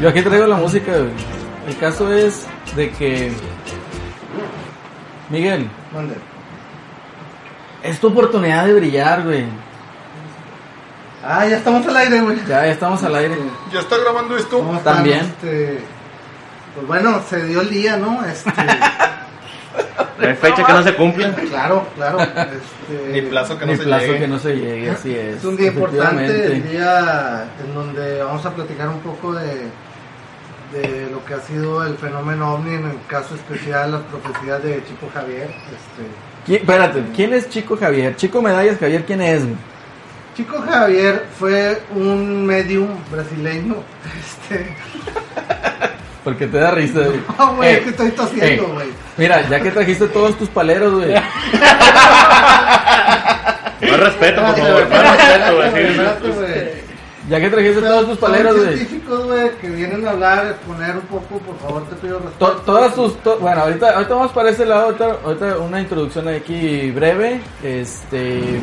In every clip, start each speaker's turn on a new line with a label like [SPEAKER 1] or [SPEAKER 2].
[SPEAKER 1] Yo aquí traigo la música, güey. El caso es de que. Miguel,
[SPEAKER 2] Mande.
[SPEAKER 1] es tu oportunidad de brillar, güey.
[SPEAKER 2] Ah, ya estamos al aire, güey.
[SPEAKER 1] Ya, ya estamos al aire.
[SPEAKER 3] ¿Ya está grabando esto?
[SPEAKER 2] ¿Cómo están?
[SPEAKER 1] También.
[SPEAKER 2] Este, Pues bueno, se dio el día, ¿no? Este,
[SPEAKER 4] No hay fecha que no se cumple.
[SPEAKER 2] claro, claro. Este,
[SPEAKER 3] Ni plazo que no
[SPEAKER 1] Ni
[SPEAKER 3] se
[SPEAKER 1] plazo
[SPEAKER 3] llegue.
[SPEAKER 1] que no se llegue, así es.
[SPEAKER 2] Es un día importante, el
[SPEAKER 1] efectivamente.
[SPEAKER 2] día en donde vamos a platicar un poco de, de lo que ha sido el fenómeno ovni, en el caso especial las profecías de Chico Javier. Este,
[SPEAKER 1] ¿Qui- Espérate, ¿quién es Chico Javier? Chico Medallas Javier, ¿quién es? güey?
[SPEAKER 2] Chico Javier fue un medium brasileño. Este,
[SPEAKER 1] Porque te da risa, güey.
[SPEAKER 2] no, güey,
[SPEAKER 1] Eh,
[SPEAKER 2] es que estoy
[SPEAKER 1] eh,
[SPEAKER 2] tosiendo, güey.
[SPEAKER 1] Mira, ya que trajiste todos tus paleros, güey.
[SPEAKER 4] Más respeto, por favor. Más respeto, güey.
[SPEAKER 2] Espérate,
[SPEAKER 4] sí,
[SPEAKER 2] espérate,
[SPEAKER 4] sí.
[SPEAKER 2] güey.
[SPEAKER 1] Ya que trajiste todos tus paleros,
[SPEAKER 2] Son
[SPEAKER 1] güey.
[SPEAKER 2] científicos, güey, que vienen a hablar, a exponer un poco, por favor, te pido respeto.
[SPEAKER 1] To- todas sus to- bueno ahorita ahorita vamos para ese lado ahorita, ahorita una introducción aquí breve este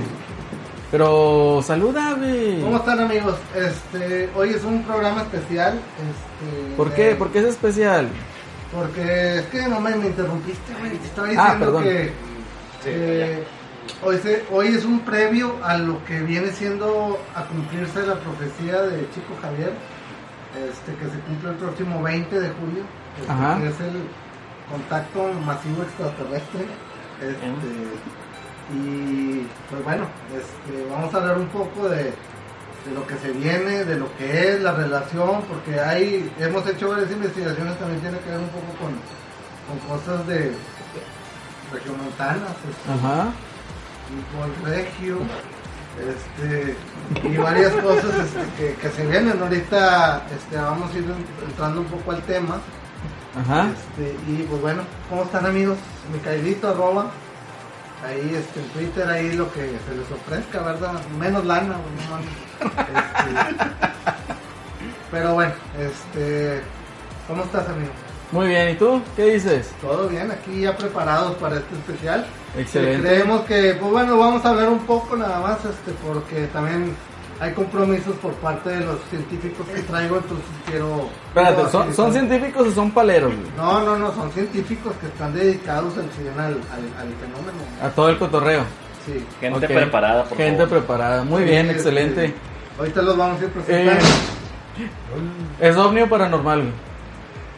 [SPEAKER 1] pero saluda güey
[SPEAKER 2] ¿Cómo están amigos? Este, hoy es un programa especial. Este,
[SPEAKER 1] ¿Por qué?
[SPEAKER 2] eh,
[SPEAKER 1] ¿Por qué es especial?
[SPEAKER 2] Porque es que no me, me interrumpiste, güey. Te estaba
[SPEAKER 1] Ah,
[SPEAKER 2] diciendo
[SPEAKER 1] perdón.
[SPEAKER 2] que, que hoy, se- hoy es un previo a lo que viene siendo a cumplirse la profecía de Chico Javier, este, que se cumple el próximo 20 de julio, este,
[SPEAKER 1] Ajá.
[SPEAKER 2] que es el contacto masivo extraterrestre. Este, y pues bueno, este, vamos a hablar un poco de, de lo que se viene, de lo que es la relación, porque hay, hemos hecho varias investigaciones, también tiene que ver un poco con, con cosas de regiomontanas, este,
[SPEAKER 1] Ajá.
[SPEAKER 2] fútbol regio, este, y varias cosas este, que, que se vienen. Ahorita este, vamos a ir entrando un poco al tema.
[SPEAKER 1] Ajá.
[SPEAKER 2] Este, y pues bueno, ¿cómo están amigos? Micaelito, arroba. Ahí este, en Twitter, ahí lo que se les ofrezca, ¿verdad? Menos lana, güey, no mames. Este, Pero bueno, este. ¿Cómo estás, amigo?
[SPEAKER 1] Muy bien, ¿y tú? ¿Qué dices?
[SPEAKER 2] Todo bien, aquí ya preparados para este especial.
[SPEAKER 1] Excelente.
[SPEAKER 2] Creemos que, pues bueno, vamos a hablar un poco nada más, este, porque también hay compromisos por parte de los científicos que traigo, entonces quiero.
[SPEAKER 1] Espérate, ¿son, son
[SPEAKER 2] científicos
[SPEAKER 1] científicos o son paleros? güey?
[SPEAKER 2] no, no, no, son científicos que están dedicados al, al, al, al fenómeno.
[SPEAKER 1] A todo el cotorreo.
[SPEAKER 2] Sí.
[SPEAKER 4] Gente
[SPEAKER 1] Ok.
[SPEAKER 4] preparada, por
[SPEAKER 1] Gente
[SPEAKER 4] favor.
[SPEAKER 1] preparada. Muy bien,
[SPEAKER 2] Sí,
[SPEAKER 1] excelente.
[SPEAKER 2] sí. Ahorita los vamos a ir presentando.
[SPEAKER 1] ¿Es ovni o paranormal? güey?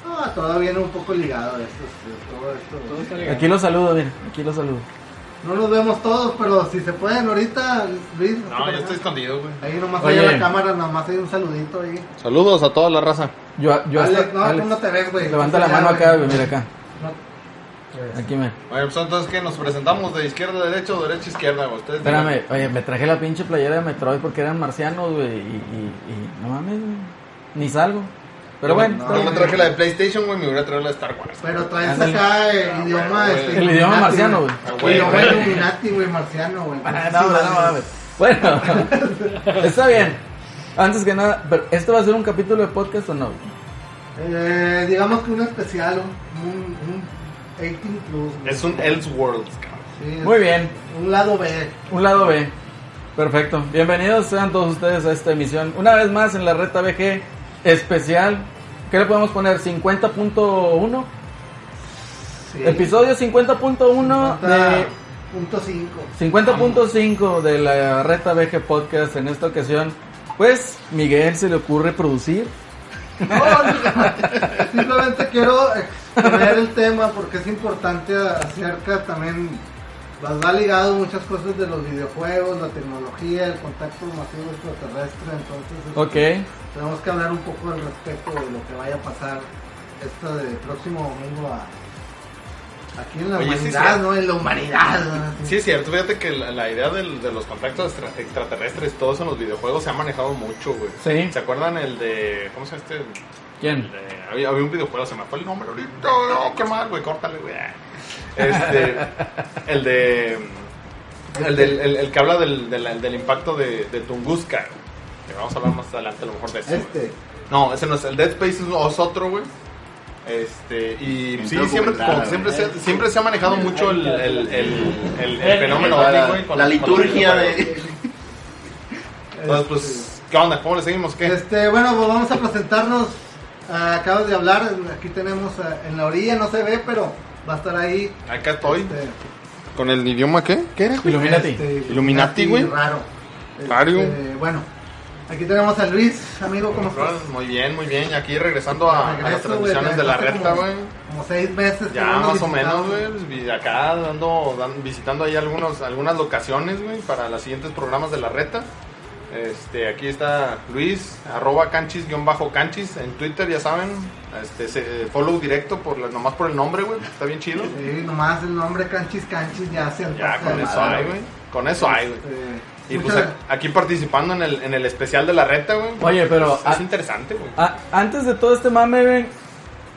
[SPEAKER 2] No, todo viene un poco ligado a esto, sí, todo esto.
[SPEAKER 1] Aquí los saludo, mira. Aquí los saludo.
[SPEAKER 2] No los vemos todos, pero si se pueden ahorita, Luis.
[SPEAKER 3] No, yo estoy escondido, güey.
[SPEAKER 2] Ahí nomás
[SPEAKER 1] Oye.
[SPEAKER 2] hay la cámara, nomás hay un saludito ahí.
[SPEAKER 5] Saludos a toda la raza.
[SPEAKER 1] Yo, yo
[SPEAKER 2] Alex,
[SPEAKER 1] hasta-
[SPEAKER 2] no,
[SPEAKER 1] Alex,
[SPEAKER 2] tú no te ves, güey.
[SPEAKER 1] Levanta la
[SPEAKER 2] Ya,
[SPEAKER 1] mano
[SPEAKER 2] güey.
[SPEAKER 1] acá, güey. Mira acá.
[SPEAKER 2] No,
[SPEAKER 1] Aquí me.
[SPEAKER 3] Bueno, pues entonces que nos presentamos de izquierda a derecha o derecha a izquierda, güey. Ustedes digan.
[SPEAKER 1] Espérame, oye, me traje la pinche playera de Metroid porque eran marcianos, güey, y, y- y no mames, güey, ni salgo. Pero bueno,
[SPEAKER 2] no,
[SPEAKER 1] está
[SPEAKER 3] No
[SPEAKER 1] bien.
[SPEAKER 3] me traje la de PlayStation, güey, me hubiera traído la de Star Wars.
[SPEAKER 2] Pero traes
[SPEAKER 1] Ándale.
[SPEAKER 2] acá el idioma.
[SPEAKER 3] güey.
[SPEAKER 2] este,
[SPEAKER 1] El idioma
[SPEAKER 2] Illuminati,
[SPEAKER 1] marciano, güey.
[SPEAKER 3] Ah,
[SPEAKER 2] El
[SPEAKER 3] güey,
[SPEAKER 2] idioma
[SPEAKER 3] güey.
[SPEAKER 2] Illuminati, güey, marciano, güey.
[SPEAKER 1] Ah, no, no, no mames. Bueno, está bien. Antes que nada, pero ¿este va a ser un capítulo de podcast o no?
[SPEAKER 2] Eh, digamos que un especial, un, un, un 18 plus. güey.
[SPEAKER 3] Es un Elseworlds, cabrón.
[SPEAKER 2] Sí, es
[SPEAKER 1] Muy bien,
[SPEAKER 2] Un lado B.
[SPEAKER 1] un lado B. Perfecto. Bienvenidos sean todos ustedes a esta emisión. Una vez más en la reta BG especial. ¿Qué le podemos poner? 50.1.
[SPEAKER 2] Sí.
[SPEAKER 1] Episodio 50.1 de
[SPEAKER 2] Punto 5.
[SPEAKER 1] 50.5 de la Reta BG Podcast en esta ocasión, pues Miguel se le ocurre producir.
[SPEAKER 2] simplemente quiero exponer el tema porque es importante acerca también. Las va ligado muchas cosas de los videojuegos, la tecnología, el contacto masivo extraterrestre. Entonces, este,
[SPEAKER 1] Ok,
[SPEAKER 2] tenemos que hablar un poco al respecto de lo que vaya a pasar esto de próximo domingo a, aquí en la
[SPEAKER 3] Oye, sí,
[SPEAKER 2] humanidad,
[SPEAKER 3] sí.
[SPEAKER 2] ¿no? En la humanidad. ¿no?
[SPEAKER 3] Sí, es cierto, fíjate que la, la idea del- de los contactos extra- extraterrestres, todos en los videojuegos, se ha manejado mucho, güey.
[SPEAKER 1] Sí.
[SPEAKER 3] ¿Se acuerdan el de. ¿Cómo se llama este?
[SPEAKER 1] ¿quién?
[SPEAKER 3] Eh, había, había un videojuego, se me fue el nombre ahorita. No, qué mal, güey, córtale, güey. Este, el de. El, del- el- el que habla del, del, del impacto de, de Tunguska. Que vamos a hablar más adelante, a lo mejor de eso.
[SPEAKER 2] Este.
[SPEAKER 3] No, ese no es. El Dead Space es es otro, güey. Este, y sí, siempre,
[SPEAKER 4] documentada,
[SPEAKER 3] como que siempre, se, siempre se ha manejado mucho el, el, el, el- el
[SPEAKER 4] El-
[SPEAKER 3] fenómeno
[SPEAKER 4] la-
[SPEAKER 3] ovni, güey, con-
[SPEAKER 4] la
[SPEAKER 3] con los
[SPEAKER 4] liturgia de-
[SPEAKER 3] videojuegos. Entonces, pues, ¿qué onda? ¿Cómo le seguimos? ¿Qué?
[SPEAKER 2] Este, bueno, pues vamos a presentarnos ah, acabas de hablar, aquí tenemos ah, en la orilla, no se ve, pero va a estar ahí.
[SPEAKER 3] Acá estoy.
[SPEAKER 2] este,
[SPEAKER 3] ¿Con el idioma qué? ¿Qué era? güey?
[SPEAKER 1] Illuminati.
[SPEAKER 3] Illuminati, güey.
[SPEAKER 2] Raro.
[SPEAKER 3] Raro.
[SPEAKER 2] Este, bueno, aquí tenemos a Luis, amigo, ¿cómo estás?
[SPEAKER 3] Muy bien, muy bien. Y aquí regresando a, a Ah, las
[SPEAKER 2] Regreso,
[SPEAKER 3] transmisiones
[SPEAKER 2] güey,
[SPEAKER 3] de la
[SPEAKER 2] hace
[SPEAKER 3] recta,
[SPEAKER 2] como-
[SPEAKER 3] güey.
[SPEAKER 2] Como seis meses. que
[SPEAKER 3] Ya,
[SPEAKER 2] no nos
[SPEAKER 3] más o menos,
[SPEAKER 2] visitamos.
[SPEAKER 3] güey. Y Acá ando dan- visitando ahí algunos, algunas locaciones, güey, para los siguientes programas de la reta. Este, aquí está Luis, arroba canchis-canchis en Twitter, ya saben. Este, se- follow directo por la- nomás por el nombre, güey. Está bien chido.
[SPEAKER 2] Sí, nomás el nombre Canchis Canchis ya se
[SPEAKER 3] Ya,
[SPEAKER 2] alcanza
[SPEAKER 3] con
[SPEAKER 2] de
[SPEAKER 3] eso
[SPEAKER 2] madre,
[SPEAKER 3] hay, güey. Con eso hay, güey.
[SPEAKER 2] Este,
[SPEAKER 3] Y pues
[SPEAKER 2] muchas-
[SPEAKER 3] a- aquí participando en el, en el especial de la reta, güey.
[SPEAKER 1] Oye, pero-
[SPEAKER 3] Es,
[SPEAKER 1] ah-
[SPEAKER 3] es interesante, güey.
[SPEAKER 1] Ah, antes de todo este mame, güey,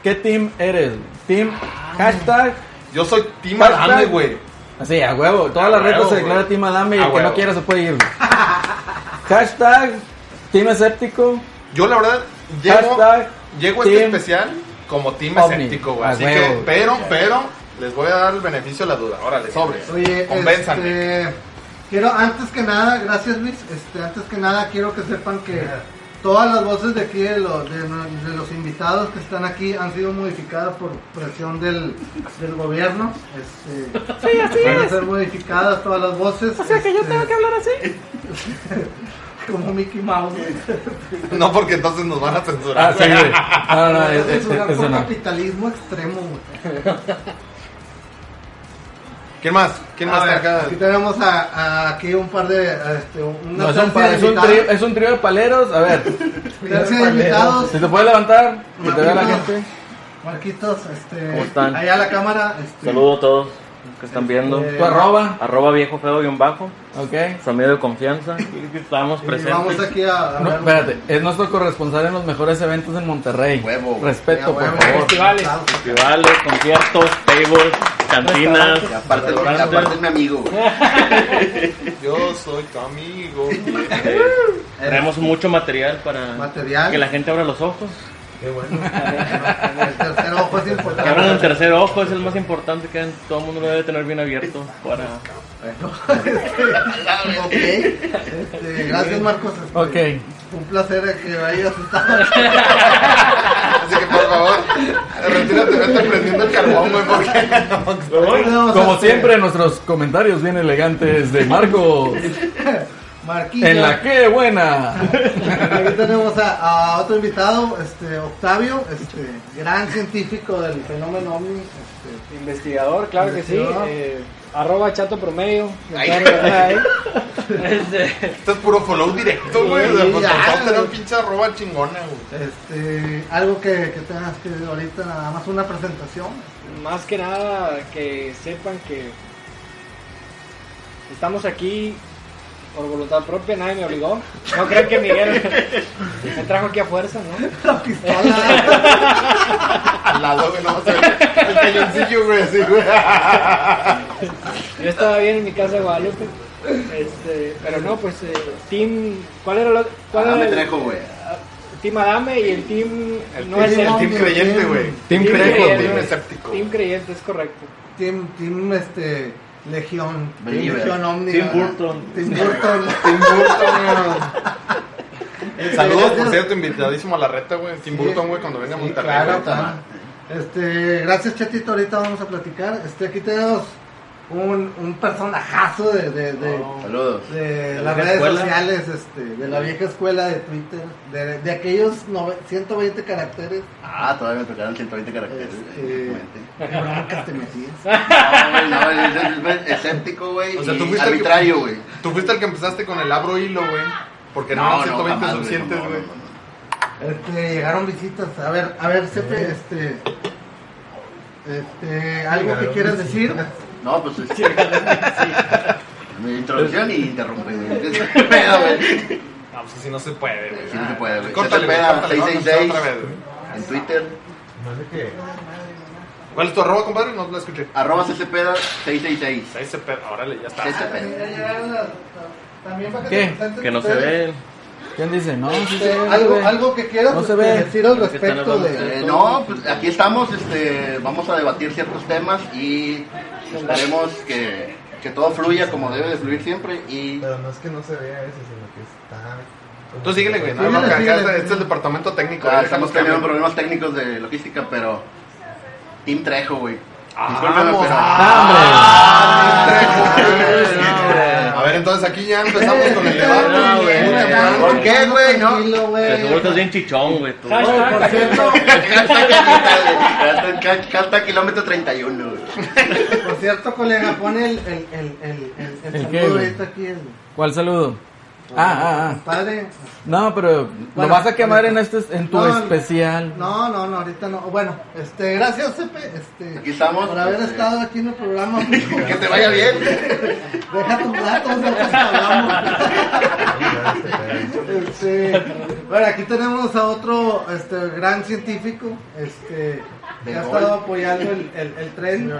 [SPEAKER 1] ¿qué team eres? güey? Team hashtag.
[SPEAKER 3] Yo soy Team
[SPEAKER 1] Hashtag-
[SPEAKER 3] Adame, güey.
[SPEAKER 1] Así, a huevo. Toda
[SPEAKER 3] A
[SPEAKER 1] la reta
[SPEAKER 3] huevo,
[SPEAKER 1] se declara
[SPEAKER 3] güey.
[SPEAKER 1] Team Adame y
[SPEAKER 3] A
[SPEAKER 1] el que
[SPEAKER 3] huevo.
[SPEAKER 1] no quiera se puede ir. güey. hashtag Team Escéptico.
[SPEAKER 3] Yo, la verdad, llego,
[SPEAKER 1] Hashtag
[SPEAKER 3] llego a este
[SPEAKER 1] Team
[SPEAKER 3] especial como Team
[SPEAKER 1] Ovni.
[SPEAKER 3] escéptico, güey.
[SPEAKER 1] A
[SPEAKER 3] Así
[SPEAKER 1] huevo,
[SPEAKER 3] que,
[SPEAKER 1] güey.
[SPEAKER 3] pero, pero, les voy a dar el beneficio de la duda. Órale, sobres.
[SPEAKER 2] Oye,
[SPEAKER 3] Convénzanme.
[SPEAKER 2] este, quiero antes que nada, gracias Luis, este, antes que nada quiero que sepan que todas las voces de aquí de los, de, no- de los invitados que están aquí han sido modificadas por presión del, del gobierno. Este, van a ser modificadas todas las voces. O sea que yo tengo que hablar así. Como Mickey Mouse. güey.
[SPEAKER 3] No, porque entonces nos van a
[SPEAKER 1] Ah,
[SPEAKER 3] censurar.
[SPEAKER 1] sí,
[SPEAKER 3] güey.
[SPEAKER 1] güey. No, no, es- es-
[SPEAKER 2] Censurar
[SPEAKER 1] eso
[SPEAKER 2] por
[SPEAKER 1] no.
[SPEAKER 2] capitalismo extremo. güey.
[SPEAKER 3] ¿Quién más? ¿Quién
[SPEAKER 2] A
[SPEAKER 3] más
[SPEAKER 2] ver,
[SPEAKER 3] está acá?
[SPEAKER 2] Aquí tenemos a, a- aquí un par de. a, Este, una
[SPEAKER 1] No, es un,
[SPEAKER 2] tercia
[SPEAKER 1] pa-
[SPEAKER 2] de
[SPEAKER 1] es un
[SPEAKER 2] invitados.
[SPEAKER 1] trío, es un trío de paleros. A ver,
[SPEAKER 2] Tercia de invitados.
[SPEAKER 1] si te puedes levantar, que te vea la
[SPEAKER 2] Marquitos,
[SPEAKER 1] gente.
[SPEAKER 2] Marquitos, este.
[SPEAKER 4] ¿Cómo están?
[SPEAKER 2] Allá a la cámara. Este,
[SPEAKER 4] Saludos a todos los que están viendo.
[SPEAKER 2] Eh,
[SPEAKER 1] Tu arroba,
[SPEAKER 4] Arroba viejo feo guión bajo.
[SPEAKER 1] ok.
[SPEAKER 4] Su amigo de confianza. Estamos
[SPEAKER 2] y
[SPEAKER 4] presentes.
[SPEAKER 2] vamos aquí a. a
[SPEAKER 1] No,
[SPEAKER 2] ver-
[SPEAKER 1] espérate, es nuestro corresponsal en los mejores eventos en Monterrey.
[SPEAKER 3] Huevo, güey.
[SPEAKER 2] Ya,
[SPEAKER 1] Respeto, por
[SPEAKER 2] bueno,
[SPEAKER 1] favor.
[SPEAKER 5] Festivales.
[SPEAKER 2] aplausos.
[SPEAKER 4] Festivales, conciertos, tables, cantinas.
[SPEAKER 6] Y aparte, y aparte un amigo, güey.
[SPEAKER 3] Yo soy tu amigo. güey.
[SPEAKER 4] Eh, Traemos mucho material para
[SPEAKER 2] Material.
[SPEAKER 4] que la gente abra los ojos.
[SPEAKER 2] Qué bueno. El tercer ojo es
[SPEAKER 4] Que abran el
[SPEAKER 2] importante.
[SPEAKER 4] tercer ojo, es el más importante que todo el mundo lo debe tener bien abierto. Para...
[SPEAKER 2] Bueno, ok. Este, gracias, Marcos. este,
[SPEAKER 1] Ok.
[SPEAKER 2] Un placer que hayas estado.
[SPEAKER 3] Así que, por favor, retírate, vete prendiendo el carbón, güey, porque...
[SPEAKER 1] Como
[SPEAKER 2] este,
[SPEAKER 1] siempre, nuestros comentarios bien elegantes de Marco.
[SPEAKER 2] Marquito.
[SPEAKER 1] En la que buena.
[SPEAKER 2] Aquí tenemos a, a otro invitado, este Octavio, este gran científico del fenómeno ovni. Este,
[SPEAKER 5] Investigador, claro que sí.
[SPEAKER 2] Investigador.
[SPEAKER 5] eh, arroba chato promedio. me
[SPEAKER 3] Ay.
[SPEAKER 5] pueden encontrar ahí.
[SPEAKER 3] Esto es puro follow directo, güey.
[SPEAKER 2] Sí,
[SPEAKER 3] O sea, pues,
[SPEAKER 2] ya,
[SPEAKER 3] por favor, tener
[SPEAKER 2] güey.
[SPEAKER 3] un pinche arroba chingona, güey.
[SPEAKER 2] Este, algo que, que tengas que ahorita nada más una presentación.
[SPEAKER 5] Más que nada que sepan que estamos aquí por voluntad propia, nadie me obligó. No crean que Miguel me trajo aquí a fuerza, ¿no?
[SPEAKER 2] La pistola.
[SPEAKER 3] Al lado, güey, no vas a ver. El cañoncillo, güey, así, güey.
[SPEAKER 5] Yo estaba bien en mi casa de Guadalupe. Este, pero no, pues eh, Team. ¿Cuál era el otro? ¿Cuál
[SPEAKER 6] Ah,
[SPEAKER 5] era
[SPEAKER 6] me
[SPEAKER 5] el-
[SPEAKER 6] trajo, güey.
[SPEAKER 5] Team Adame y el Team.
[SPEAKER 3] El
[SPEAKER 5] no
[SPEAKER 3] team-
[SPEAKER 5] es el
[SPEAKER 3] el team creyente, güey.
[SPEAKER 1] Team
[SPEAKER 5] Team
[SPEAKER 1] Creco,
[SPEAKER 5] Creyente,
[SPEAKER 1] güey.
[SPEAKER 3] Team escéptico.
[SPEAKER 5] Team creyente, es correcto.
[SPEAKER 2] team, team este Legión, Team
[SPEAKER 6] Believer.
[SPEAKER 2] Legión Omni.
[SPEAKER 4] Team
[SPEAKER 2] ¿verdad?
[SPEAKER 4] Burton.
[SPEAKER 2] Team Burton.
[SPEAKER 3] Tim Burton, güey.
[SPEAKER 2] Este,
[SPEAKER 3] Saludos, por
[SPEAKER 2] gracias.
[SPEAKER 3] cierto, invitadísimo a la reta, güey. Tim
[SPEAKER 2] Sí.
[SPEAKER 3] Burton, güey, cuando venga a
[SPEAKER 2] Sí,
[SPEAKER 3] Monterrey.
[SPEAKER 2] claro,
[SPEAKER 3] güey.
[SPEAKER 2] claro. Este, gracias Chetito, ahorita vamos a platicar. Este, aquí tenemos un, un personajazo de, de, de-
[SPEAKER 3] Oh.
[SPEAKER 6] Saludos.
[SPEAKER 2] de
[SPEAKER 4] la
[SPEAKER 2] las
[SPEAKER 4] vieja
[SPEAKER 2] redes
[SPEAKER 4] escuela.
[SPEAKER 2] sociales, este, de la vieja escuela de Twitter, de, de aquellos nove- 120 caracteres.
[SPEAKER 6] Ah, todavía me tocaron 120 caracteres.
[SPEAKER 2] Este,
[SPEAKER 6] exactamente.
[SPEAKER 2] qué broncas te metías.
[SPEAKER 6] No, güey, no, es- es- es escéptico, güey.
[SPEAKER 3] O sea,
[SPEAKER 6] y
[SPEAKER 3] tú fuiste el que-
[SPEAKER 6] arbitrario, güey.
[SPEAKER 3] Tú fuiste el que empezaste con el abro hilo, güey. Porque no, eran 120
[SPEAKER 6] jamás, güey,
[SPEAKER 3] suficientes,
[SPEAKER 6] no,
[SPEAKER 3] güey.
[SPEAKER 6] no, no.
[SPEAKER 2] Este, llegaron visitas. A ver, a ver, Sepe, este, este, algo que quieras decir.
[SPEAKER 6] No, pues es- Mi introducción y interrumpe, güey. Qué pedo, güey.
[SPEAKER 3] No, pues así no se puede, güey.
[SPEAKER 6] Sí, no se puede, güey.
[SPEAKER 3] Córtale, güey,
[SPEAKER 6] Se te pega
[SPEAKER 3] córtale, vamos a empezar
[SPEAKER 6] 666.
[SPEAKER 3] otra vez, güey.
[SPEAKER 6] En Twitter,
[SPEAKER 2] Eh,
[SPEAKER 3] ¿Cuál es tu arroba, compadre? No la escuché.
[SPEAKER 6] arroba ccpeda666.
[SPEAKER 3] Ahí se pe- Órale, ya está.
[SPEAKER 6] Sí, sí.
[SPEAKER 2] Ya llegaron las- también para que
[SPEAKER 1] ¿Qué?
[SPEAKER 2] se presenten
[SPEAKER 4] Que no se
[SPEAKER 2] ustedes.
[SPEAKER 4] ve.
[SPEAKER 1] ¿Quién dice? No, sí se
[SPEAKER 2] Este,
[SPEAKER 1] ve,
[SPEAKER 2] algo,
[SPEAKER 1] güey.
[SPEAKER 2] algo que quieras
[SPEAKER 1] No se
[SPEAKER 2] este,
[SPEAKER 1] ve.
[SPEAKER 2] decir al
[SPEAKER 4] Porque están
[SPEAKER 2] respecto
[SPEAKER 4] hablando
[SPEAKER 2] de...
[SPEAKER 6] Eh, no, pues aquí estamos, este, vamos a debatir ciertos temas y esperemos que, que todo fluya como debe de fluir siempre y
[SPEAKER 7] Pero no es que no se vea eso, sino que está
[SPEAKER 3] Tú síguele, güey. No,
[SPEAKER 2] Síguele,
[SPEAKER 3] no, acá- acá
[SPEAKER 2] síguele,
[SPEAKER 3] está-
[SPEAKER 2] síguele.
[SPEAKER 3] este es el departamento técnico.
[SPEAKER 6] Ah,
[SPEAKER 3] güey,
[SPEAKER 6] estamos
[SPEAKER 3] acá
[SPEAKER 6] teniendo
[SPEAKER 3] nos cambian.
[SPEAKER 6] problemas técnicos de logística, pero. Team Trejo, güey. Discúlpenme,
[SPEAKER 3] Vamos,
[SPEAKER 6] pero-
[SPEAKER 3] ah,
[SPEAKER 6] hombre.
[SPEAKER 3] hombre. A ver, entonces aquí ya empezamos con el
[SPEAKER 4] No, güey.
[SPEAKER 3] debate.
[SPEAKER 6] ¿Por qué, güey? No.
[SPEAKER 2] Tranquilo, güey.
[SPEAKER 4] Te seguro estás bien chichón, güey. tú.
[SPEAKER 5] Hashtag.
[SPEAKER 2] Oye, Oh, por cierto,
[SPEAKER 6] Hasta kilómetro 31, güey.
[SPEAKER 2] por cierto, colega, pon el, el, el, el, el, el
[SPEAKER 1] ¿El qué,
[SPEAKER 2] saludo
[SPEAKER 1] güey?
[SPEAKER 2] ahorita aquí. El,
[SPEAKER 1] ¿Cuál saludo? Ah, ah, ah.
[SPEAKER 2] Padre.
[SPEAKER 1] No, pero lo
[SPEAKER 2] Bueno,
[SPEAKER 1] vas a quemar en, este, en tu
[SPEAKER 2] No, no.
[SPEAKER 1] especial.
[SPEAKER 2] No, no, no, ahorita no. Bueno, este, gracias, Pepe. Este,
[SPEAKER 6] Aquí estamos.
[SPEAKER 2] Por haber
[SPEAKER 6] Este-
[SPEAKER 2] estado aquí en el programa.
[SPEAKER 6] Que te vaya bien.
[SPEAKER 2] Deja tus datos, no te hablamos. Este, bueno, aquí tenemos a otro este, gran científico este, que ha
[SPEAKER 6] Bengol.
[SPEAKER 2] estado apoyando el, el- el tren.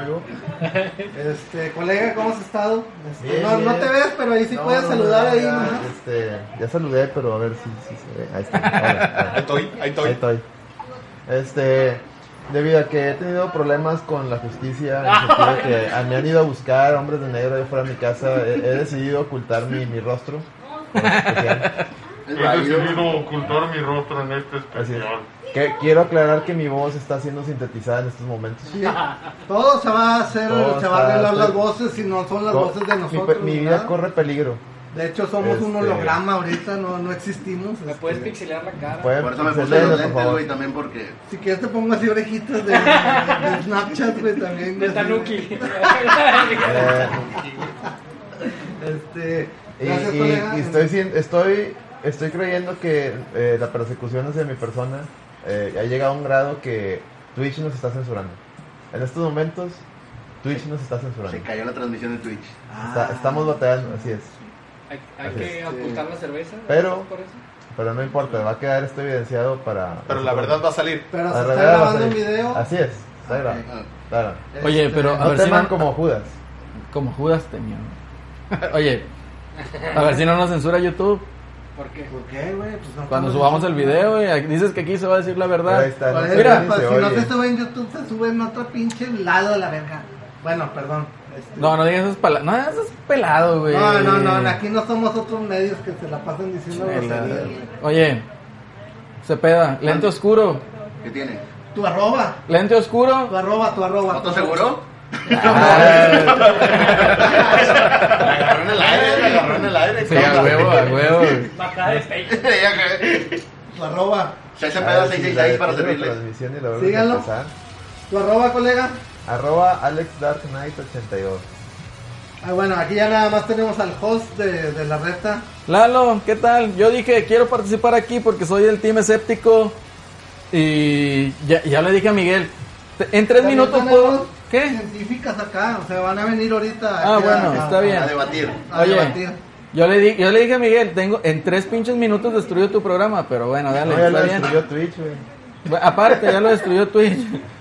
[SPEAKER 2] Este, colega, ¿cómo has estado? Este,
[SPEAKER 7] Bien,
[SPEAKER 2] no, no
[SPEAKER 7] bien.
[SPEAKER 2] te ves, pero ahí sí
[SPEAKER 7] No,
[SPEAKER 2] puedes
[SPEAKER 7] no,
[SPEAKER 2] saludar
[SPEAKER 7] no,
[SPEAKER 2] ahí.
[SPEAKER 7] ya,
[SPEAKER 2] ¿no?
[SPEAKER 7] Este, ya saludé, pero a ver si, si se ve. Ahí está. ahora,
[SPEAKER 3] Ahí
[SPEAKER 7] ahora.
[SPEAKER 3] estoy, ahí
[SPEAKER 7] Ahí
[SPEAKER 3] estoy.
[SPEAKER 7] estoy. Este, debido a que he tenido problemas con la justicia, en el sentido que a- me han ido a buscar hombres de negro ahí fuera de mi casa, he, he decidido ocultar mi, mi rostro. por especial.
[SPEAKER 6] Es
[SPEAKER 8] He
[SPEAKER 6] válido.
[SPEAKER 8] decidido ocultar mi rostro en este
[SPEAKER 7] Así es.
[SPEAKER 8] especial.
[SPEAKER 7] Que- quiero aclarar que mi voz está siendo sintetizada en estos momentos.
[SPEAKER 2] Sí. Todo se va a hacer,
[SPEAKER 7] Todo
[SPEAKER 2] se va a
[SPEAKER 7] está-
[SPEAKER 2] arreglar las
[SPEAKER 7] estoy-
[SPEAKER 2] voces si no son las
[SPEAKER 7] Co-
[SPEAKER 2] voces de
[SPEAKER 7] mi pe-
[SPEAKER 2] nosotros.
[SPEAKER 7] mi, vida
[SPEAKER 2] ¿verdad?
[SPEAKER 7] corre peligro.
[SPEAKER 2] De hecho, somos un
[SPEAKER 7] Este-
[SPEAKER 2] holograma ahorita, no, no existimos.
[SPEAKER 5] Me puedes pixelear la cara.
[SPEAKER 7] Pueden
[SPEAKER 6] Por eso me puse
[SPEAKER 7] hacerle,
[SPEAKER 6] los
[SPEAKER 7] por
[SPEAKER 6] lentes,
[SPEAKER 7] favor.
[SPEAKER 6] güey, también porque.
[SPEAKER 2] Si quieres te pongo así orejitas de, de Snapchat, güey, también.
[SPEAKER 5] De
[SPEAKER 2] así,
[SPEAKER 5] Tanuki.
[SPEAKER 7] Eh,
[SPEAKER 2] Este,
[SPEAKER 7] Y,
[SPEAKER 2] gracias,
[SPEAKER 7] y-
[SPEAKER 2] colega.
[SPEAKER 7] y estoy, sin- estoy, estoy creyendo que eh, la persecución hacia mi persona eh, ha llegado a un grado que Twitch nos está censurando. En estos momentos, Twitch nos está censurando.
[SPEAKER 6] Se cayó la transmisión de Twitch.
[SPEAKER 2] Ah.
[SPEAKER 7] Está- estamos batallando, así es.
[SPEAKER 5] Hay, hay que ocultar la cerveza.
[SPEAKER 7] Pero-
[SPEAKER 5] por eso.
[SPEAKER 7] Pero no importa, va a quedar esto evidenciado para...
[SPEAKER 3] Pero la verdad va a salir.
[SPEAKER 2] Pero
[SPEAKER 7] La
[SPEAKER 2] se está
[SPEAKER 7] verdad va a
[SPEAKER 2] grabando un
[SPEAKER 7] salir.
[SPEAKER 2] video.
[SPEAKER 7] Así es, está grabado.
[SPEAKER 6] Ah,
[SPEAKER 7] está grabado.
[SPEAKER 1] Oye, pero a
[SPEAKER 7] No
[SPEAKER 1] ver si
[SPEAKER 7] teman
[SPEAKER 1] no-
[SPEAKER 7] como Judas.
[SPEAKER 1] Como Judas temió. Oye, a ver si no nos censura YouTube.
[SPEAKER 5] ¿Por qué?
[SPEAKER 2] ¿Por qué, güey? Pues no
[SPEAKER 1] Cuando
[SPEAKER 2] estamos
[SPEAKER 1] subamos
[SPEAKER 2] en
[SPEAKER 1] el
[SPEAKER 2] YouTube.
[SPEAKER 1] video, güey, aquí- dices que aquí se va a decir la
[SPEAKER 7] Ahí
[SPEAKER 1] verdad.
[SPEAKER 7] está, no se
[SPEAKER 2] Por eso,
[SPEAKER 7] ve ni
[SPEAKER 2] pa-
[SPEAKER 7] se
[SPEAKER 2] si no
[SPEAKER 7] oye.
[SPEAKER 2] se sube en YouTube, se sube en otro pinche lado de la verga. Bueno, perdón. este-
[SPEAKER 1] No, no digas esas palabras. No, eso es pelado, güey.
[SPEAKER 2] no, no, no, aquí no somos otros medios que se la pasan diciendo
[SPEAKER 1] Pelado.
[SPEAKER 2] groserías, güey.
[SPEAKER 1] Oye, Cepeda, lente oscuro.
[SPEAKER 6] ¿Qué tiene?
[SPEAKER 2] Tu arroba,
[SPEAKER 1] Lente oscuro. Ah,
[SPEAKER 2] tu arroba, tu arroba.
[SPEAKER 6] ¿Foto seguro?
[SPEAKER 3] La agarró en el aire, la agarró en el aire.
[SPEAKER 1] Sí, a huevo, a huevo.
[SPEAKER 5] Bajada de Facebook.
[SPEAKER 2] Tu arroba,
[SPEAKER 6] Se hace
[SPEAKER 7] Ah,
[SPEAKER 6] pedo
[SPEAKER 7] sí, la
[SPEAKER 6] 666 para
[SPEAKER 7] detiene la
[SPEAKER 6] servirle.
[SPEAKER 7] transmisión y la vuelves a
[SPEAKER 2] Síganlo.
[SPEAKER 7] empezar.
[SPEAKER 2] tu arroba, colega.
[SPEAKER 7] Arroba AlexDarkKnight82.
[SPEAKER 2] Ah, bueno, aquí ya nada más tenemos al host de, de la reta.
[SPEAKER 1] Lalo, ¿qué tal? Yo dije, quiero participar aquí porque soy del team escéptico. Y ya, ya le dije a Miguel, te- en tres
[SPEAKER 2] También
[SPEAKER 1] minutos
[SPEAKER 2] tenemos
[SPEAKER 1] puedo... ¿Qué?
[SPEAKER 2] Científicas acá, o sea, van a venir ahorita.
[SPEAKER 1] Ah,
[SPEAKER 2] aquí
[SPEAKER 1] bueno, está bien.
[SPEAKER 6] A debatir.
[SPEAKER 2] a
[SPEAKER 1] Oye.
[SPEAKER 2] debatir.
[SPEAKER 1] Yo le, di- yo le dije a Miguel, tengo en tres pinches minutos destruyo tu programa, pero bueno, dale,
[SPEAKER 7] No, ya lo
[SPEAKER 1] está bien.
[SPEAKER 7] destruyó Twitch, güey.
[SPEAKER 1] Bueno, Aparte, ya lo destruyó Twitch.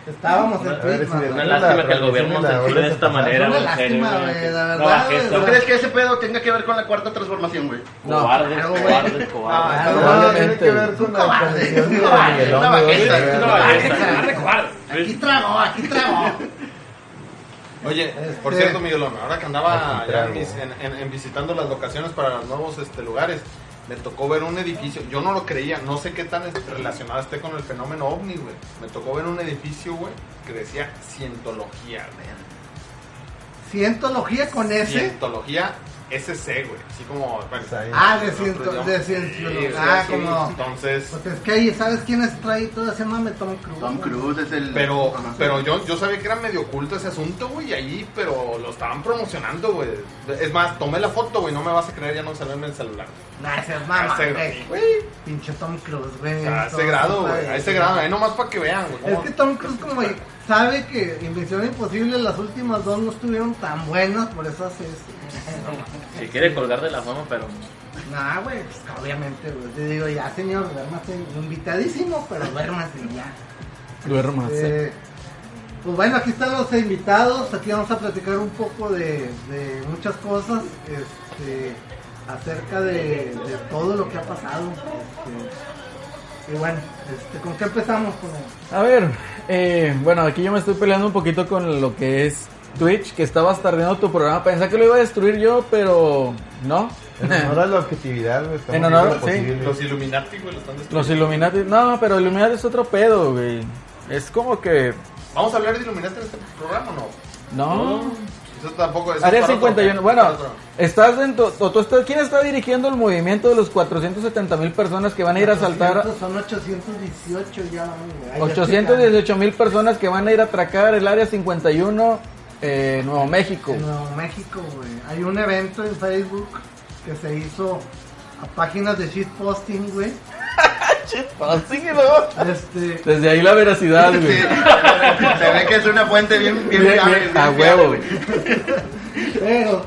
[SPEAKER 2] Estábamos en
[SPEAKER 7] A ver
[SPEAKER 2] Twitch,
[SPEAKER 7] si de-
[SPEAKER 2] mano.
[SPEAKER 4] Una lástima que el gobierno censure de esta manera.
[SPEAKER 2] Una
[SPEAKER 4] güey, en serio,
[SPEAKER 2] lástima,
[SPEAKER 4] güey.
[SPEAKER 2] güey, la
[SPEAKER 4] No
[SPEAKER 2] verdad,
[SPEAKER 4] bajes,
[SPEAKER 2] güey.
[SPEAKER 6] ¿Tú
[SPEAKER 4] no
[SPEAKER 6] crees que ese pedo tenga que ver con la cuarta transformación, güey?
[SPEAKER 1] No.
[SPEAKER 4] Cobardes, cobardes, cobardes.
[SPEAKER 2] Ah,
[SPEAKER 7] No, tiene que ver
[SPEAKER 6] Un
[SPEAKER 7] con la
[SPEAKER 6] cobarde,
[SPEAKER 7] condición
[SPEAKER 6] un
[SPEAKER 7] de
[SPEAKER 6] cobarde,
[SPEAKER 7] Miguelón,
[SPEAKER 6] una
[SPEAKER 7] güey,
[SPEAKER 6] bajeza,
[SPEAKER 7] de
[SPEAKER 6] una
[SPEAKER 7] verdad.
[SPEAKER 2] Aquí trago, aquí trago.
[SPEAKER 3] Oye, por
[SPEAKER 2] Este-
[SPEAKER 3] cierto, Miguelón, ahora que andaba
[SPEAKER 7] Al contrario.
[SPEAKER 3] ya en, mis- en- en- en visitando las locaciones para los nuevos este, lugares, me tocó ver un edificio. Yo no lo creía, no sé qué tan este, relacionado esté con el fenómeno ovni, güey. Me tocó ver un edificio, güey, que decía cientología, güey.
[SPEAKER 2] Cientología con S.
[SPEAKER 3] Cientología SC, güey. Así como, bueno,
[SPEAKER 7] Pues ahí.
[SPEAKER 2] Ah, de
[SPEAKER 3] otro
[SPEAKER 2] ciento,
[SPEAKER 3] idioma.
[SPEAKER 2] de
[SPEAKER 3] Sí,
[SPEAKER 2] cientología.
[SPEAKER 3] o sea,
[SPEAKER 2] Ah,
[SPEAKER 3] sí,
[SPEAKER 2] como.
[SPEAKER 3] Entonces,
[SPEAKER 2] Pues es que ahí, ¿sabes quién es trae todo ese mame? Tom Cruise.
[SPEAKER 6] Tom
[SPEAKER 2] güey.
[SPEAKER 6] Cruise es el.
[SPEAKER 3] Pero,
[SPEAKER 6] Ajá.
[SPEAKER 3] pero yo, yo sabía que era medio oculto ese asunto, güey, y ahí, pero lo estaban promocionando, güey. Es más, tomé la foto, güey, no me vas a creer, ya no salió en el celular.
[SPEAKER 2] Nah, ese es
[SPEAKER 3] A
[SPEAKER 2] mamá,
[SPEAKER 3] Ah, ese
[SPEAKER 2] güey.
[SPEAKER 3] grado, güey.
[SPEAKER 2] Pinche Tom Cruise, güey.
[SPEAKER 3] A ese
[SPEAKER 2] Todo
[SPEAKER 3] grado,
[SPEAKER 2] sabe.
[SPEAKER 3] güey. A ese grado, ahí nomás para que vean, güey.
[SPEAKER 2] Es
[SPEAKER 3] cómo-
[SPEAKER 2] que Tom Cruise como sabe que Invención Imposible las últimas dos no estuvieron tan buenas, por eso hace eso.
[SPEAKER 4] Se quiere colgar de la fama, pero.
[SPEAKER 2] Nah, güey, pues, obviamente, güey. Te digo, ya señor, duérmase. Invitadísimo, pero duérmase ya.
[SPEAKER 1] Duérmase.
[SPEAKER 2] Eh, pues bueno, aquí están los invitados. Aquí vamos a platicar un poco de, de muchas cosas este, acerca de, de todo lo que ha pasado. este. y bueno, este, ¿con qué empezamos? Con el-
[SPEAKER 1] A ver, eh, bueno, aquí yo me estoy peleando un poquito con lo que es Twitch que estabas tardeando tu programa. Pensé que lo iba a destruir yo, pero no.
[SPEAKER 7] En honor a la objetividad, güey, estamos
[SPEAKER 1] En honor,
[SPEAKER 7] haciendo lo
[SPEAKER 1] sí.
[SPEAKER 7] posible.
[SPEAKER 3] Los Illuminati, güey, lo están destruyendo.
[SPEAKER 1] Los Illuminati. No, pero Illuminati es otro pedo, güey. Es como que.
[SPEAKER 3] ¿Vamos a hablar de Illuminati en este programa o no?
[SPEAKER 1] No.
[SPEAKER 3] Eso tampoco es.
[SPEAKER 1] Área
[SPEAKER 3] para otro,
[SPEAKER 1] 51.
[SPEAKER 3] para
[SPEAKER 1] Bueno,
[SPEAKER 3] otro.
[SPEAKER 1] estás dentro. o tú estás- ¿Quién está dirigiendo el movimiento de los 470 mil personas que van a ir a asaltar?
[SPEAKER 2] 800, Son 818 ya, güey. Ay, ya
[SPEAKER 1] 818 mil personas que van a ir a atracar el área 51, eh, Nuevo México.
[SPEAKER 2] checaron. En Nuevo México, güey. Hay un evento en Facebook que se hizo a páginas de shitposting, güey. Este,
[SPEAKER 1] Ah, Desde ahí la veracidad, güey.
[SPEAKER 6] Se ve que es una fuente bien, bien,
[SPEAKER 1] Bien,
[SPEAKER 6] fiable,
[SPEAKER 1] bien,
[SPEAKER 6] bien
[SPEAKER 1] a
[SPEAKER 6] fiable,
[SPEAKER 1] huevo, güey.
[SPEAKER 2] pero.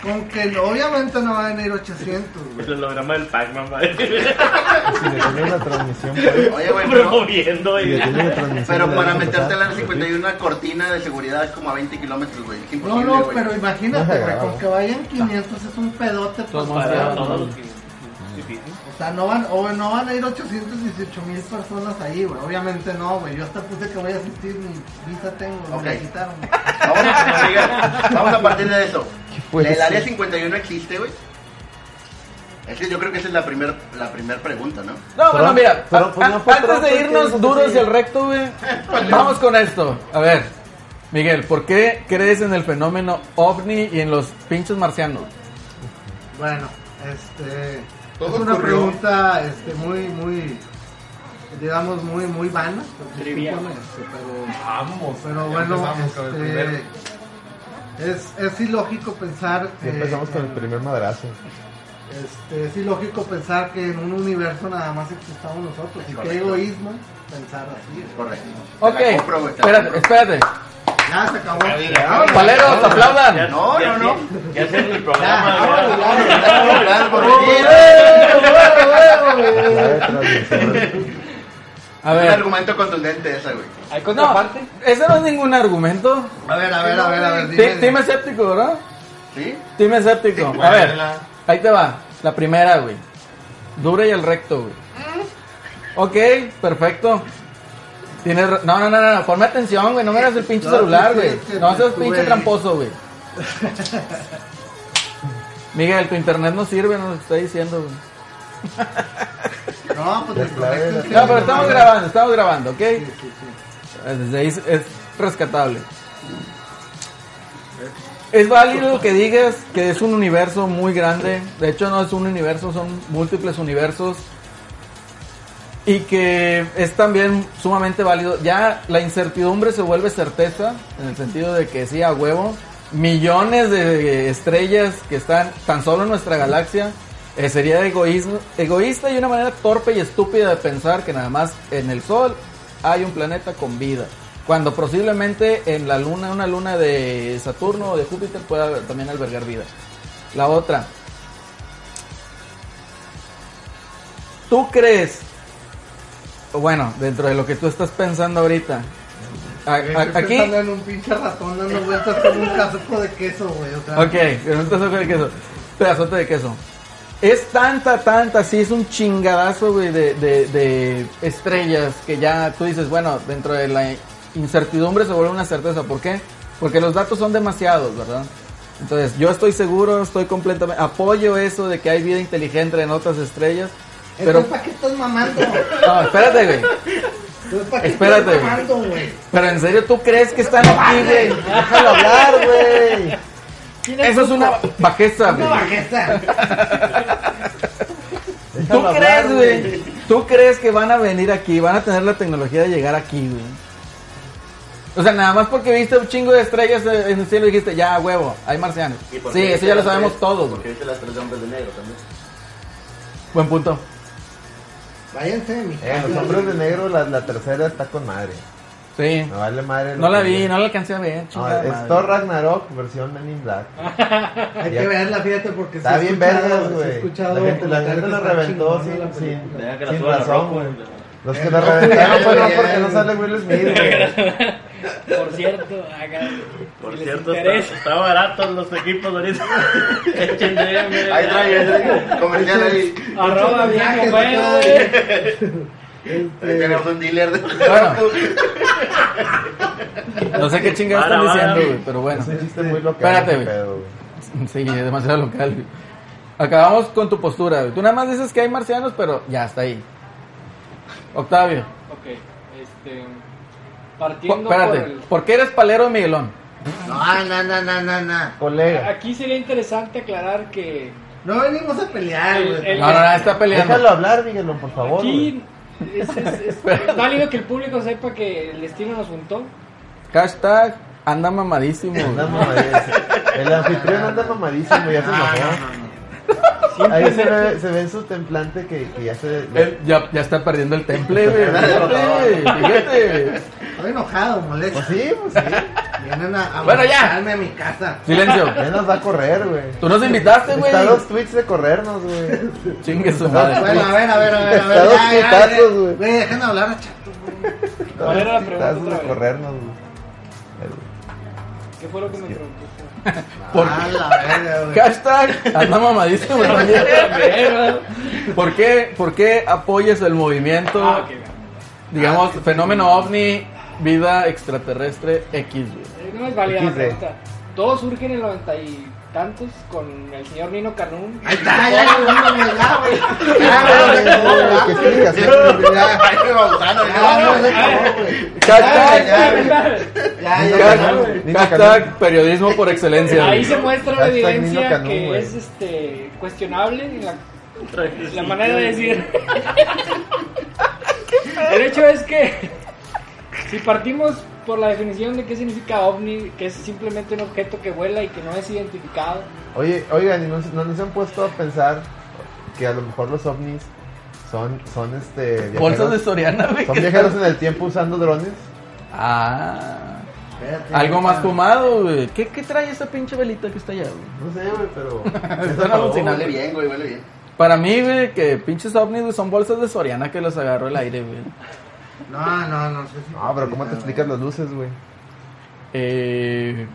[SPEAKER 2] Con que no- obviamente no van a ir 800, güey.
[SPEAKER 4] El holograma Pues del Pac-Man, madre.
[SPEAKER 7] Si le ponen una transmisión, güey,
[SPEAKER 6] Oye, güey, pero,
[SPEAKER 4] Promoviendo
[SPEAKER 7] si le
[SPEAKER 4] y.
[SPEAKER 7] ponen una transmisión,
[SPEAKER 6] pero
[SPEAKER 7] le
[SPEAKER 6] para
[SPEAKER 7] vamos a
[SPEAKER 6] meterte al
[SPEAKER 7] pasar.
[SPEAKER 6] área 51 una cortina de seguridad es como a 20 kilómetros, güey. Es
[SPEAKER 2] No,
[SPEAKER 6] imposible,
[SPEAKER 2] no,
[SPEAKER 6] güey.
[SPEAKER 2] pero imagínate, güey,
[SPEAKER 7] Ajá.
[SPEAKER 2] con que vayan 500 es un pedote. Pues,
[SPEAKER 1] Todos
[SPEAKER 2] para-
[SPEAKER 4] Para
[SPEAKER 1] Para
[SPEAKER 4] todos los
[SPEAKER 1] todos.
[SPEAKER 4] que. Difícil.
[SPEAKER 2] o sea, no van, o no van a ir 818 mil personas ahí, güey. Obviamente no, güey. Yo hasta puse que voy a asistir, mi visa tengo,
[SPEAKER 6] Ok.
[SPEAKER 2] me la quitaron. güey.
[SPEAKER 6] Vamos a, oiga, vamos a partir de eso.
[SPEAKER 7] puede
[SPEAKER 6] ¿El área
[SPEAKER 7] ser?
[SPEAKER 6] 51 existe, güey? Es que yo creo que esa es la primera la primer pregunta, ¿no?
[SPEAKER 1] No, bueno,
[SPEAKER 7] Pero-
[SPEAKER 1] mira,
[SPEAKER 7] pero,
[SPEAKER 1] a-
[SPEAKER 7] pues, no
[SPEAKER 1] a-
[SPEAKER 7] fue
[SPEAKER 1] antes
[SPEAKER 7] Trump el
[SPEAKER 1] de
[SPEAKER 7] que dijo
[SPEAKER 1] irnos
[SPEAKER 7] que
[SPEAKER 1] duros
[SPEAKER 7] sí.
[SPEAKER 1] y al recto, güey, vamos con esto. A ver, Miguel, ¿por qué crees en el fenómeno ovni y en los pinches marcianos?
[SPEAKER 2] Bueno, este.
[SPEAKER 3] Todo
[SPEAKER 2] es una
[SPEAKER 3] ocurrió.
[SPEAKER 2] pregunta este, muy, muy. digamos, muy, muy vana. porque
[SPEAKER 5] Trivial.
[SPEAKER 2] discúlpame, este, pero.
[SPEAKER 3] Vamos.
[SPEAKER 2] Pero
[SPEAKER 3] ya
[SPEAKER 2] bueno,
[SPEAKER 3] empezamos con el
[SPEAKER 2] este,
[SPEAKER 3] primer-
[SPEAKER 2] es, es ilógico pensar.
[SPEAKER 7] Ya empezamos
[SPEAKER 2] eh,
[SPEAKER 7] con el primer madrazo.
[SPEAKER 2] Este, es ilógico pensar que en un universo nada más existamos nosotros. Y qué
[SPEAKER 6] Correcto.
[SPEAKER 2] egoísmo pensar así.
[SPEAKER 6] Correcto. Te la
[SPEAKER 1] Ok,
[SPEAKER 6] compro, güey, te la
[SPEAKER 1] espérate,
[SPEAKER 6] compro.
[SPEAKER 1] espérate.
[SPEAKER 2] Ya se acabó.
[SPEAKER 3] Ya, mira,
[SPEAKER 2] Ya, vámonos.
[SPEAKER 1] Paleros, aplaudan.
[SPEAKER 6] No, no, no.
[SPEAKER 4] Ya hacen el
[SPEAKER 2] Ya,
[SPEAKER 4] programa.
[SPEAKER 2] vámonos, ya,
[SPEAKER 4] ¿verdad?
[SPEAKER 2] ya.
[SPEAKER 6] Claro, por venir.
[SPEAKER 7] La clave de transmisión.
[SPEAKER 1] A
[SPEAKER 6] Un
[SPEAKER 1] ver,
[SPEAKER 6] argumento contundente ese, güey.
[SPEAKER 5] ¿Hay
[SPEAKER 1] no,
[SPEAKER 5] contraparte?
[SPEAKER 1] ese no es ningún argumento.
[SPEAKER 2] A ver, a ver, a ver, a ver. Pues dime,
[SPEAKER 1] Ti- Team escéptico, ¿verdad?
[SPEAKER 6] ¿Sí?
[SPEAKER 1] Team escéptico. A ver, ahí te va. La primera, güey. Dura y al recto, güey. Ok, perfecto. Tienes. ra- No, no, no, no. Ponme atención, güey. No me hagas el pinche
[SPEAKER 2] No,
[SPEAKER 1] celular,
[SPEAKER 2] sí, sí,
[SPEAKER 1] güey.
[SPEAKER 2] es que
[SPEAKER 1] No seas
[SPEAKER 2] tú,
[SPEAKER 1] pinche
[SPEAKER 2] güey.
[SPEAKER 1] tramposo, güey. Miguel, tu internet no sirve, no lo está diciendo, güey.
[SPEAKER 2] No, pues
[SPEAKER 7] Ya
[SPEAKER 2] desconectense.
[SPEAKER 7] está,
[SPEAKER 1] No, pero estamos
[SPEAKER 2] Sí,
[SPEAKER 1] grabando, estamos grabando, ¿ok?
[SPEAKER 2] sí, sí, sí.
[SPEAKER 1] Desde ahí es, es rescatable. Es válido lo que digas que es un universo muy grande. De hecho, no es un universo, son múltiples universos. Y que es también sumamente válido. Ya la incertidumbre se vuelve certeza, en el sentido de que sí, a huevo, millones de estrellas que están tan solo en nuestra galaxia, eh, sería egoísmo, egoísta y una manera torpe y estúpida de pensar que nada más en el Sol hay un planeta con vida. Cuando posiblemente en la luna, una luna de Saturno o de Júpiter pueda también albergar vida. La otra. ¿Tú crees o Bueno, dentro de lo que tú estás pensando ahorita. A- a-
[SPEAKER 2] Estoy
[SPEAKER 1] aquí.
[SPEAKER 2] pensando en un pinche ratón dando vueltas con un casaco de queso, güey. O sea,
[SPEAKER 1] Ok, pero un tazote de queso. Pedazote de queso. Es tanta, tanta, sí, es un chingadazo, güey, de, de- de estrellas que ya tú dices, bueno, dentro de la incertidumbre se vuelve una certeza. ¿Por qué? Porque los datos son demasiados, ¿verdad? Entonces, yo estoy seguro, estoy completamente. Apoyo eso de que hay vida inteligente en otras estrellas. Pero.
[SPEAKER 2] Entonces, ¿para qué estás mamando? Este
[SPEAKER 1] No, espérate, güey.
[SPEAKER 2] Entonces, ¿para qué
[SPEAKER 1] Espérate,
[SPEAKER 2] estás
[SPEAKER 1] güey.
[SPEAKER 2] mamando, güey?
[SPEAKER 1] Pero en serio, ¿tú crees que están aquí, güey? Déjalo hablar, güey. Eso es una bajeza,
[SPEAKER 2] Una
[SPEAKER 1] güey.
[SPEAKER 2] bajeza.
[SPEAKER 1] ¿Tú
[SPEAKER 7] Déjalo hablar,
[SPEAKER 1] crees, güey? ¿Tú crees que van a venir aquí? ¿Van a tener la tecnología de llegar aquí, güey? O sea, nada más porque viste un chingo de estrellas eh, en el cielo y dijiste, ya, a huevo, hay marcianos.
[SPEAKER 6] ¿Y por
[SPEAKER 1] Sí,
[SPEAKER 6] qué
[SPEAKER 1] eso ya lo
[SPEAKER 6] las
[SPEAKER 1] sabemos
[SPEAKER 6] tres-
[SPEAKER 1] todos,
[SPEAKER 6] por qué
[SPEAKER 1] güey.
[SPEAKER 6] dice las tres de hombres de negro también?
[SPEAKER 1] Buen punto.
[SPEAKER 2] Váyanse, mi
[SPEAKER 7] Eh, los hombres de negro, la, la tercera está con madre.
[SPEAKER 1] Sí.
[SPEAKER 7] Me vale madre. lo
[SPEAKER 1] No la
[SPEAKER 7] que
[SPEAKER 1] vi,
[SPEAKER 7] diga.
[SPEAKER 1] no la alcancé a ver.
[SPEAKER 7] No,
[SPEAKER 1] chingada
[SPEAKER 7] es
[SPEAKER 1] madre.
[SPEAKER 7] Thor Ragnarok, versión Men in Black.
[SPEAKER 2] Hay que verla, fíjate, porque
[SPEAKER 7] Está
[SPEAKER 2] sí he
[SPEAKER 7] bien
[SPEAKER 2] escuchado-
[SPEAKER 7] vergas,
[SPEAKER 2] sí he
[SPEAKER 7] güey.
[SPEAKER 2] escuchado
[SPEAKER 7] La gente, la
[SPEAKER 2] comentarios
[SPEAKER 7] gente
[SPEAKER 2] que
[SPEAKER 7] lo
[SPEAKER 2] está
[SPEAKER 7] reventó
[SPEAKER 2] chingona
[SPEAKER 7] sin,
[SPEAKER 2] la
[SPEAKER 7] sin,
[SPEAKER 2] película.
[SPEAKER 4] Deja que la
[SPEAKER 7] sin
[SPEAKER 4] suba la
[SPEAKER 7] razón,
[SPEAKER 4] ropa,
[SPEAKER 7] güey.
[SPEAKER 4] güey.
[SPEAKER 7] Los
[SPEAKER 6] Eh,
[SPEAKER 7] que lo reventaron fue no porque no sale Will Smith, güey.
[SPEAKER 5] Por cierto, acá.
[SPEAKER 4] Por
[SPEAKER 5] si les
[SPEAKER 4] cierto, está,
[SPEAKER 5] interesa.
[SPEAKER 4] está barato los equipos ahorita. Échenle, miren.
[SPEAKER 6] Ahí trae, ahí trae. Comercial ahí.
[SPEAKER 5] Arroba
[SPEAKER 2] Muchos
[SPEAKER 5] bien,
[SPEAKER 2] viajes
[SPEAKER 5] bueno,
[SPEAKER 2] acá,
[SPEAKER 5] güey.
[SPEAKER 6] Ahí tenemos un dealer de.
[SPEAKER 1] Bueno. No sé qué chingados
[SPEAKER 4] Para,
[SPEAKER 1] están
[SPEAKER 4] para.
[SPEAKER 1] diciendo, güey, pero bueno.
[SPEAKER 9] Es un chiste muy local.
[SPEAKER 1] Espérate,
[SPEAKER 9] qué
[SPEAKER 1] güey.
[SPEAKER 9] pedo, güey.
[SPEAKER 1] Sí, es demasiado local. güey. Acabamos con tu postura. güey. Tú nada más dices que hay marcianos, pero ya está ahí. Octavio,
[SPEAKER 5] Ok, este.
[SPEAKER 1] po-
[SPEAKER 5] Partiendo
[SPEAKER 1] espérate.
[SPEAKER 5] por el-
[SPEAKER 1] ¿Por qué eres palero de Miguelón? ah,
[SPEAKER 2] No, no, no, no, no, no.
[SPEAKER 9] Colega.
[SPEAKER 5] Aquí sería interesante aclarar que
[SPEAKER 2] No venimos a pelear,
[SPEAKER 5] El-
[SPEAKER 2] güey.
[SPEAKER 5] el-
[SPEAKER 1] No, no, no, está peleando.
[SPEAKER 9] Déjalo hablar, Miguelón, por favor.
[SPEAKER 5] aquí es, es- es- es válido que el público sepa que el destino nos juntó.
[SPEAKER 1] Hashtag anda mamadísimo. güey.
[SPEAKER 9] güey. Anda mamadísimo. El anfitrión anda mamadísimo, ya se
[SPEAKER 2] Ah,
[SPEAKER 9] enojó.
[SPEAKER 2] no, no, no.
[SPEAKER 9] Ahí se ve, se ve en su templante que, que ya se.
[SPEAKER 1] Él ya, ya está perdiendo el temple, güey. Fíjate, fíjate.
[SPEAKER 2] Estoy enojado, molesto.
[SPEAKER 9] Pues sí, pues sí.
[SPEAKER 2] Vienen a, a
[SPEAKER 1] Bueno, ya.
[SPEAKER 2] molestarme a mi casa.
[SPEAKER 1] Silencio.
[SPEAKER 9] Ya nos va a correr, güey.
[SPEAKER 1] Tú nos invitaste, güey.
[SPEAKER 9] Está a dos tweets de corrernos, güey.
[SPEAKER 1] Chingue su madre.
[SPEAKER 2] Bueno, a ver, a ver, a ver, a
[SPEAKER 9] Está
[SPEAKER 2] ver.
[SPEAKER 9] dos
[SPEAKER 2] Ya, ya,
[SPEAKER 9] pitazos,
[SPEAKER 2] ya.
[SPEAKER 9] güey.
[SPEAKER 2] Güey, dejen hablar a Chato.
[SPEAKER 5] ¿Cuál era la pregunta
[SPEAKER 9] Estás
[SPEAKER 5] otra
[SPEAKER 9] de
[SPEAKER 5] vez?
[SPEAKER 9] corrernos, güey.
[SPEAKER 5] ¿Qué fue lo que me preguntó?
[SPEAKER 1] ¿Por
[SPEAKER 2] A la verga, güey.
[SPEAKER 1] Hashtag anda mamadísimo también. ¿Por qué, ¿Por qué apoyas el movimiento,
[SPEAKER 5] Ah, ok, Ah,
[SPEAKER 1] digamos, fenómeno ovni, vida extraterrestre X, güey?
[SPEAKER 5] Eh, No es válida la
[SPEAKER 9] XD.
[SPEAKER 5] pregunta. Todos surgen en el noventa y tantos con el señor Nino Canún.
[SPEAKER 2] Ahí está, ya, ya, güey, ya, güey. Ya, güey, ya,
[SPEAKER 9] ¿Qué
[SPEAKER 2] güey.
[SPEAKER 9] explicación? güey?
[SPEAKER 2] Ya,
[SPEAKER 6] Ay, me bautano,
[SPEAKER 3] Ah,
[SPEAKER 2] ya, no,
[SPEAKER 6] ya.
[SPEAKER 2] déjalo, güey.
[SPEAKER 1] Hashtag,
[SPEAKER 2] Ya, ya, ya, güey.
[SPEAKER 1] hashtag- hashtag periodismo por excelencia.
[SPEAKER 5] Ahí
[SPEAKER 1] güey.
[SPEAKER 5] se muestra la
[SPEAKER 9] Hashtag Nino
[SPEAKER 5] evidencia
[SPEAKER 9] Canún,
[SPEAKER 5] que
[SPEAKER 9] güey.
[SPEAKER 5] es este cuestionable en la La manera de decir. El hecho es que si partimos por la definición de qué significa ovni, que es simplemente un objeto que vuela y que no es identificado,
[SPEAKER 9] Oye, oigan, ¿y no, se- no nos han puesto a pensar que a lo mejor los ovnis son, son este.
[SPEAKER 1] Bolsas de
[SPEAKER 9] Viajeros,
[SPEAKER 1] Soriana, güey.
[SPEAKER 9] son viajeros en el tiempo usando drones?
[SPEAKER 1] Ah.
[SPEAKER 2] Espérate, Ah,
[SPEAKER 1] Algo más
[SPEAKER 2] ya.
[SPEAKER 1] fumado, güey. ¿Qué, qué trae esa pinche velita que está allá, güey?
[SPEAKER 9] No sé, güey, pero.
[SPEAKER 1] Están alucinando.
[SPEAKER 6] Huele bien, güey, huele bien.
[SPEAKER 1] Para mí, güey, que pinches ovnis güey, son bolsas de Soriana que los agarró el aire, güey.
[SPEAKER 2] No, no, no sé si.
[SPEAKER 9] No, Ah, pero ¿cómo te explicas las luces, güey?
[SPEAKER 1] Eh,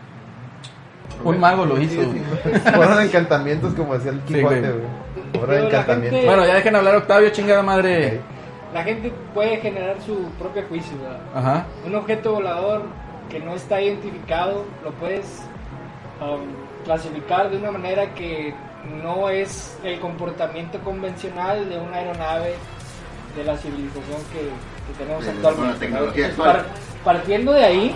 [SPEAKER 1] un mago lo hizo, güey.
[SPEAKER 9] Fueron encantamientos, como decía el Quijote,
[SPEAKER 1] güey.
[SPEAKER 9] güey.
[SPEAKER 5] Pero
[SPEAKER 9] Fueron
[SPEAKER 5] la
[SPEAKER 9] encantamientos.
[SPEAKER 5] gente-
[SPEAKER 1] Bueno, ya dejen hablar Octavio, chingada madre.
[SPEAKER 5] la gente puede generar su propio juicio. ¿verdad?
[SPEAKER 1] Ajá.
[SPEAKER 5] Un objeto volador que no está identificado lo puedes um, clasificar de una manera que no es el comportamiento convencional de una aeronave de la civilización que, que tenemos
[SPEAKER 6] De- de-
[SPEAKER 5] actualmente.
[SPEAKER 6] con la tecnología
[SPEAKER 5] Entonces, par-
[SPEAKER 6] actual.
[SPEAKER 5] partiendo de ahí,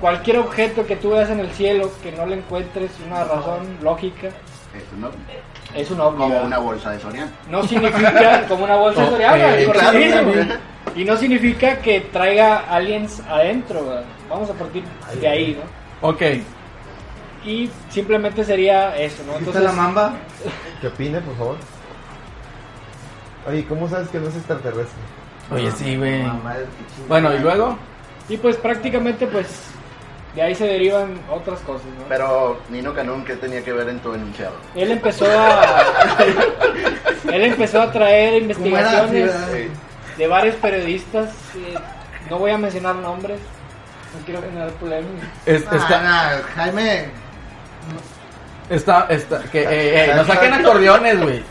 [SPEAKER 5] cualquier objeto que tú veas en el cielo que no le encuentres una razón lógica
[SPEAKER 6] Esto, ¿no?
[SPEAKER 5] es un ovni.
[SPEAKER 6] Como
[SPEAKER 5] ¿verdad?
[SPEAKER 6] una bolsa de Soriana.
[SPEAKER 5] No significa como una bolsa
[SPEAKER 1] Ok,
[SPEAKER 5] soriana, correctísimo.
[SPEAKER 6] claro.
[SPEAKER 5] Y no significa que traiga aliens adentro, ¿verdad? vamos a partir de ahí, ¿no?
[SPEAKER 1] Ok.
[SPEAKER 5] Y simplemente sería eso, ¿no?
[SPEAKER 2] ¿Viste la mamba?
[SPEAKER 9] Que opine, por favor. Oye, ¿cómo sabes que no es extraterrestre?
[SPEAKER 1] Oye, sí, güey.
[SPEAKER 2] Mamá del pichín.
[SPEAKER 1] Bueno, y luego.
[SPEAKER 5] y pues prácticamente pues de ahí se derivan otras cosas, ¿no?
[SPEAKER 6] Pero Nino Canún, ¿qué tenía que ver en tu enunciado?
[SPEAKER 5] Él empezó a él empezó a traer
[SPEAKER 2] ¿Cómo era? Sí,
[SPEAKER 5] investigaciones
[SPEAKER 2] ¿verdad?
[SPEAKER 5] de varios periodistas, eh, no voy a mencionar nombres, no quiero generar polémica.
[SPEAKER 1] es-
[SPEAKER 2] Ah,
[SPEAKER 1] está,
[SPEAKER 2] nah, Jaime.
[SPEAKER 1] está, está, que, eh, eh, no saquen acordeones, güey.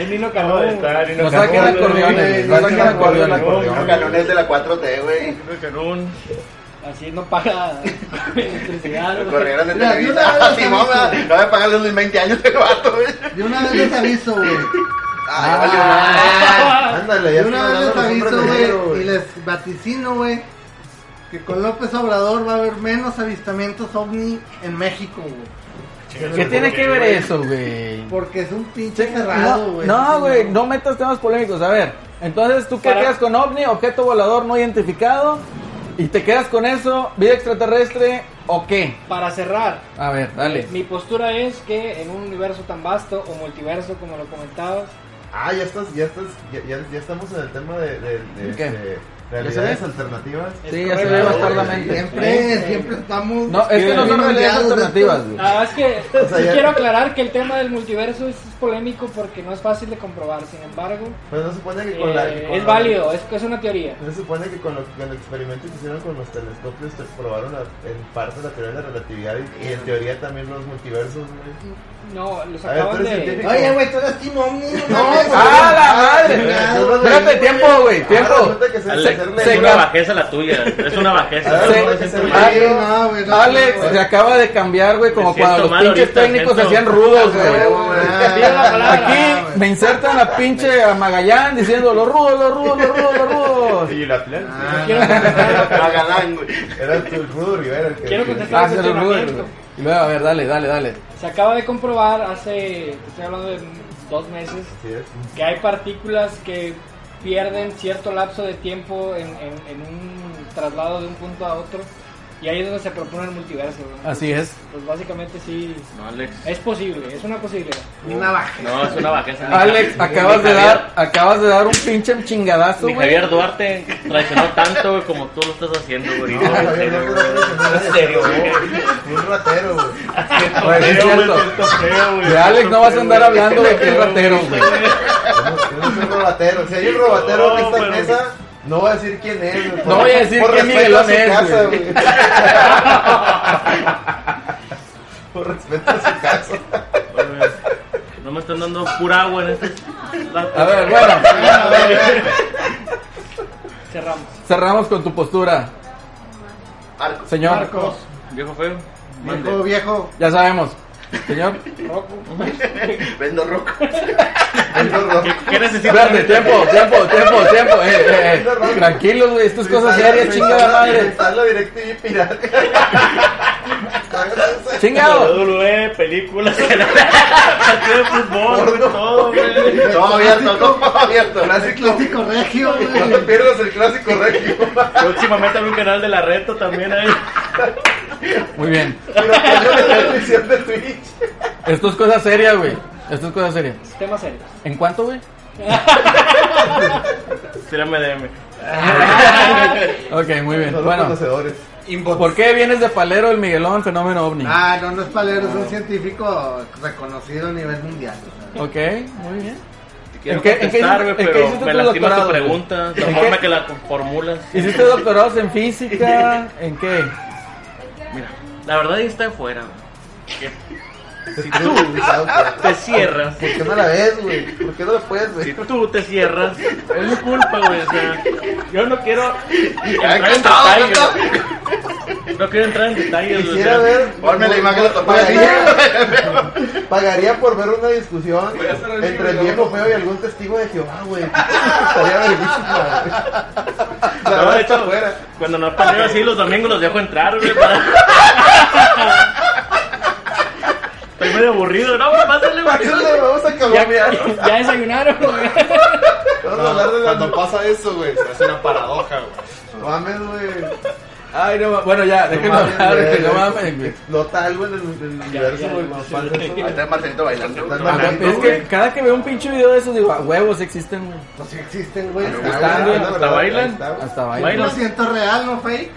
[SPEAKER 5] Es Nino
[SPEAKER 4] No,
[SPEAKER 5] Canón.
[SPEAKER 4] está Nino
[SPEAKER 1] No saquen
[SPEAKER 4] Canún,
[SPEAKER 1] acordeones,
[SPEAKER 4] güey.
[SPEAKER 1] eh, no saquen acordeones.
[SPEAKER 6] Nino Canún es de la 4T, güey.
[SPEAKER 4] Nino Canún.
[SPEAKER 5] Así no paga electricidad.
[SPEAKER 6] Lo
[SPEAKER 5] güey.
[SPEAKER 6] corrieron de
[SPEAKER 2] Mira, yo
[SPEAKER 6] Televisa.
[SPEAKER 2] nada más
[SPEAKER 6] Sí, mamá,
[SPEAKER 2] aviso.
[SPEAKER 6] No voy a pagarle unos 20 años el vato, güey.
[SPEAKER 2] De una vez les aviso, güey.
[SPEAKER 6] Ay, valió madre.
[SPEAKER 5] Ah,
[SPEAKER 9] Ándale, ya
[SPEAKER 2] De una vez
[SPEAKER 9] están
[SPEAKER 2] les
[SPEAKER 9] hablando los
[SPEAKER 2] aviso,
[SPEAKER 9] hombres de negro,
[SPEAKER 2] güey. Y les vaticino, güey. Que con López Obrador va a haber menos avistamientos ovni en México, güey.
[SPEAKER 1] ¿Qué tiene que ver eso, güey?
[SPEAKER 2] Porque es un pinche cerrado,
[SPEAKER 1] No,
[SPEAKER 2] güey.
[SPEAKER 1] no, güey, no metas temas polémicos. A ver, entonces tú qué
[SPEAKER 5] Para-
[SPEAKER 1] quedas con ovni, objeto volador no identificado, y te quedas con eso, vida extraterrestre o qué?
[SPEAKER 5] Para cerrar,
[SPEAKER 1] A ver, dale.
[SPEAKER 5] mi postura es que en un universo tan vasto o multiverso como lo comentabas,
[SPEAKER 9] Ah, ya estás, ya estás, ya, ya- ya estamos en el tema de, de- de,
[SPEAKER 1] ¿Qué?
[SPEAKER 9] este,
[SPEAKER 1] ¿Ya
[SPEAKER 9] realidades
[SPEAKER 1] se
[SPEAKER 9] alternativas.
[SPEAKER 5] es
[SPEAKER 1] Sí, ya se ve
[SPEAKER 5] correcto.
[SPEAKER 1] bastar la mente.
[SPEAKER 2] Siempre, siempre estamos.
[SPEAKER 1] No, es que no son
[SPEAKER 2] bien
[SPEAKER 1] realidades
[SPEAKER 2] rodeados de
[SPEAKER 1] alternativas,
[SPEAKER 2] estos-
[SPEAKER 1] güey.
[SPEAKER 5] Nada más que
[SPEAKER 9] O sea,
[SPEAKER 5] sí
[SPEAKER 9] ya-
[SPEAKER 5] quiero aclarar que el tema del multiverso es, es polémico porque no es fácil de comprobar. Sin embargo,
[SPEAKER 9] Pues no se supone que con la...
[SPEAKER 5] eh,
[SPEAKER 9] con
[SPEAKER 5] es
[SPEAKER 9] la-
[SPEAKER 5] válido, es, es una teoría.
[SPEAKER 9] No se supone que con, lo- con el experimento que hicieron con los telescopios se probaron la- en parte la teoría de la relatividad y, y en teoría también los multiversos, güey.
[SPEAKER 5] No, los
[SPEAKER 9] A ver, tú
[SPEAKER 5] acaban
[SPEAKER 9] eres
[SPEAKER 5] de...
[SPEAKER 9] científico.
[SPEAKER 2] Oye, güey, tú eres Team Omni. No,
[SPEAKER 1] ¡Ah, la
[SPEAKER 9] Ah,
[SPEAKER 1] madre!
[SPEAKER 9] yo lo leí,
[SPEAKER 1] Espérate,
[SPEAKER 9] güey.
[SPEAKER 1] tiempo, güey, tiempo.
[SPEAKER 9] Ahora resulta que se-
[SPEAKER 1] Se-
[SPEAKER 2] hacerle-
[SPEAKER 1] se
[SPEAKER 4] Es una
[SPEAKER 1] cam-
[SPEAKER 4] bajeza la tuya. Es una bajeza.
[SPEAKER 1] Se-
[SPEAKER 4] No,
[SPEAKER 1] se-
[SPEAKER 4] es tuya.
[SPEAKER 1] Ah,
[SPEAKER 2] Ay, no, güey, no,
[SPEAKER 1] Alex
[SPEAKER 2] güey.
[SPEAKER 1] se acaba de cambiar, güey, como
[SPEAKER 4] Me siento
[SPEAKER 1] cuando los
[SPEAKER 4] mal
[SPEAKER 1] pinches
[SPEAKER 4] ahorita,
[SPEAKER 1] técnicos se
[SPEAKER 4] siento-
[SPEAKER 1] hacían rudos,
[SPEAKER 2] Ah,
[SPEAKER 1] güey.
[SPEAKER 2] güey.
[SPEAKER 5] Diga la palabra.
[SPEAKER 1] Aquí me insertan a pinche a Magallán diciendo los rudos, los rudos, los rudos, los rudos.
[SPEAKER 6] Y la plena.
[SPEAKER 2] Ah,
[SPEAKER 5] Quiero contestar,
[SPEAKER 6] A Galán, güey.
[SPEAKER 7] Era tu Rudo Rivera el que.
[SPEAKER 5] quiero
[SPEAKER 7] que-
[SPEAKER 5] contestar
[SPEAKER 1] Ah, sí,
[SPEAKER 5] ese
[SPEAKER 1] los rudos,
[SPEAKER 5] cuestionamiento.
[SPEAKER 1] güey. Y luego, a ver, dale, dale, dale.
[SPEAKER 5] Se acaba de comprobar hace, estoy hablando de dos meses,
[SPEAKER 7] Sí, es.
[SPEAKER 5] que hay partículas que pierden cierto lapso de tiempo en, en- en un traslado de un punto a otro y ahí es donde se propone el multiverso. ¿no?
[SPEAKER 1] Así es.
[SPEAKER 5] Pues básicamente sí,
[SPEAKER 4] No, Alex.
[SPEAKER 5] es posible, es una posibilidad.
[SPEAKER 2] Una baja.
[SPEAKER 4] No, es una bajeza.
[SPEAKER 1] Alex,
[SPEAKER 4] Ni-
[SPEAKER 1] acabas
[SPEAKER 4] ni
[SPEAKER 1] de
[SPEAKER 4] Javier-
[SPEAKER 1] dar, acabas de dar un pinche chingadazo,
[SPEAKER 4] Ni
[SPEAKER 1] güey.
[SPEAKER 4] Javier Duarte traicionó tanto, güey, como tú lo estás haciendo, güey.
[SPEAKER 7] No, Javier, no, no, no, no, no, no,
[SPEAKER 4] En serio, güey.
[SPEAKER 7] no, Un ratero, güey.
[SPEAKER 1] Güey, es cierto. De Alex no vas a andar hablando de que es ratero, güey.
[SPEAKER 7] Yo no soy robatero. Si hay un robatero en esta
[SPEAKER 8] pero-
[SPEAKER 7] mesa, no voy a decir quién es. güey,
[SPEAKER 1] No
[SPEAKER 7] por-
[SPEAKER 1] voy a decir
[SPEAKER 7] por
[SPEAKER 1] quién
[SPEAKER 7] respeto a su
[SPEAKER 1] Miguelón es,
[SPEAKER 7] casa,
[SPEAKER 1] güey.
[SPEAKER 7] güey. Por respeto a su casa.
[SPEAKER 4] No me están dando pura agua en este.
[SPEAKER 1] A ver, bueno,
[SPEAKER 5] Cerramos.
[SPEAKER 1] cerramos con tu postura,
[SPEAKER 6] Arcos.
[SPEAKER 1] señor.
[SPEAKER 2] Marcos,
[SPEAKER 4] Viejo feo. mande.
[SPEAKER 2] viejo, viejo,
[SPEAKER 1] Ya sabemos, señor.
[SPEAKER 5] Roku.
[SPEAKER 6] Vendo roco.
[SPEAKER 4] ¿Qué, qué necesitas?
[SPEAKER 1] Espérate, tiempo, tiempo, tiempo, tiempo. Eh, eh, eh. Tranquilos, güey, esto es cosa seria, chingada madre.
[SPEAKER 7] Está la directiva y pirata. Cágase,
[SPEAKER 1] Chingado.
[SPEAKER 4] WWE, películas, partido de fútbol, güey, todo, güey.
[SPEAKER 6] Todo abierto, todo abierto.
[SPEAKER 2] clásico regio,
[SPEAKER 7] No te
[SPEAKER 2] güey.
[SPEAKER 7] pierdas el clásico regio.
[SPEAKER 4] Próximamente habrá un canal de la reta también ahí.
[SPEAKER 1] Muy bien.
[SPEAKER 7] Piratación de la transmisión de Twitch.
[SPEAKER 1] Esto es cosa seria, güey. Esto es cosa seria.
[SPEAKER 5] Temas serios.
[SPEAKER 1] ¿En cuánto, güey?
[SPEAKER 4] Tírame DM.
[SPEAKER 1] Ok, muy bien.
[SPEAKER 7] Son los
[SPEAKER 1] Bueno,
[SPEAKER 7] conocedores.
[SPEAKER 1] ¿por qué vienes de palero el Miguelón fenómeno ovni?
[SPEAKER 2] Ah, no, no es palero, es un científico reconocido a nivel mundial. o
[SPEAKER 1] Ok, muy bien.
[SPEAKER 4] Te quiero
[SPEAKER 1] ¿En qué- en qué
[SPEAKER 4] contestar,
[SPEAKER 1] hiciste-
[SPEAKER 4] güey,
[SPEAKER 1] en qué
[SPEAKER 4] pero
[SPEAKER 1] hiciste
[SPEAKER 4] me
[SPEAKER 1] tu
[SPEAKER 4] lastima tu
[SPEAKER 1] doctorado, güey?
[SPEAKER 4] pregunta, la
[SPEAKER 1] ¿En
[SPEAKER 4] forma
[SPEAKER 1] qué?
[SPEAKER 4] que la formulas.
[SPEAKER 1] ¿Hiciste doctorados en física? ¿En qué?
[SPEAKER 4] Mira, la verdad ahí está afuera, güey.
[SPEAKER 7] Si tú
[SPEAKER 4] Te cierras.
[SPEAKER 7] ¿Por qué no la ves, güey? ¿Por qué no la puedes,
[SPEAKER 4] Si
[SPEAKER 7] güey?
[SPEAKER 4] tú te cierras, es mi culpa, güey. O sea, yo no quiero entrar en
[SPEAKER 6] encantado,
[SPEAKER 4] detalles. No quiero entrar en detalles, güey. o
[SPEAKER 7] Quisiera
[SPEAKER 4] sea,
[SPEAKER 7] ver.
[SPEAKER 6] Ponme la imagen de tu
[SPEAKER 7] pagaría, pagaría por ver una discusión entre el viejo feo y algún testigo de Jehová, güey. Estaría vergüenza, güey.
[SPEAKER 4] no,
[SPEAKER 7] La verdad está
[SPEAKER 4] de hecho,
[SPEAKER 7] afuera.
[SPEAKER 4] cuando no peleo así los domingos los dejo entrar, güey. Para... Estoy medio aburrido. No, güey, pásale, güey.
[SPEAKER 7] Pásale, Vamos a calomear.
[SPEAKER 5] ¿Ya desayunaron? güey?
[SPEAKER 7] Vamos a hablar de la.
[SPEAKER 3] Cuando pasa eso, güey, se hace una paradoja, güey.
[SPEAKER 7] No mames, güey.
[SPEAKER 1] Ay, no, bueno, ya, déjenme
[SPEAKER 7] No mames,
[SPEAKER 1] hablar,
[SPEAKER 7] güey.
[SPEAKER 1] que no mames, güey.
[SPEAKER 7] Flota algo en el en el universo, güey. Nos falta eso,
[SPEAKER 6] Ahí
[SPEAKER 7] güey.
[SPEAKER 6] está Marcelito bailando.
[SPEAKER 7] Están
[SPEAKER 1] Ah,
[SPEAKER 7] bailando,
[SPEAKER 1] Es
[SPEAKER 7] güey.
[SPEAKER 1] que cada que veo un pinche video de esos digo, a huevos existen, güey.
[SPEAKER 2] Pues sí existen, güey.
[SPEAKER 7] Ahí
[SPEAKER 2] Está,
[SPEAKER 7] está,
[SPEAKER 1] Están,
[SPEAKER 2] güey.
[SPEAKER 7] güey, la
[SPEAKER 4] hasta
[SPEAKER 7] verdad,
[SPEAKER 4] bailan.
[SPEAKER 7] ahí está, güey.
[SPEAKER 1] Hasta
[SPEAKER 4] Baila.
[SPEAKER 1] baila.
[SPEAKER 2] 100% real, no fake.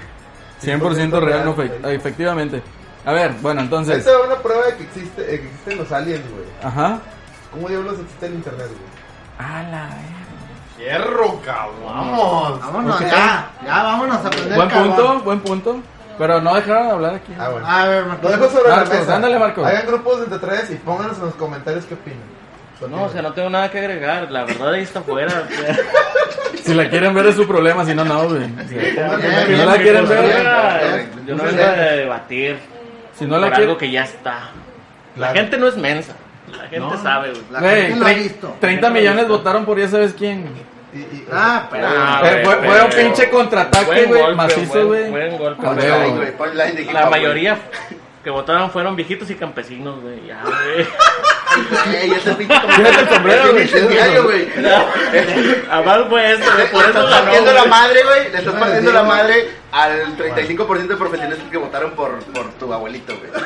[SPEAKER 1] 100% real, no fake. Ah, Efectivamente. A ver, bueno,
[SPEAKER 7] Ahí
[SPEAKER 1] entonces.
[SPEAKER 7] se va una prueba de que, existe, de que existen los aliens, güey.
[SPEAKER 1] Ajá.
[SPEAKER 7] ¿Cómo diablos existe el internet, güey?
[SPEAKER 1] A la verga.
[SPEAKER 3] Hierro, cabrón. Vamos.
[SPEAKER 2] Vámonos, ya, ya, vámonos a prender
[SPEAKER 1] Buen
[SPEAKER 2] carbón.
[SPEAKER 1] punto, buen punto. Pero no dejaron de hablar aquí.
[SPEAKER 7] Ah, bueno.
[SPEAKER 2] A ver, Marco.
[SPEAKER 7] Lo dejo sobre
[SPEAKER 1] Marcos,
[SPEAKER 7] la mesa.
[SPEAKER 1] ándale, Marcos.
[SPEAKER 7] Hagan grupos de entre tres y pónganos en los comentarios qué opinan.
[SPEAKER 4] No, o sea, no tengo nada que agregar. La verdad ahí está afuera. o sea.
[SPEAKER 1] Si la quieren ver es su problema, si no, no, güey. O sea,
[SPEAKER 7] Pónganle-
[SPEAKER 1] no la quieren
[SPEAKER 4] Yo no
[SPEAKER 1] ver.
[SPEAKER 4] vengo a- Yo no vengo a debatir
[SPEAKER 1] Si no
[SPEAKER 4] por
[SPEAKER 1] la
[SPEAKER 4] algo
[SPEAKER 1] quieren.
[SPEAKER 4] que ya está. La
[SPEAKER 7] Claro.
[SPEAKER 4] gente no es mensa. La gente sabe, güey.
[SPEAKER 2] La
[SPEAKER 1] Güey,
[SPEAKER 2] gente lo ha
[SPEAKER 1] tre-
[SPEAKER 2] visto.
[SPEAKER 1] 30 millones votaron por ya sabes quién.
[SPEAKER 7] Y, y,
[SPEAKER 2] Ah, pero.
[SPEAKER 4] Ah,
[SPEAKER 1] Eh, fue,
[SPEAKER 4] güey,
[SPEAKER 1] fue un
[SPEAKER 4] pero-
[SPEAKER 1] pinche contraataque,
[SPEAKER 4] Buen
[SPEAKER 1] güey,
[SPEAKER 4] golpe,
[SPEAKER 1] macizo,
[SPEAKER 4] buen-
[SPEAKER 1] güey.
[SPEAKER 4] buen golpe.
[SPEAKER 1] A
[SPEAKER 6] Ponle
[SPEAKER 1] huevo.
[SPEAKER 6] ahí, güey, ponle ahí de hip
[SPEAKER 4] La
[SPEAKER 6] hop,
[SPEAKER 4] mayoría que votaron fueron viejitos y campesinos, güey. Ya, güey.
[SPEAKER 6] güey. Ey, ese pinche
[SPEAKER 1] Tienes el sombrero,
[SPEAKER 6] Es un
[SPEAKER 1] güey.
[SPEAKER 6] incendiario, güey.
[SPEAKER 4] Además fue eso,
[SPEAKER 6] Le
[SPEAKER 4] güey, por
[SPEAKER 6] estás
[SPEAKER 4] eso ganó.
[SPEAKER 6] partiendo la
[SPEAKER 4] güey.
[SPEAKER 6] madre, güey. Le estás
[SPEAKER 7] No,
[SPEAKER 6] partiendo
[SPEAKER 7] sí,
[SPEAKER 6] la
[SPEAKER 7] güey.
[SPEAKER 6] madre al 35% de profesionales que votaron por, por tu abuelito, güey.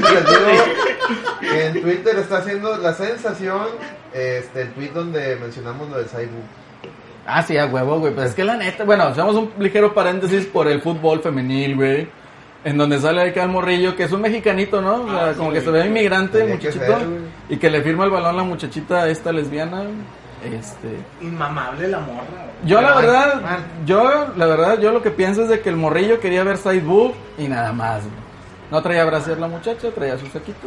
[SPEAKER 7] y les digo que en Twitter está haciendo la sensación este, el tweet donde mencionamos lo del Cyborg.
[SPEAKER 1] Ah, sí, a huevo, güey. Pues es que la neta, bueno, hacemos un ligero paréntesis por el fútbol femenil, güey. En donde sale acá el morrillo, que es un mexicanito, ¿no? O sea,
[SPEAKER 4] Ah,
[SPEAKER 1] como que se ve inmigrante,
[SPEAKER 7] Tenía que
[SPEAKER 1] muchachito.
[SPEAKER 7] ser, güey.
[SPEAKER 1] y que le firma el balón la muchachita esta lesbiana. Este.
[SPEAKER 2] Inmamable la morra. güey.
[SPEAKER 1] Yo la
[SPEAKER 2] Pero,
[SPEAKER 1] verdad,
[SPEAKER 2] bueno,
[SPEAKER 1] yo la verdad, yo lo que pienso es de que el morrillo quería ver side boob y nada más. güey. No traía brasier la muchacha, traía su saquito.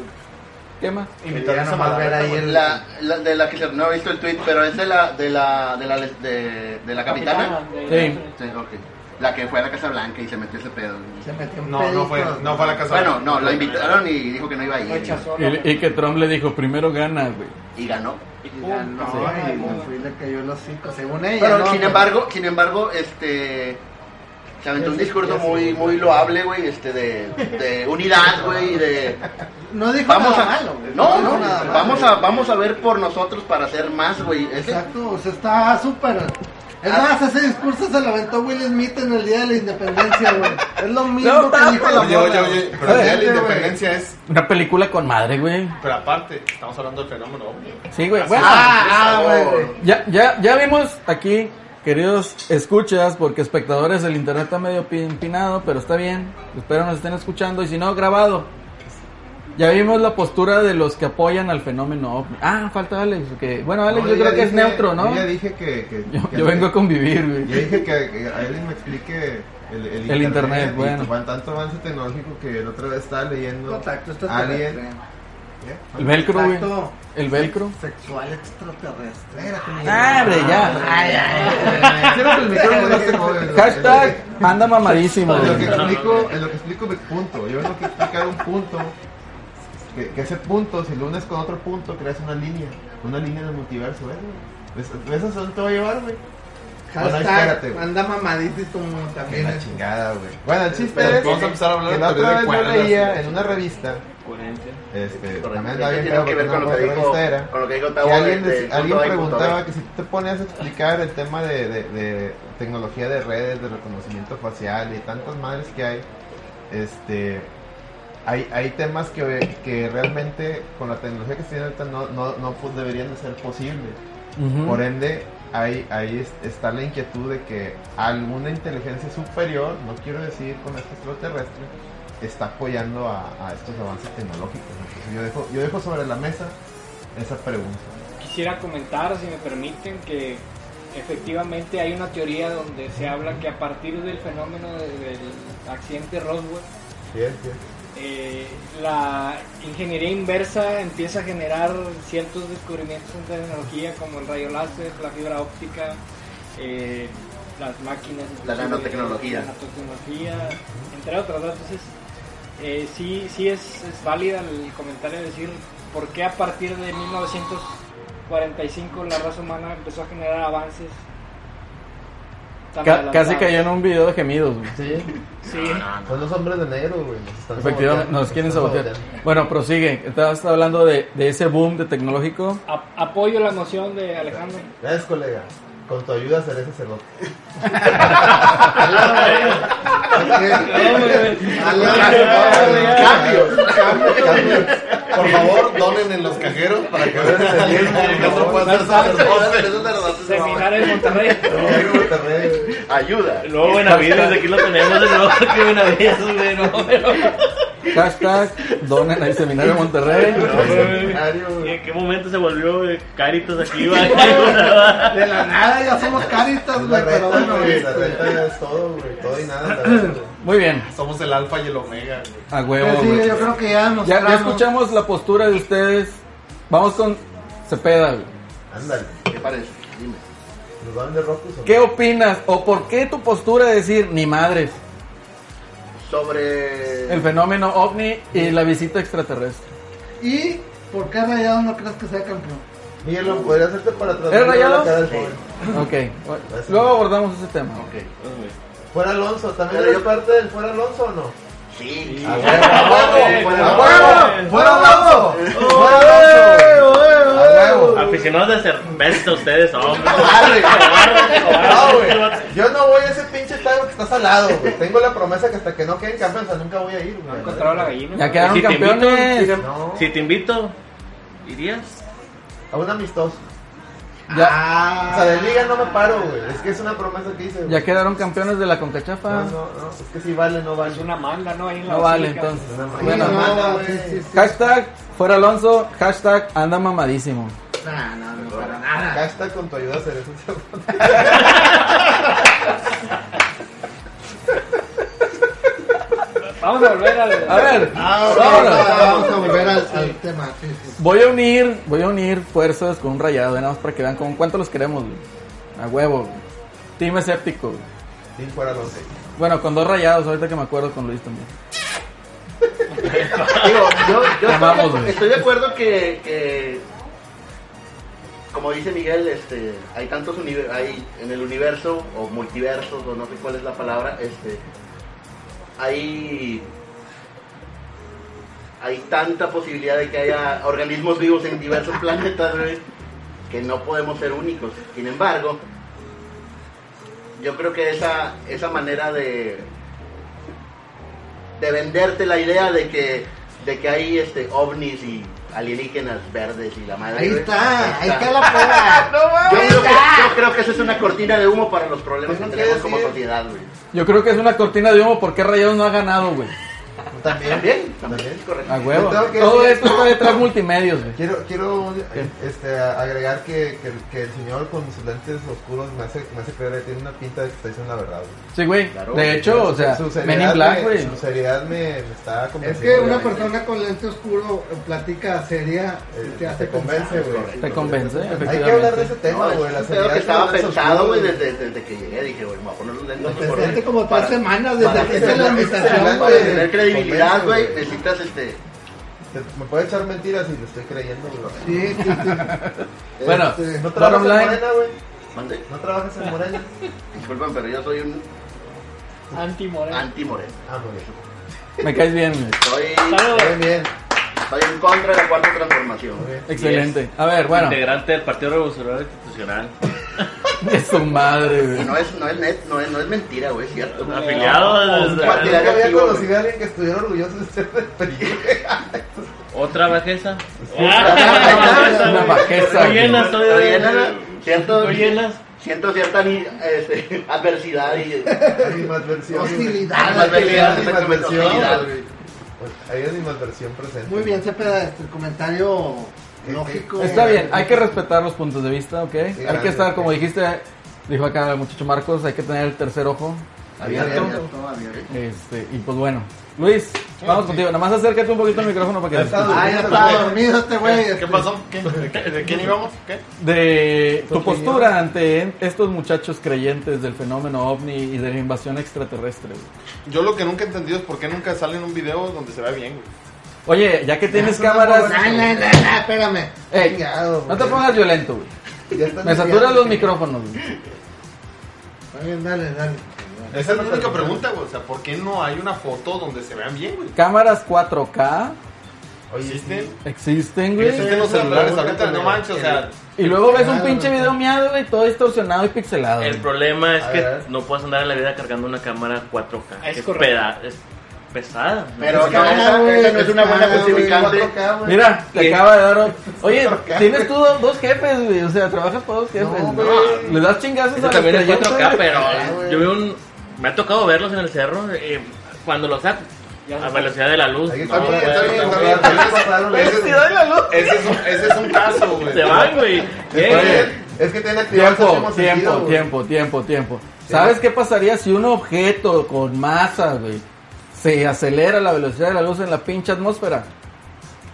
[SPEAKER 1] ¿Qué más?
[SPEAKER 3] Invitar a
[SPEAKER 2] Quería
[SPEAKER 3] esa
[SPEAKER 2] nomás ver
[SPEAKER 3] madrata,
[SPEAKER 2] ahí
[SPEAKER 3] güey.
[SPEAKER 2] el-
[SPEAKER 6] La, la- de la que se, no he visto el tweet, pero es de la de la de la de, de la capitana.
[SPEAKER 1] Sí.
[SPEAKER 6] Sí, ok. La que fue a la Casa Blanca y se metió ese pedo.
[SPEAKER 2] Se metió un
[SPEAKER 3] No, no fue,
[SPEAKER 2] pedito.
[SPEAKER 3] no fue a la casa.
[SPEAKER 6] Bueno, no, la invitaron y dijo que no iba a ir.
[SPEAKER 5] Rechazó. la-
[SPEAKER 1] Y, y que Trump le dijo, primero gana, güey.
[SPEAKER 6] Y ganó.
[SPEAKER 2] Y ya no,
[SPEAKER 5] Sí.
[SPEAKER 2] y no fui, le cayó los cinco, según ella.
[SPEAKER 6] Pero
[SPEAKER 2] ¿no?
[SPEAKER 6] sin embargo, sin embargo, este se aventó un discurso muy muy loable, güey, este de, de unidad, güey, y de
[SPEAKER 2] no dijo
[SPEAKER 6] vamos
[SPEAKER 2] nada
[SPEAKER 6] a
[SPEAKER 2] malo. güey.
[SPEAKER 6] No,
[SPEAKER 2] dijo
[SPEAKER 6] no,
[SPEAKER 2] nada malo.
[SPEAKER 6] vamos a vamos a ver por nosotros para hacer más, güey. Ese-
[SPEAKER 2] Exacto, o sea, está súper. Es más, ese discurso se lo aventó Will Smith en el Día de la Independencia, güey. Es lo mismo
[SPEAKER 1] No,
[SPEAKER 2] que
[SPEAKER 1] no,
[SPEAKER 2] dijo la
[SPEAKER 3] Oye, oye,
[SPEAKER 2] morra,
[SPEAKER 3] oye,
[SPEAKER 2] güey.
[SPEAKER 3] pero el día de
[SPEAKER 2] Oye,
[SPEAKER 3] la
[SPEAKER 2] güey.
[SPEAKER 3] independencia es.
[SPEAKER 1] Una película con madre, güey.
[SPEAKER 3] Pero aparte, estamos hablando del fenómeno. ovni.
[SPEAKER 1] Sí, güey.
[SPEAKER 3] Así
[SPEAKER 1] Bueno,
[SPEAKER 2] Ah, ah, güey, güey.
[SPEAKER 1] ya, ya, ya vimos aquí, queridos escuchas, porque espectadores, el internet está medio pi- empinado, pero está bien. Espero nos estén escuchando y si no, grabado. Ya vimos la postura de los que apoyan al fenómeno ovni. Ah, falta Alex. que- Bueno, Alex,
[SPEAKER 9] No,
[SPEAKER 1] yo creo
[SPEAKER 9] ya
[SPEAKER 1] que es
[SPEAKER 9] dije-
[SPEAKER 1] neutro, ¿no?
[SPEAKER 9] Yo ya dije que. que-
[SPEAKER 1] Yo,
[SPEAKER 9] que-
[SPEAKER 1] yo vengo a convivir,
[SPEAKER 9] Ya
[SPEAKER 1] güey.
[SPEAKER 9] dije que, que a él me explique el, el,
[SPEAKER 1] El internet,
[SPEAKER 9] y
[SPEAKER 1] bueno.
[SPEAKER 9] con tanto avance tecnológico que la otra vez estaba leyendo.
[SPEAKER 2] Contacto
[SPEAKER 9] Alien.
[SPEAKER 2] extraterrestre.
[SPEAKER 1] El velcro, güey.
[SPEAKER 2] Contacto
[SPEAKER 1] El velcro.
[SPEAKER 2] sexual extraterrestre.
[SPEAKER 1] Ah, hombre, ya.
[SPEAKER 2] Ay, ay, ay.
[SPEAKER 9] Quiero que el micrófono este no se mueva, güey.
[SPEAKER 1] Hashtag anda mamadísimo,
[SPEAKER 9] En lo que
[SPEAKER 1] güey.
[SPEAKER 9] explico, en lo que explico mi punto. Yo tengo que explicar un punto. Que, que ese punto, si lo unes con otro punto, creas una línea. Una línea del multiverso, ¿eh? ¿ves? güey? ¿Ves hasta dónde te va a llevar, güey? Bueno, ahí espérate,
[SPEAKER 2] Hashtag,
[SPEAKER 9] güey.
[SPEAKER 2] anda mamadísimo
[SPEAKER 9] Que
[SPEAKER 2] también.
[SPEAKER 9] la chingada, güey. Bueno, el chiste
[SPEAKER 3] Pero
[SPEAKER 9] es
[SPEAKER 3] vamos a empezar a hablar
[SPEAKER 9] que
[SPEAKER 3] de
[SPEAKER 9] la
[SPEAKER 3] teoría
[SPEAKER 9] otra
[SPEAKER 3] de
[SPEAKER 9] vez yo
[SPEAKER 3] cuerdas.
[SPEAKER 9] leía en una revista,
[SPEAKER 4] Coherencia.
[SPEAKER 9] este,
[SPEAKER 6] Correcto.
[SPEAKER 9] también
[SPEAKER 6] Eso
[SPEAKER 9] andaba bien
[SPEAKER 6] tiene
[SPEAKER 9] pedo
[SPEAKER 6] que
[SPEAKER 9] porque
[SPEAKER 6] ver
[SPEAKER 9] no
[SPEAKER 6] con
[SPEAKER 9] me
[SPEAKER 6] lo que
[SPEAKER 9] acuerdo qué
[SPEAKER 6] dijo-
[SPEAKER 9] revista era.
[SPEAKER 6] con lo que dijo
[SPEAKER 9] Y
[SPEAKER 6] Tavo
[SPEAKER 9] alguien,
[SPEAKER 6] de- de
[SPEAKER 9] dec- alguien
[SPEAKER 6] punto A y punto
[SPEAKER 9] preguntaba
[SPEAKER 6] B.
[SPEAKER 9] que si tú te ponías a explicar el tema de, de- de tecnología de redes, de reconocimiento facial y tantas madres que hay, este, hay, hay temas que, que realmente con la tecnología que se tiene ahorita no, no, no pu- deberían de ser posibles.
[SPEAKER 1] Ujú.
[SPEAKER 9] Por ende, ahí, ahí es- está la inquietud de que alguna inteligencia superior, no quiero decir con este extraterrestre, está apoyando a, a estos avances tecnológicos. Entonces yo dejo, yo dejo sobre la mesa esa pregunta.
[SPEAKER 5] Quisiera comentar, si me permiten, que efectivamente hay una teoría donde se habla que a partir del fenómeno de- del accidente Roswell, eh, la ingeniería inversa empieza a generar ciertos descubrimientos en tecnología como el rayo láser, la fibra óptica, eh, las máquinas, eh,
[SPEAKER 6] La nanotecnología.
[SPEAKER 5] la nanotecnología, entre otras. ¿verdad? Entonces, eh, sí, sí es, es válida el comentario de decir por qué a partir de 1945 la raza humana empezó a generar avances. tan
[SPEAKER 1] Ca- casi
[SPEAKER 5] adelantados.
[SPEAKER 1] cayó en un video de gemidos, güey.
[SPEAKER 7] Sí,
[SPEAKER 5] Sí.
[SPEAKER 7] son los hombres de negro, güey. Nos
[SPEAKER 9] Pues
[SPEAKER 7] están
[SPEAKER 1] Efectivamente,
[SPEAKER 7] saboteando,
[SPEAKER 1] nos quieren
[SPEAKER 7] están
[SPEAKER 1] sabotear. Bueno, prosigue. Estabas hablando de, de ese boom de tecnológico.
[SPEAKER 5] A- apoyo la moción de Alejandro.
[SPEAKER 7] Gracias, colega. Con tu ayuda seré sacerdote.
[SPEAKER 3] Por favor, donen en los cajeros para que vean el mismo. No puede ser
[SPEAKER 5] Seminar en Monterrey.
[SPEAKER 6] Ayuda.
[SPEAKER 4] Luego Benavides, aquí lo tenemos de nuevo. Que Benavides, güey, no, pero-
[SPEAKER 1] Hashtag donen al seminario de Monterrey.
[SPEAKER 4] ¿Y ¿En qué momento se volvió güey, Caritas aquí, va?
[SPEAKER 2] De la nada ya somos caritas,
[SPEAKER 9] La
[SPEAKER 2] güey, pero
[SPEAKER 9] reta,
[SPEAKER 2] bueno,
[SPEAKER 9] güey, la
[SPEAKER 2] este,
[SPEAKER 9] reta es todo, güey, todo y nada. la reta, güey.
[SPEAKER 1] Muy bien.
[SPEAKER 3] Somos el alfa y el omega. güey.
[SPEAKER 1] A
[SPEAKER 2] pues
[SPEAKER 1] huevo,
[SPEAKER 2] sí,
[SPEAKER 1] güey.
[SPEAKER 2] yo creo que ya nos
[SPEAKER 1] Ya, ya escuchamos la postura de ustedes. Vamos con Cepeda, güey.
[SPEAKER 9] Ándale,
[SPEAKER 6] ¿Qué parece? Dime.
[SPEAKER 9] nos van de rojos.
[SPEAKER 1] ¿Qué opinas o por qué tu postura de decir ni madres
[SPEAKER 6] Sobre
[SPEAKER 1] el fenómeno ovni y la visita extraterrestre?
[SPEAKER 2] ¿Y por qué Rayados no crees que sea campeón?
[SPEAKER 9] Miguel, ¿lo podría hacerte para atrás?
[SPEAKER 1] ¿Eres rayado?
[SPEAKER 9] La cara del joven.
[SPEAKER 1] Ok, luego abordamos ese tema.
[SPEAKER 9] Fuera Alonso, ¿también
[SPEAKER 6] Pero
[SPEAKER 9] eres
[SPEAKER 6] yo-
[SPEAKER 9] parte del fuera Alonso o no?
[SPEAKER 6] sí.
[SPEAKER 9] ¡A huevo!
[SPEAKER 4] ¡A huevo!
[SPEAKER 9] ¡Fuera Alonso! ¡Eh, ¡Fuera Alonso! ¡A huevo!
[SPEAKER 4] Aficionados de cerveza ustedes, hombre.
[SPEAKER 9] Arre, No, güey. Yo no voy a ese pinche taco que estás al lado, güey. Tengo la promesa que hasta que no queden campeones, o sea, nunca voy a ir, güey.
[SPEAKER 5] Encontraron la gallina.
[SPEAKER 1] Ya quedaron
[SPEAKER 4] Si te invito,
[SPEAKER 1] campeones.
[SPEAKER 9] No,
[SPEAKER 4] Si te invito, ¿irías?
[SPEAKER 9] a un amistoso. Ah.
[SPEAKER 1] Ya,
[SPEAKER 9] O sea, de liga no me paro, güey. Es que es una promesa que hice, güey.
[SPEAKER 1] ya quedaron campeones de la
[SPEAKER 9] No,
[SPEAKER 1] concachafa.
[SPEAKER 9] no, no. Es que si vale, no vale.
[SPEAKER 5] Es una manda, ¿no? Ahí en la
[SPEAKER 1] No vale
[SPEAKER 5] basílica.
[SPEAKER 1] entonces.
[SPEAKER 9] Sí,
[SPEAKER 1] Bueno,
[SPEAKER 9] no,
[SPEAKER 2] manda,
[SPEAKER 9] güey.
[SPEAKER 2] sí, sí, sí.
[SPEAKER 1] Hashtag fuera Alonso, hashtag anda mamadísimo.
[SPEAKER 2] No, no, no, para nada.
[SPEAKER 9] Hashtag con tu ayuda seré un sacerdote.
[SPEAKER 5] Vamos a volver al.
[SPEAKER 1] A ver,
[SPEAKER 2] Ah, ok,
[SPEAKER 1] vámonos.
[SPEAKER 2] ahora vamos a volver al, al tema. Sí, sí.
[SPEAKER 1] Voy a unir, voy a unir fuerzas con un rayado, nada más para que vean con cuánto los queremos, güey. A huevo, güey. Team escéptico, güey.
[SPEAKER 9] Sin fuera los seis.
[SPEAKER 1] Bueno, con dos rayados, ahorita que me acuerdo con Luis también.
[SPEAKER 6] Digo, yo, yo
[SPEAKER 1] Ya
[SPEAKER 6] estoy,
[SPEAKER 1] vamos,
[SPEAKER 6] de,
[SPEAKER 1] güey.
[SPEAKER 6] estoy de acuerdo que, que, como dice Miguel, este, hay tantos univer- hay en el universo o multiversos o no sé cuál es la palabra, este, hay hay tanta posibilidad de que haya organismos vivos en diversos planetas güey, que no podemos ser únicos. Sin embargo, yo creo que esa esa manera de de venderte la idea de que de que hay este ovnis y alienígenas verdes y la madre.
[SPEAKER 2] Ahí
[SPEAKER 6] güey.
[SPEAKER 2] está, ahí está la prueba.
[SPEAKER 6] Yo creo, que, yo creo que esa es una cortina de humo para los problemas que
[SPEAKER 9] Pues no
[SPEAKER 6] tenemos
[SPEAKER 9] quiere
[SPEAKER 6] como
[SPEAKER 9] decir-
[SPEAKER 6] sociedad, güey.
[SPEAKER 1] Yo creo que es una cortina de humo porque Rayados no ha ganado, güey.
[SPEAKER 9] También.
[SPEAKER 6] También,
[SPEAKER 9] También.
[SPEAKER 6] también, correcto.
[SPEAKER 1] A huevo.
[SPEAKER 9] Yo tengo que
[SPEAKER 1] Todo
[SPEAKER 9] decir-
[SPEAKER 1] esto está detrás multimedios, güey.
[SPEAKER 9] Quiero, quiero este, a- agregar que, que, que el señor con sus lentes oscuros me hace, me hace creer que tiene una pinta de que está diciendo la verdad. güey.
[SPEAKER 1] Sí, güey.
[SPEAKER 6] Claro,
[SPEAKER 1] de hecho, o sea,
[SPEAKER 9] Su seriedad
[SPEAKER 1] Men in Black,
[SPEAKER 9] me-
[SPEAKER 1] güey.
[SPEAKER 9] Su seriedad me, me está
[SPEAKER 2] Es
[SPEAKER 9] convenciendo.
[SPEAKER 2] que una
[SPEAKER 9] güey.
[SPEAKER 2] persona con lente oscuro eh, platica seria
[SPEAKER 9] Eh,
[SPEAKER 2] y te hace
[SPEAKER 9] convence,
[SPEAKER 2] pensar.
[SPEAKER 9] güey.
[SPEAKER 1] Te convence,
[SPEAKER 9] Hay que hablar
[SPEAKER 1] efectivamente.
[SPEAKER 9] de ese
[SPEAKER 6] No,
[SPEAKER 9] tema,
[SPEAKER 6] es
[SPEAKER 9] güey.
[SPEAKER 6] un
[SPEAKER 9] la
[SPEAKER 6] pedo
[SPEAKER 9] seriedad
[SPEAKER 6] que
[SPEAKER 9] de
[SPEAKER 6] estaba
[SPEAKER 9] los
[SPEAKER 6] pensado,
[SPEAKER 9] oscuros,
[SPEAKER 6] güey, desde, desde que llegué. Dije, güey, me voy a poner los lentes
[SPEAKER 2] Te
[SPEAKER 6] porque-
[SPEAKER 2] sentiste como
[SPEAKER 6] para-
[SPEAKER 2] tres semanas desde
[SPEAKER 6] para-
[SPEAKER 2] que hice la
[SPEAKER 9] para-
[SPEAKER 2] invitación,
[SPEAKER 6] Para
[SPEAKER 9] para-
[SPEAKER 2] güey.
[SPEAKER 6] tener credibilidad,
[SPEAKER 9] Convence,
[SPEAKER 6] güey,
[SPEAKER 9] güey.
[SPEAKER 6] necesitas este...
[SPEAKER 9] Te- Me puede echar mentiras y le estoy creyendo, güey.
[SPEAKER 2] Sí, sí, sí.
[SPEAKER 1] Bueno,
[SPEAKER 2] Este,
[SPEAKER 9] ¿No
[SPEAKER 1] bottom
[SPEAKER 9] trabajas en
[SPEAKER 1] line.
[SPEAKER 9] Morena, güey?
[SPEAKER 6] Mande,
[SPEAKER 9] ¿No trabajas en Morena?
[SPEAKER 6] disculpen, pero yo soy un
[SPEAKER 5] Anti-moreno.
[SPEAKER 6] anti-moreno.
[SPEAKER 9] Ah, muy bien.
[SPEAKER 1] Me caes bien, güey.
[SPEAKER 6] Soy,
[SPEAKER 5] Saludos.
[SPEAKER 9] Muy bien.
[SPEAKER 6] soy en contra de la cuarta transformación.
[SPEAKER 9] Muy bien.
[SPEAKER 1] Excelente. A ver, bueno.
[SPEAKER 4] Integrante del Partido Revolucionario Institucional.
[SPEAKER 1] De su madre,
[SPEAKER 6] Y
[SPEAKER 1] güey.
[SPEAKER 6] no es, no es, net, no es, no es mentira, güey, es cierto.
[SPEAKER 4] Afiliado desde-
[SPEAKER 9] Nunca
[SPEAKER 6] Partidario
[SPEAKER 9] había
[SPEAKER 6] activo,
[SPEAKER 9] conocido a alguien que estuviera orgulloso de ser del PRI.
[SPEAKER 4] Otra bajeza.
[SPEAKER 1] Una bajeza,
[SPEAKER 4] Estoy llena,
[SPEAKER 1] güey.
[SPEAKER 4] estoy
[SPEAKER 6] Estoy
[SPEAKER 4] llena.
[SPEAKER 6] llena, ¿cierto?
[SPEAKER 4] Estoy llena.
[SPEAKER 6] Siento cierta ni- este, adversidad y...
[SPEAKER 9] Animadversión.
[SPEAKER 2] Hostilidad.
[SPEAKER 6] Adversidad,
[SPEAKER 9] Adversidad,
[SPEAKER 6] adversidad,
[SPEAKER 9] adversidad.
[SPEAKER 6] güey.
[SPEAKER 9] Pues, Ahí es animadversión presente.
[SPEAKER 2] Muy bien, Cepeda, este, el comentario
[SPEAKER 9] Sí,
[SPEAKER 2] lógico.
[SPEAKER 1] Está bien, hay que respetar los puntos de vista, ¿ok? hay que
[SPEAKER 9] gracias,
[SPEAKER 1] estar,
[SPEAKER 9] ok.
[SPEAKER 1] como dijiste, dijo acá el muchacho Marcos, hay que tener el tercer ojo abierto.
[SPEAKER 9] Abierto.
[SPEAKER 1] Este, y pues bueno. Luis, vamos contigo. Nada más acércate un poquito al micrófono para que te escuche.
[SPEAKER 2] Ah, ya estaba dormido este güey.
[SPEAKER 3] ¿Qué
[SPEAKER 2] este.
[SPEAKER 3] pasó? ¿Qué- ¿De qué- de quién íbamos? ¿Qué?
[SPEAKER 1] De tu postura ante estos muchachos creyentes del fenómeno ovni y de la invasión extraterrestre. güey.
[SPEAKER 3] Yo lo que nunca he entendido es por qué nunca sale en un video donde se ve bien, güey.
[SPEAKER 1] Oye, ya que tienes
[SPEAKER 9] no
[SPEAKER 1] cámaras...
[SPEAKER 2] No, no, no, no, espérame.
[SPEAKER 1] Ey,
[SPEAKER 2] Chingado,
[SPEAKER 1] no te
[SPEAKER 2] güey.
[SPEAKER 1] pongas violento, güey.
[SPEAKER 9] Ya están
[SPEAKER 1] Me saturan
[SPEAKER 9] desviando,
[SPEAKER 1] los
[SPEAKER 9] sí.
[SPEAKER 1] micrófonos. güey.
[SPEAKER 2] Está bien, dale, dale.
[SPEAKER 3] Esa es la única pregunta, güey. O sea, ¿por qué no hay una foto donde se vean bien, güey?
[SPEAKER 1] Cámaras 4K
[SPEAKER 9] Oye,
[SPEAKER 3] ¿Existen?
[SPEAKER 1] existen, güey.
[SPEAKER 3] Existen los
[SPEAKER 9] es la
[SPEAKER 3] celulares
[SPEAKER 9] pregunta
[SPEAKER 3] ahorita,
[SPEAKER 9] que
[SPEAKER 3] no
[SPEAKER 9] me-
[SPEAKER 3] manches, o sea,
[SPEAKER 1] Y luego ves un
[SPEAKER 2] Claro,
[SPEAKER 1] pinche
[SPEAKER 2] güey.
[SPEAKER 1] video miado, güey, todo distorsionado y pixelado.
[SPEAKER 4] El
[SPEAKER 1] güey.
[SPEAKER 4] problema es
[SPEAKER 9] A ver.
[SPEAKER 4] que no puedes andar en la vida cargando una cámara 4K.
[SPEAKER 5] Es
[SPEAKER 4] que Es,
[SPEAKER 5] correcto.
[SPEAKER 4] peda- es pesada. ¿no?
[SPEAKER 6] Pero
[SPEAKER 2] Está
[SPEAKER 6] no, esa,
[SPEAKER 2] güey,
[SPEAKER 6] esa no es una
[SPEAKER 2] está
[SPEAKER 6] buena
[SPEAKER 2] güey,
[SPEAKER 6] justificante.
[SPEAKER 9] 4K, güey.
[SPEAKER 1] Mira, te
[SPEAKER 4] ¿Qué?
[SPEAKER 1] acaba de dar. un- Oye, tienes tú do- dos jefes, güey. O sea, trabajas para dos jefes.
[SPEAKER 9] No,
[SPEAKER 1] güey.
[SPEAKER 9] güey.
[SPEAKER 1] Le das chingazos
[SPEAKER 4] Eso
[SPEAKER 1] a
[SPEAKER 4] también
[SPEAKER 1] los
[SPEAKER 4] es 4K,
[SPEAKER 1] creyentes, güey.
[SPEAKER 4] pero
[SPEAKER 9] güey.
[SPEAKER 4] yo veo un... Me ha tocado verlos en el cerro eh, cuando los saco.
[SPEAKER 5] Ya
[SPEAKER 4] A
[SPEAKER 5] los-
[SPEAKER 4] velocidad de la luz.
[SPEAKER 9] Hay que
[SPEAKER 4] No,
[SPEAKER 9] comprar-
[SPEAKER 4] güey.
[SPEAKER 9] hay que comprar-
[SPEAKER 3] güey.
[SPEAKER 9] hay que comprar un
[SPEAKER 3] Ese es,
[SPEAKER 9] lente.
[SPEAKER 3] ese es un, ese es un caso, güey.
[SPEAKER 4] Se van, güey.
[SPEAKER 9] Oye,
[SPEAKER 4] Llegan.
[SPEAKER 9] Es que tiene activado el
[SPEAKER 1] Tiempo,
[SPEAKER 9] séptimo sentido,
[SPEAKER 1] tiempo,
[SPEAKER 9] güey.
[SPEAKER 1] tiempo, tiempo, tiempo. ¿Sabes qué pasaría si un objeto con masa, güey, se acelera a la velocidad de la luz en la pinche atmósfera?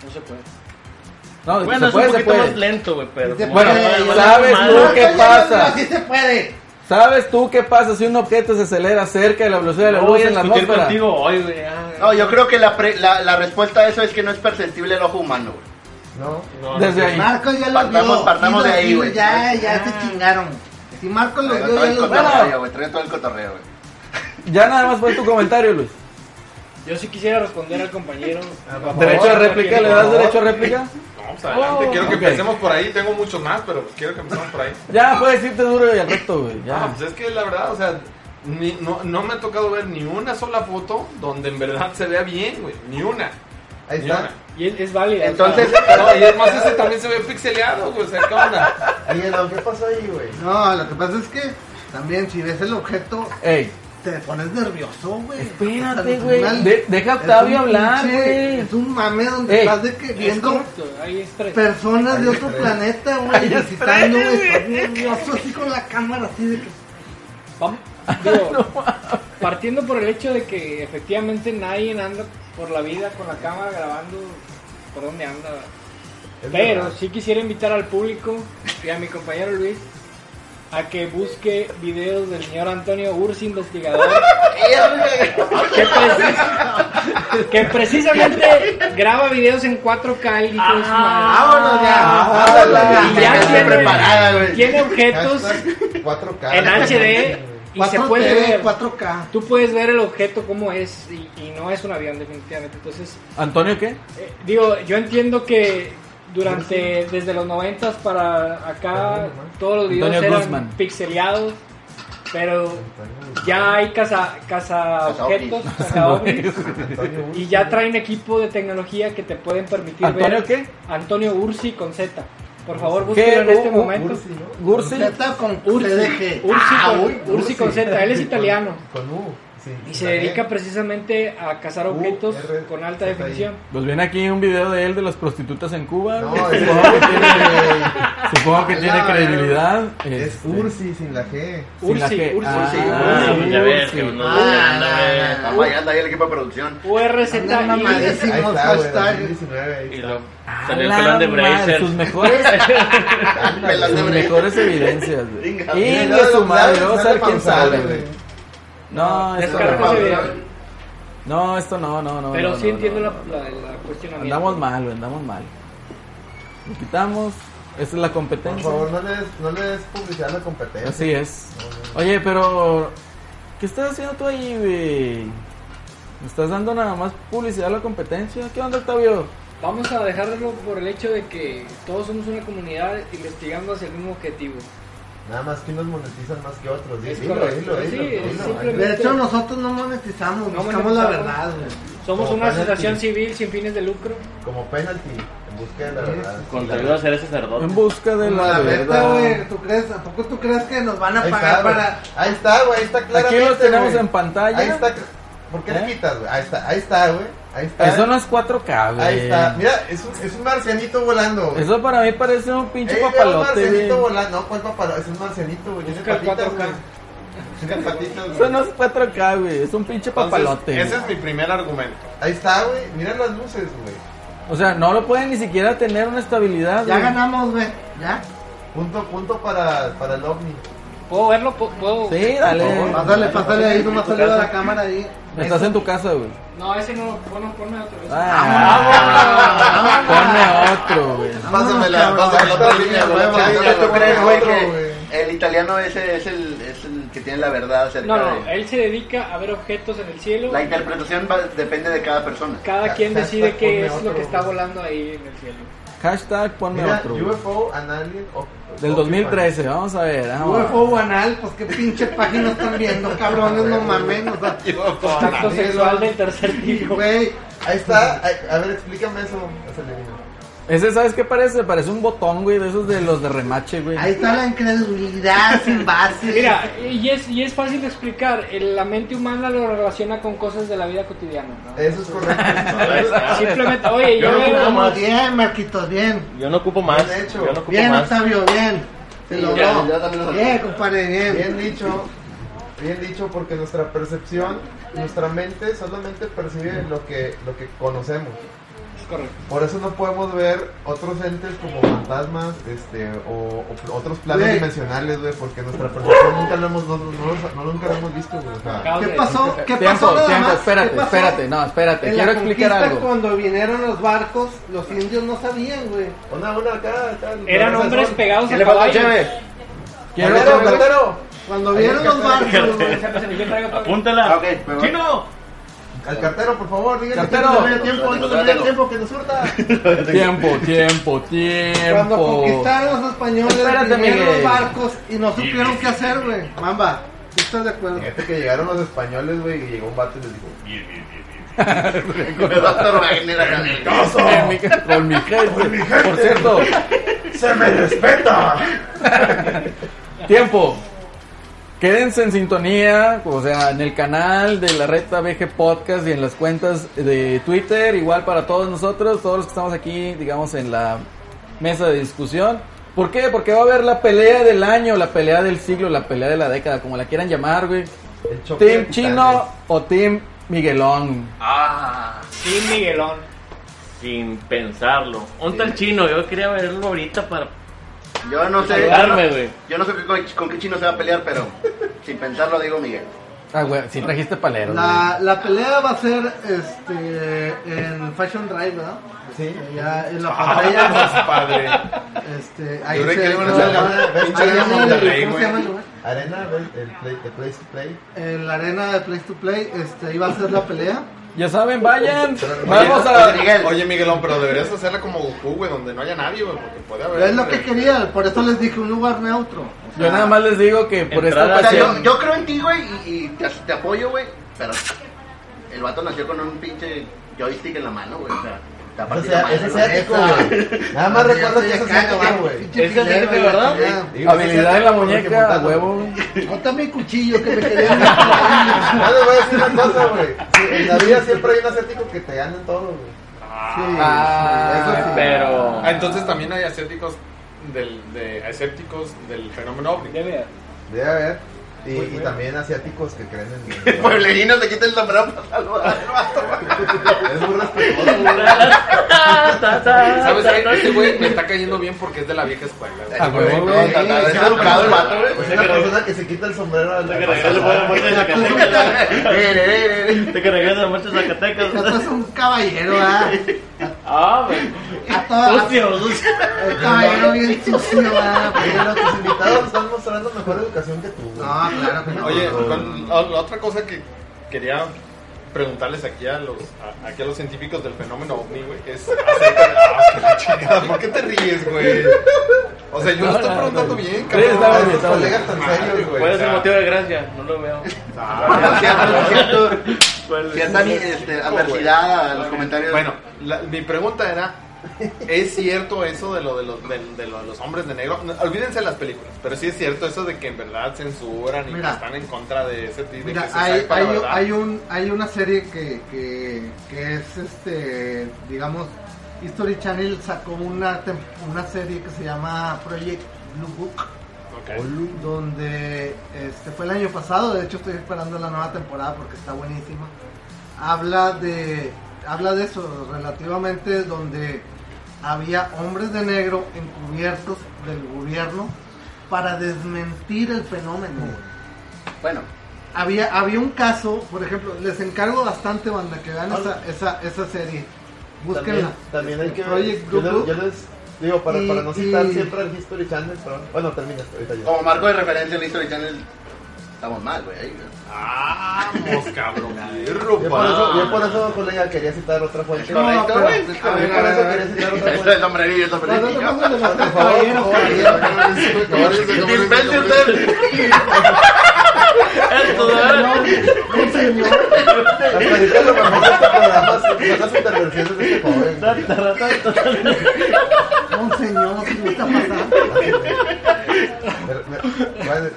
[SPEAKER 5] No se puede.
[SPEAKER 1] No,
[SPEAKER 4] Bueno,
[SPEAKER 1] se
[SPEAKER 4] es un
[SPEAKER 1] puede, se
[SPEAKER 4] poquito
[SPEAKER 1] puede.
[SPEAKER 4] más lento, güey, pero...
[SPEAKER 2] Se
[SPEAKER 4] como-
[SPEAKER 1] Bueno,
[SPEAKER 2] puede,
[SPEAKER 4] vale, vale,
[SPEAKER 1] ¿sabes
[SPEAKER 4] madre.
[SPEAKER 1] tú qué
[SPEAKER 2] Ay,
[SPEAKER 1] pasa?
[SPEAKER 2] Así se puede.
[SPEAKER 1] ¿Sabes tú qué pasa si un objeto se acelera cerca de la velocidad de la
[SPEAKER 4] No
[SPEAKER 1] luz
[SPEAKER 4] voy a
[SPEAKER 1] en la
[SPEAKER 4] discutir
[SPEAKER 1] atmósfera?
[SPEAKER 4] contigo hoy, güey. ah.
[SPEAKER 6] No, yo creo que la, pre- la, la respuesta a eso es que no es perceptible el ojo humano, güey.
[SPEAKER 9] No.
[SPEAKER 1] Desde ahí.
[SPEAKER 2] Marcos ya lo
[SPEAKER 6] Partamos-
[SPEAKER 2] vio.
[SPEAKER 6] partamos
[SPEAKER 2] Sí lo
[SPEAKER 6] de ahí,
[SPEAKER 2] vio,
[SPEAKER 6] güey.
[SPEAKER 2] Ya, ya se chingaron. Si Marcos lo
[SPEAKER 6] Traigo
[SPEAKER 2] vio,
[SPEAKER 6] todo
[SPEAKER 2] ya
[SPEAKER 6] el
[SPEAKER 2] lo
[SPEAKER 6] cotorreo, güey. Traigo todo el cotorreo, güey.
[SPEAKER 1] Ya nada más fue tu comentario, Luis.
[SPEAKER 5] Yo sí quisiera responder al compañero.
[SPEAKER 1] Derecho de réplica, ¿le das
[SPEAKER 9] favor.
[SPEAKER 1] derecho a réplica?
[SPEAKER 3] No, pues adelante.
[SPEAKER 1] Oh,
[SPEAKER 3] quiero que
[SPEAKER 1] ok.
[SPEAKER 3] empecemos por ahí. Tengo muchos más, pero pues quiero que empecemos por ahí.
[SPEAKER 1] Ya, puedes irte duro y al recto, güey. Ya.
[SPEAKER 3] Ah, pues es que la verdad, o sea, ni- no, no me ha tocado ver ni una sola foto donde en verdad se vea bien, güey. Ni una.
[SPEAKER 9] Ahí
[SPEAKER 3] Ni
[SPEAKER 9] está.
[SPEAKER 3] una.
[SPEAKER 5] Y es, es válido.
[SPEAKER 6] Entonces,
[SPEAKER 3] No, y es más, ese también se ve pixeleado, güey. O sea, ¿qué onda?
[SPEAKER 9] Ahí el ¿qué pasó ahí, güey?
[SPEAKER 2] No, lo que pasa es que también si ves el objeto,
[SPEAKER 1] Ey,
[SPEAKER 2] te pones nervioso, güey.
[SPEAKER 1] espérate,
[SPEAKER 2] Hasta
[SPEAKER 1] güey.
[SPEAKER 2] el final,
[SPEAKER 1] De- deja a
[SPEAKER 2] es
[SPEAKER 1] Octavio
[SPEAKER 2] un
[SPEAKER 1] hablar,
[SPEAKER 2] pinche-
[SPEAKER 1] güey.
[SPEAKER 2] Es un mame donde
[SPEAKER 5] Eh,
[SPEAKER 1] Ey.
[SPEAKER 2] estás de que
[SPEAKER 5] es
[SPEAKER 2] viendo
[SPEAKER 5] correcto, hay estrés.
[SPEAKER 2] personas de
[SPEAKER 9] Ahí
[SPEAKER 2] otro
[SPEAKER 9] está.
[SPEAKER 2] planeta, güey, visitando, güey. Estás nervioso así con la cámara, así de que.
[SPEAKER 5] Vamos. Digo, partiendo por el hecho de que efectivamente nadie anda por la vida con la cámara grabando por donde anda. Pero sí quisiera invitar al público y a mi compañero Luis a que busque videos del señor Antonio Ursi, investigador, que, precis- que precisamente graba videos en 4K y dijo, "Es
[SPEAKER 2] Ah,
[SPEAKER 5] madre".
[SPEAKER 6] Vámonos ya.
[SPEAKER 5] Ah,
[SPEAKER 6] Vámonos
[SPEAKER 5] Y ya
[SPEAKER 6] ya.
[SPEAKER 5] tiene-
[SPEAKER 6] preparada, güey.
[SPEAKER 5] tiene objetos
[SPEAKER 9] Hashtag 4K.
[SPEAKER 5] en HD y se
[SPEAKER 2] 4
[SPEAKER 5] puede ver.
[SPEAKER 2] 4K.
[SPEAKER 5] Tú puedes ver el objeto como es y, y no es un avión definitivamente. Entonces,
[SPEAKER 1] ¿Antonio qué?
[SPEAKER 5] eh, digo, yo entiendo que durante desde los 90 para acá todos los videos
[SPEAKER 1] Antonio
[SPEAKER 5] eran
[SPEAKER 1] Guzmán.
[SPEAKER 5] pixeleados, pero ya hay casa casa objetos, casa ovnis, y ya traen equipo de tecnología que te pueden permitir
[SPEAKER 1] ¿Antonio
[SPEAKER 5] ver
[SPEAKER 1] qué? ¿Oh,
[SPEAKER 5] Antonio Ursi con Z. Por favor, búsquenlo en este
[SPEAKER 1] U- U-
[SPEAKER 5] momento.
[SPEAKER 9] Ursi, ¿no?
[SPEAKER 1] Gursi.
[SPEAKER 2] Z con
[SPEAKER 5] Ursi,
[SPEAKER 2] CDG.
[SPEAKER 5] Ursi
[SPEAKER 2] Ah,
[SPEAKER 5] con-
[SPEAKER 2] uy,
[SPEAKER 5] Ursi con Z, él es italiano.
[SPEAKER 9] Con U. sí, E.
[SPEAKER 5] Y se
[SPEAKER 9] también.
[SPEAKER 5] dedica precisamente a cazar
[SPEAKER 9] U,
[SPEAKER 5] objetos
[SPEAKER 9] R,
[SPEAKER 5] con alta
[SPEAKER 9] Z, I.
[SPEAKER 5] definición.
[SPEAKER 1] Pues viene aquí un video de él de las prostitutas en Cuba.
[SPEAKER 9] No,
[SPEAKER 1] güey.
[SPEAKER 9] es-
[SPEAKER 1] supongo que tiene, supongo que tiene
[SPEAKER 9] No,
[SPEAKER 1] credibilidad.
[SPEAKER 9] Es
[SPEAKER 1] Este,
[SPEAKER 9] Ursi sin la G.
[SPEAKER 1] sin la
[SPEAKER 5] Ursi,
[SPEAKER 1] que-
[SPEAKER 5] Ursi.
[SPEAKER 1] Ah,
[SPEAKER 4] Ursi, ya ves,
[SPEAKER 1] Ursi.
[SPEAKER 4] que uno-
[SPEAKER 6] Ah, Vamos allá, anda ahí el equipo de producción.
[SPEAKER 2] Anda una
[SPEAKER 5] URZI.
[SPEAKER 2] madre.
[SPEAKER 9] Ahí
[SPEAKER 2] Decimos
[SPEAKER 9] está, güey,
[SPEAKER 2] hashtag.
[SPEAKER 9] 2019, ahí
[SPEAKER 4] Y
[SPEAKER 9] está.
[SPEAKER 4] luego
[SPEAKER 1] A
[SPEAKER 4] salió el
[SPEAKER 1] la
[SPEAKER 4] pelón de
[SPEAKER 1] madre,
[SPEAKER 4] Bracer.
[SPEAKER 1] Sus mejores,
[SPEAKER 6] Pelas de
[SPEAKER 1] sus
[SPEAKER 6] oreja.
[SPEAKER 1] mejores evidencias. güey.
[SPEAKER 6] Venga,
[SPEAKER 1] Y
[SPEAKER 9] Mira,
[SPEAKER 1] de su
[SPEAKER 9] dale,
[SPEAKER 1] madre,
[SPEAKER 9] dale,
[SPEAKER 1] vamos a
[SPEAKER 9] dale
[SPEAKER 1] ver quién
[SPEAKER 9] pausado,
[SPEAKER 1] sale.
[SPEAKER 9] güey.
[SPEAKER 1] güey. No, esto
[SPEAKER 5] Descarga
[SPEAKER 1] no.
[SPEAKER 5] ese video.
[SPEAKER 1] No, esto no, no, no.
[SPEAKER 5] Pero
[SPEAKER 1] no,
[SPEAKER 5] sí
[SPEAKER 1] no,
[SPEAKER 5] entiendo
[SPEAKER 1] no,
[SPEAKER 5] la,
[SPEAKER 1] no.
[SPEAKER 5] la, la cuestionamiento.
[SPEAKER 1] Andamos mal, güey, andamos mal. Lo quitamos. Esta es la
[SPEAKER 9] Por
[SPEAKER 1] competencia.
[SPEAKER 9] favor, no le des, no le des publicidad a la competencia.
[SPEAKER 1] Así es. Oye, pero. ¿Qué estás haciendo tú ahí, güey? ¿Me estás dando nada más publicidad a la competencia? ¿Qué onda, Octavio?
[SPEAKER 5] Vamos a dejarlo por el hecho de que todos somos una comunidad investigando hacia el mismo objetivo.
[SPEAKER 9] Nada más que unos monetizan más que otros.
[SPEAKER 5] Es
[SPEAKER 9] Dilo,
[SPEAKER 5] correcto.
[SPEAKER 9] dilo,
[SPEAKER 5] Sí,
[SPEAKER 9] dilo,
[SPEAKER 5] es
[SPEAKER 9] dilo.
[SPEAKER 5] simple.
[SPEAKER 2] De hecho, nosotros no monetizamos,
[SPEAKER 5] No
[SPEAKER 2] buscamos la
[SPEAKER 5] monetizamos.
[SPEAKER 2] verdad, güey.
[SPEAKER 5] Somos
[SPEAKER 9] Como
[SPEAKER 5] una
[SPEAKER 9] penalti.
[SPEAKER 5] asociación civil sin fines de lucro.
[SPEAKER 9] Como penalty, en busca de la verdad.
[SPEAKER 4] Contribuido a ser sacerdote.
[SPEAKER 1] En busca de
[SPEAKER 2] Como
[SPEAKER 1] la,
[SPEAKER 2] la neta,
[SPEAKER 1] verdad.
[SPEAKER 2] güey. ¿Tú crees? ¿A poco tú crees que nos van a
[SPEAKER 9] Ahí
[SPEAKER 2] pagar
[SPEAKER 9] está, güey.
[SPEAKER 2] para.?
[SPEAKER 9] Ahí está, güey, ahí está claramente.
[SPEAKER 1] Aquí lo tenemos
[SPEAKER 9] güey.
[SPEAKER 1] en pantalla.
[SPEAKER 9] Ahí está. ¿Por qué
[SPEAKER 1] ¿Eh?
[SPEAKER 9] le quitas, güey? Ahí está, ahí está, güey. Ahí está.
[SPEAKER 1] Eso no es 4K, güey.
[SPEAKER 9] Ahí está. Mira, es un, es un marcianito volando, güey.
[SPEAKER 1] Eso para mí parece un pinche
[SPEAKER 9] Ey, mira, un
[SPEAKER 1] papalote,
[SPEAKER 9] marcianito
[SPEAKER 1] güey.
[SPEAKER 9] volando. No, ¿cuál papalote? Es un marcianito, güey. Tiene
[SPEAKER 5] Busca el
[SPEAKER 9] patitas,
[SPEAKER 5] 4K.
[SPEAKER 9] güey. Tiene patitas, güey.
[SPEAKER 1] Eso no es 4K, güey. Es un pinche
[SPEAKER 3] Entonces,
[SPEAKER 1] papalote.
[SPEAKER 3] ese
[SPEAKER 1] güey.
[SPEAKER 3] es mi primer argumento.
[SPEAKER 9] Ahí está, güey. Mira las luces, güey.
[SPEAKER 1] O sea, no lo pueden ni siquiera tener una estabilidad.
[SPEAKER 2] Ya
[SPEAKER 1] güey.
[SPEAKER 2] ganamos, güey. Ya.
[SPEAKER 9] Punto, punto para, para el ovni.
[SPEAKER 5] ¿Puedo verlo? ¿Puedo? puedo-
[SPEAKER 1] Sí, dale.
[SPEAKER 2] Pásale, pásale ahí, nomás saluda a la cámara ahí.
[SPEAKER 1] Estás en tu casa, güey.
[SPEAKER 5] No, ese no, bueno, ponme otro. ese.
[SPEAKER 1] Ah, ponme otro, güey.
[SPEAKER 9] Pásamela, pásamela otra línea, güey.
[SPEAKER 6] Ya Ah, tú crees, güey,
[SPEAKER 9] Otro,
[SPEAKER 6] que el italiano ese es el, es el que tiene la verdad acerca
[SPEAKER 5] No, no,
[SPEAKER 6] de...
[SPEAKER 5] él se dedica a ver objetos en el cielo.
[SPEAKER 6] La interpretación va- depende de cada persona.
[SPEAKER 5] Cada quien
[SPEAKER 9] Hashtag
[SPEAKER 5] decide qué
[SPEAKER 9] ponme
[SPEAKER 5] es lo
[SPEAKER 9] otro.
[SPEAKER 5] que está volando ahí en el cielo.
[SPEAKER 1] Hashtag ponme
[SPEAKER 9] Mira,
[SPEAKER 1] otro. güey.
[SPEAKER 9] UFO Analien Oc-
[SPEAKER 1] Del
[SPEAKER 9] Occupant.
[SPEAKER 1] 2013, vamos a ver. vamos a ver.
[SPEAKER 2] UFO anal, pues qué pinche página están viendo, cabrones, no mames. O sea,
[SPEAKER 1] Ah,
[SPEAKER 5] Contacto
[SPEAKER 9] sí,
[SPEAKER 5] sexual
[SPEAKER 9] no.
[SPEAKER 5] del tercer
[SPEAKER 2] y,
[SPEAKER 5] tipo.
[SPEAKER 2] güey,
[SPEAKER 9] Ahí está. Ay, A ver, explícame eso, Acelina.
[SPEAKER 1] Ese, ¿sabes qué parece? Parece un botón, güey, de esos de los de remache, güey.
[SPEAKER 2] ahí está la incredulidad sin base.
[SPEAKER 5] Mira, y es, y es fácil de explicar. el- La mente humana lo relaciona con cosas de la vida cotidiana. ¿no?
[SPEAKER 9] Eso es correcto.
[SPEAKER 4] Ahí está.
[SPEAKER 5] Simplemente, oye, yo
[SPEAKER 4] Yo no
[SPEAKER 5] veo-
[SPEAKER 4] ocupo
[SPEAKER 2] Vamos, bien, Marquitos, bien.
[SPEAKER 4] Yo no ocupo más.
[SPEAKER 9] Bien hecho.
[SPEAKER 4] Yo no ocupo
[SPEAKER 2] Bien,
[SPEAKER 4] más.
[SPEAKER 2] Octavio, bien. Se
[SPEAKER 6] Sí,
[SPEAKER 2] logró.
[SPEAKER 6] ya, ya también lo-
[SPEAKER 2] Bien, compadre, bien.
[SPEAKER 9] Bien dicho, bien dicho, porque nuestra percepción, nuestra mente solamente percibe lo que, lo que conocemos.
[SPEAKER 5] Es correcto.
[SPEAKER 9] Por eso no podemos ver otros entes como fantasmas este, o, o otros planos
[SPEAKER 2] Güey.
[SPEAKER 9] dimensionales, güey, porque nuestra percepción nunca lo hemos, no, no- no los- no nunca lo hemos visto, güey. o sea,
[SPEAKER 5] Acabas
[SPEAKER 2] ¿Qué
[SPEAKER 5] de-
[SPEAKER 2] pasó? ¿Qué
[SPEAKER 1] tiempo,
[SPEAKER 2] pasó nada
[SPEAKER 1] tiempo,
[SPEAKER 2] más? ¿Qué
[SPEAKER 1] espérate,
[SPEAKER 2] pasó?
[SPEAKER 1] espérate, no, espérate,
[SPEAKER 2] En
[SPEAKER 1] quiero
[SPEAKER 2] la
[SPEAKER 1] explicar
[SPEAKER 2] conquista,
[SPEAKER 1] algo.
[SPEAKER 2] cuando vinieron los barcos, los indios no sabían, güey.
[SPEAKER 9] una, una acá, acá.
[SPEAKER 5] Eran
[SPEAKER 9] Esas
[SPEAKER 5] hombres
[SPEAKER 9] son-
[SPEAKER 5] pegados
[SPEAKER 6] ¿Qué
[SPEAKER 5] a
[SPEAKER 6] le falta,
[SPEAKER 5] caballo.
[SPEAKER 6] Cheve?
[SPEAKER 1] Quiero
[SPEAKER 9] Platero,
[SPEAKER 1] saber-
[SPEAKER 9] platero.
[SPEAKER 2] Cuando vieron los barcos, güey.
[SPEAKER 4] Apúntala.
[SPEAKER 6] Ah, ok, me voy.
[SPEAKER 4] ¡Chino!
[SPEAKER 9] Al cartero, por favor, dígale.
[SPEAKER 1] Cartero.
[SPEAKER 9] que no se vaya tiempo, no se vaya
[SPEAKER 6] Cartero.
[SPEAKER 9] tiempo, que nos hurta.
[SPEAKER 1] tiempo, tiempo,
[SPEAKER 2] Cuando
[SPEAKER 1] tiempo.
[SPEAKER 2] conquistaron los españoles,
[SPEAKER 1] Espérate,
[SPEAKER 2] vinieron
[SPEAKER 1] Miguel.
[SPEAKER 2] los barcos y no supieron qué hacer, güey. Mamba, ¿tú estás de acuerdo?
[SPEAKER 9] Fíjate que llegaron los españoles, güey, y llegó un vato y les dijo,
[SPEAKER 8] Bien, bien, bien, bien.
[SPEAKER 6] Doctor Wagner acá en el-
[SPEAKER 1] Con mi- Con mi gente. Por cierto,
[SPEAKER 9] ¡Se me respeta!
[SPEAKER 1] tiempo. Quédense en sintonía, o sea, en el canal de la Recta BG Podcast y en las cuentas de Twitter, igual para todos nosotros, todos los que estamos aquí, digamos, en la mesa de discusión. ¿Por qué? Porque va a haber la pelea del año, la pelea del siglo, la pelea de la década, como la quieran llamar, güey.
[SPEAKER 9] El choque de
[SPEAKER 1] Team
[SPEAKER 9] titanes.
[SPEAKER 1] Chino o Team Miguelón.
[SPEAKER 4] Ah,
[SPEAKER 5] Sí, Miguelón.
[SPEAKER 4] sin pensarlo. Un tal chino, yo quería verlo ahorita para
[SPEAKER 6] Yo no sé.
[SPEAKER 4] saludarme, güey.
[SPEAKER 6] Yo no sé con, con qué chino se va a pelear, pero sin pensarlo digo Miguel.
[SPEAKER 1] Ah, güey, sí trajiste palero.
[SPEAKER 2] La, la pelea va a ser este, en Fashion Drive, ¿verdad?
[SPEAKER 9] Sí.
[SPEAKER 2] Ya en la pantalla.
[SPEAKER 3] Padre.
[SPEAKER 2] este, ahí
[SPEAKER 3] Yo creí
[SPEAKER 2] se
[SPEAKER 3] que le iban a
[SPEAKER 2] se-
[SPEAKER 3] hacer la-
[SPEAKER 2] ahí
[SPEAKER 3] pinche
[SPEAKER 2] en el-
[SPEAKER 3] de Monterrey,
[SPEAKER 2] ¿cómo se
[SPEAKER 3] güey.
[SPEAKER 2] llama el lugar?
[SPEAKER 9] Arena, ¿ves? El, play, el place to play.
[SPEAKER 2] En la arena de Place to Play, este, ahí va a ser la pelea.
[SPEAKER 1] Ya saben, vayan.
[SPEAKER 3] Oye,
[SPEAKER 1] Vamos a.
[SPEAKER 3] oye, Miguel. Oye, Miguelón, pero deberías hacerla como Goku, güey, donde no haya nadie, güey, porque puede haber.
[SPEAKER 2] Es lo que quería, por eso les dije un lugar neutro. O sea,
[SPEAKER 1] Yo nada más les digo que por
[SPEAKER 4] Entrada
[SPEAKER 6] O
[SPEAKER 1] esta
[SPEAKER 6] sea,
[SPEAKER 1] ocasión.
[SPEAKER 6] yo, yo creo en ti, güey, y, y te, te apoyo, güey, pero el vato nació con un pinche joystick en la mano, güey, o sea, te va a partir
[SPEAKER 9] Eso
[SPEAKER 6] la
[SPEAKER 9] sea,
[SPEAKER 6] madre,
[SPEAKER 9] ese es
[SPEAKER 6] güey.
[SPEAKER 9] asiático, güey. Nada más
[SPEAKER 2] yo
[SPEAKER 9] recuerdo que
[SPEAKER 2] estoy
[SPEAKER 9] eso es
[SPEAKER 2] acá,
[SPEAKER 9] asiático, güey.
[SPEAKER 2] pinche
[SPEAKER 4] Es que
[SPEAKER 2] filero
[SPEAKER 4] gente,
[SPEAKER 2] y la
[SPEAKER 4] ¿verdad?
[SPEAKER 2] chingada.
[SPEAKER 9] Digo,
[SPEAKER 1] Habilidad en la muñeca, a
[SPEAKER 9] apuntando.
[SPEAKER 1] huevo.
[SPEAKER 2] Bota mi cuchillo que me quería.
[SPEAKER 9] No les voy a decir una cosa, güey. Sí, En la vida siempre hay un asiático que te gana en todo, güey.
[SPEAKER 1] Ah,
[SPEAKER 4] Pero.
[SPEAKER 3] Ah, entonces también hay escépticos del, de, escépticos del fenómeno ovni.
[SPEAKER 5] Debe haber.
[SPEAKER 9] Debe haber. Y, y también asiáticos que creen en
[SPEAKER 6] Pueblerino se quita el sombrero para saludar al vato.
[SPEAKER 9] Es muy respetuoso, güey.
[SPEAKER 3] ¿Sabes
[SPEAKER 4] Ah,
[SPEAKER 3] qué? Este güey me está cayendo bien porque es de la vieja escuela. güey.
[SPEAKER 1] A huevo,
[SPEAKER 9] Sí,
[SPEAKER 1] Ah, güey.
[SPEAKER 9] está- está-
[SPEAKER 6] Sí,
[SPEAKER 9] está
[SPEAKER 6] sí,
[SPEAKER 9] educado el
[SPEAKER 6] sí.
[SPEAKER 9] vato, güey.
[SPEAKER 6] O
[SPEAKER 9] Es una persona que se quita el sombrero al-
[SPEAKER 4] que regresa el bueno, muerte de Zacatecas.
[SPEAKER 6] Eh, eh, eh.
[SPEAKER 4] De que regresa la muerte de Zacatecas.
[SPEAKER 2] Esto es pues, un caballero, ¿verdad?
[SPEAKER 4] Ah, güey.
[SPEAKER 1] Pues
[SPEAKER 2] A toda-
[SPEAKER 4] Sucio, sucio.
[SPEAKER 2] El caballero bien sucio, ¿verdad?
[SPEAKER 9] Pero tus invitados están mostrando mejor educación que tú, güey.
[SPEAKER 2] No, claro que no.
[SPEAKER 3] Oye, con- o- la otra cosa que quería preguntarles aquí a los a- aquí a los científicos del fenómeno ovni, güey, es acerca de- ah, que la chingada, ¿por qué te ríes, güey? O sea, yo lo estoy preguntando bien,
[SPEAKER 1] Sí, está
[SPEAKER 3] eh,
[SPEAKER 1] bien,
[SPEAKER 9] Estos
[SPEAKER 1] está bien.
[SPEAKER 9] colegas tan serios, güey.
[SPEAKER 4] ¿Cuál es el
[SPEAKER 3] sea-
[SPEAKER 4] motivo de gracia? No lo veo.
[SPEAKER 6] Por cierto, por cierto,
[SPEAKER 4] ¿Cuál es?
[SPEAKER 6] cierta este, adversidad a los comentarios.
[SPEAKER 3] Bueno, la- mi pregunta era, ¿es cierto eso de lo de los, de, de lo de los hombres de negro? No, olvídense las películas, pero sí es cierto eso de que en verdad censuran y
[SPEAKER 2] Mira.
[SPEAKER 3] que están en contra de ese tipo de
[SPEAKER 2] Mira,
[SPEAKER 3] que se
[SPEAKER 2] hay,
[SPEAKER 3] sepa
[SPEAKER 2] hay,
[SPEAKER 3] la verdad.
[SPEAKER 2] hay un, hay una serie que, que, que es este, digamos, History Channel sacó una, tem- una serie que se llama Project Blue Book,
[SPEAKER 3] Ok.
[SPEAKER 2] donde este, fue el año pasado, de hecho estoy esperando la nueva temporada porque está buenísima. Habla de, habla de eso, relativamente donde había hombres de negro encubiertos del gobierno para desmentir el fenómeno.
[SPEAKER 6] Bueno,
[SPEAKER 2] Había, había un caso, por ejemplo, les encargo bastante, banda, que vean esa, esa, esa serie. Búsquenla.
[SPEAKER 9] También, también hay que
[SPEAKER 2] Project Blue
[SPEAKER 9] yo, les,
[SPEAKER 2] Book.
[SPEAKER 9] yo les digo, para,
[SPEAKER 2] Y-
[SPEAKER 9] para no citar
[SPEAKER 2] y-
[SPEAKER 9] siempre al History Channel, pero bueno, termina ahorita yo.
[SPEAKER 6] como marco de referencia en History Channel, estamos mal, güey. ahí, güey.
[SPEAKER 3] Vamos, cabrón,
[SPEAKER 9] Yo
[SPEAKER 3] perro,
[SPEAKER 9] por,
[SPEAKER 3] pa.
[SPEAKER 9] eso, yo por eso, colega, quería citar otra fuente.
[SPEAKER 2] No,
[SPEAKER 6] correcto,
[SPEAKER 2] pero-
[SPEAKER 6] güey,
[SPEAKER 2] a ver,
[SPEAKER 9] Por
[SPEAKER 2] a
[SPEAKER 9] eso
[SPEAKER 2] ver, a ver.
[SPEAKER 9] quería citar otra
[SPEAKER 6] Esto es el
[SPEAKER 9] fuente.
[SPEAKER 6] sombrerillo, el
[SPEAKER 2] No, no, no,
[SPEAKER 6] sombrerillo.
[SPEAKER 2] no, no, no, no,
[SPEAKER 9] Por favor,
[SPEAKER 2] caballero,
[SPEAKER 9] por
[SPEAKER 2] caballero.
[SPEAKER 6] Dispense usted.
[SPEAKER 4] Esto, ¿verdad?
[SPEAKER 2] Un señor.
[SPEAKER 9] Americano, por favor, este programa, son las intervenciones de este joven.
[SPEAKER 4] Ta, ta, ta, ta, ta.
[SPEAKER 2] Un señor. ¿Qué está pasando?
[SPEAKER 9] Me, me- bueno,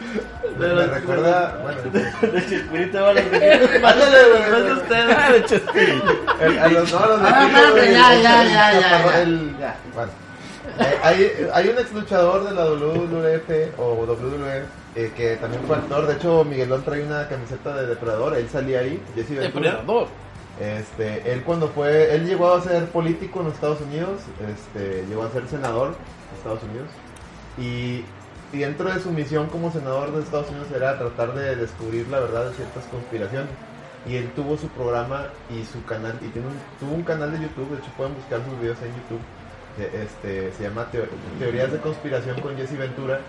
[SPEAKER 9] me- me recuerda, bueno,
[SPEAKER 4] De chispirita, vale. Mándale, güey. Mándale usted.
[SPEAKER 1] Ah, de chiste.
[SPEAKER 9] el- a los no, a los de
[SPEAKER 2] Ah,
[SPEAKER 9] Quito,
[SPEAKER 2] espérate,
[SPEAKER 9] güey,
[SPEAKER 2] ya,
[SPEAKER 9] el-
[SPEAKER 2] ya,
[SPEAKER 9] el
[SPEAKER 2] ya, ya,
[SPEAKER 9] chaparro-
[SPEAKER 2] ya.
[SPEAKER 9] el- bueno. Eh, hay, hay un ex luchador de la WWF o WWE eh, que también fue actor. De hecho, Miguelón trae una camiseta de depredador. Él salía ahí, Jesse Ventura.
[SPEAKER 1] Depredador.
[SPEAKER 9] Este, él cuando fue, él llegó a ser político en los Estados Unidos, este, llegó a ser senador de Estados Unidos y, y dentro de su misión como senador de Estados Unidos era tratar de descubrir la verdad de ciertas conspiraciones y él tuvo su programa y su canal y tiene un- tuvo un canal de YouTube, de hecho pueden buscar sus videos en YouTube, que, este, se llama Teo- Teorías de Conspiración con Jesse Ventura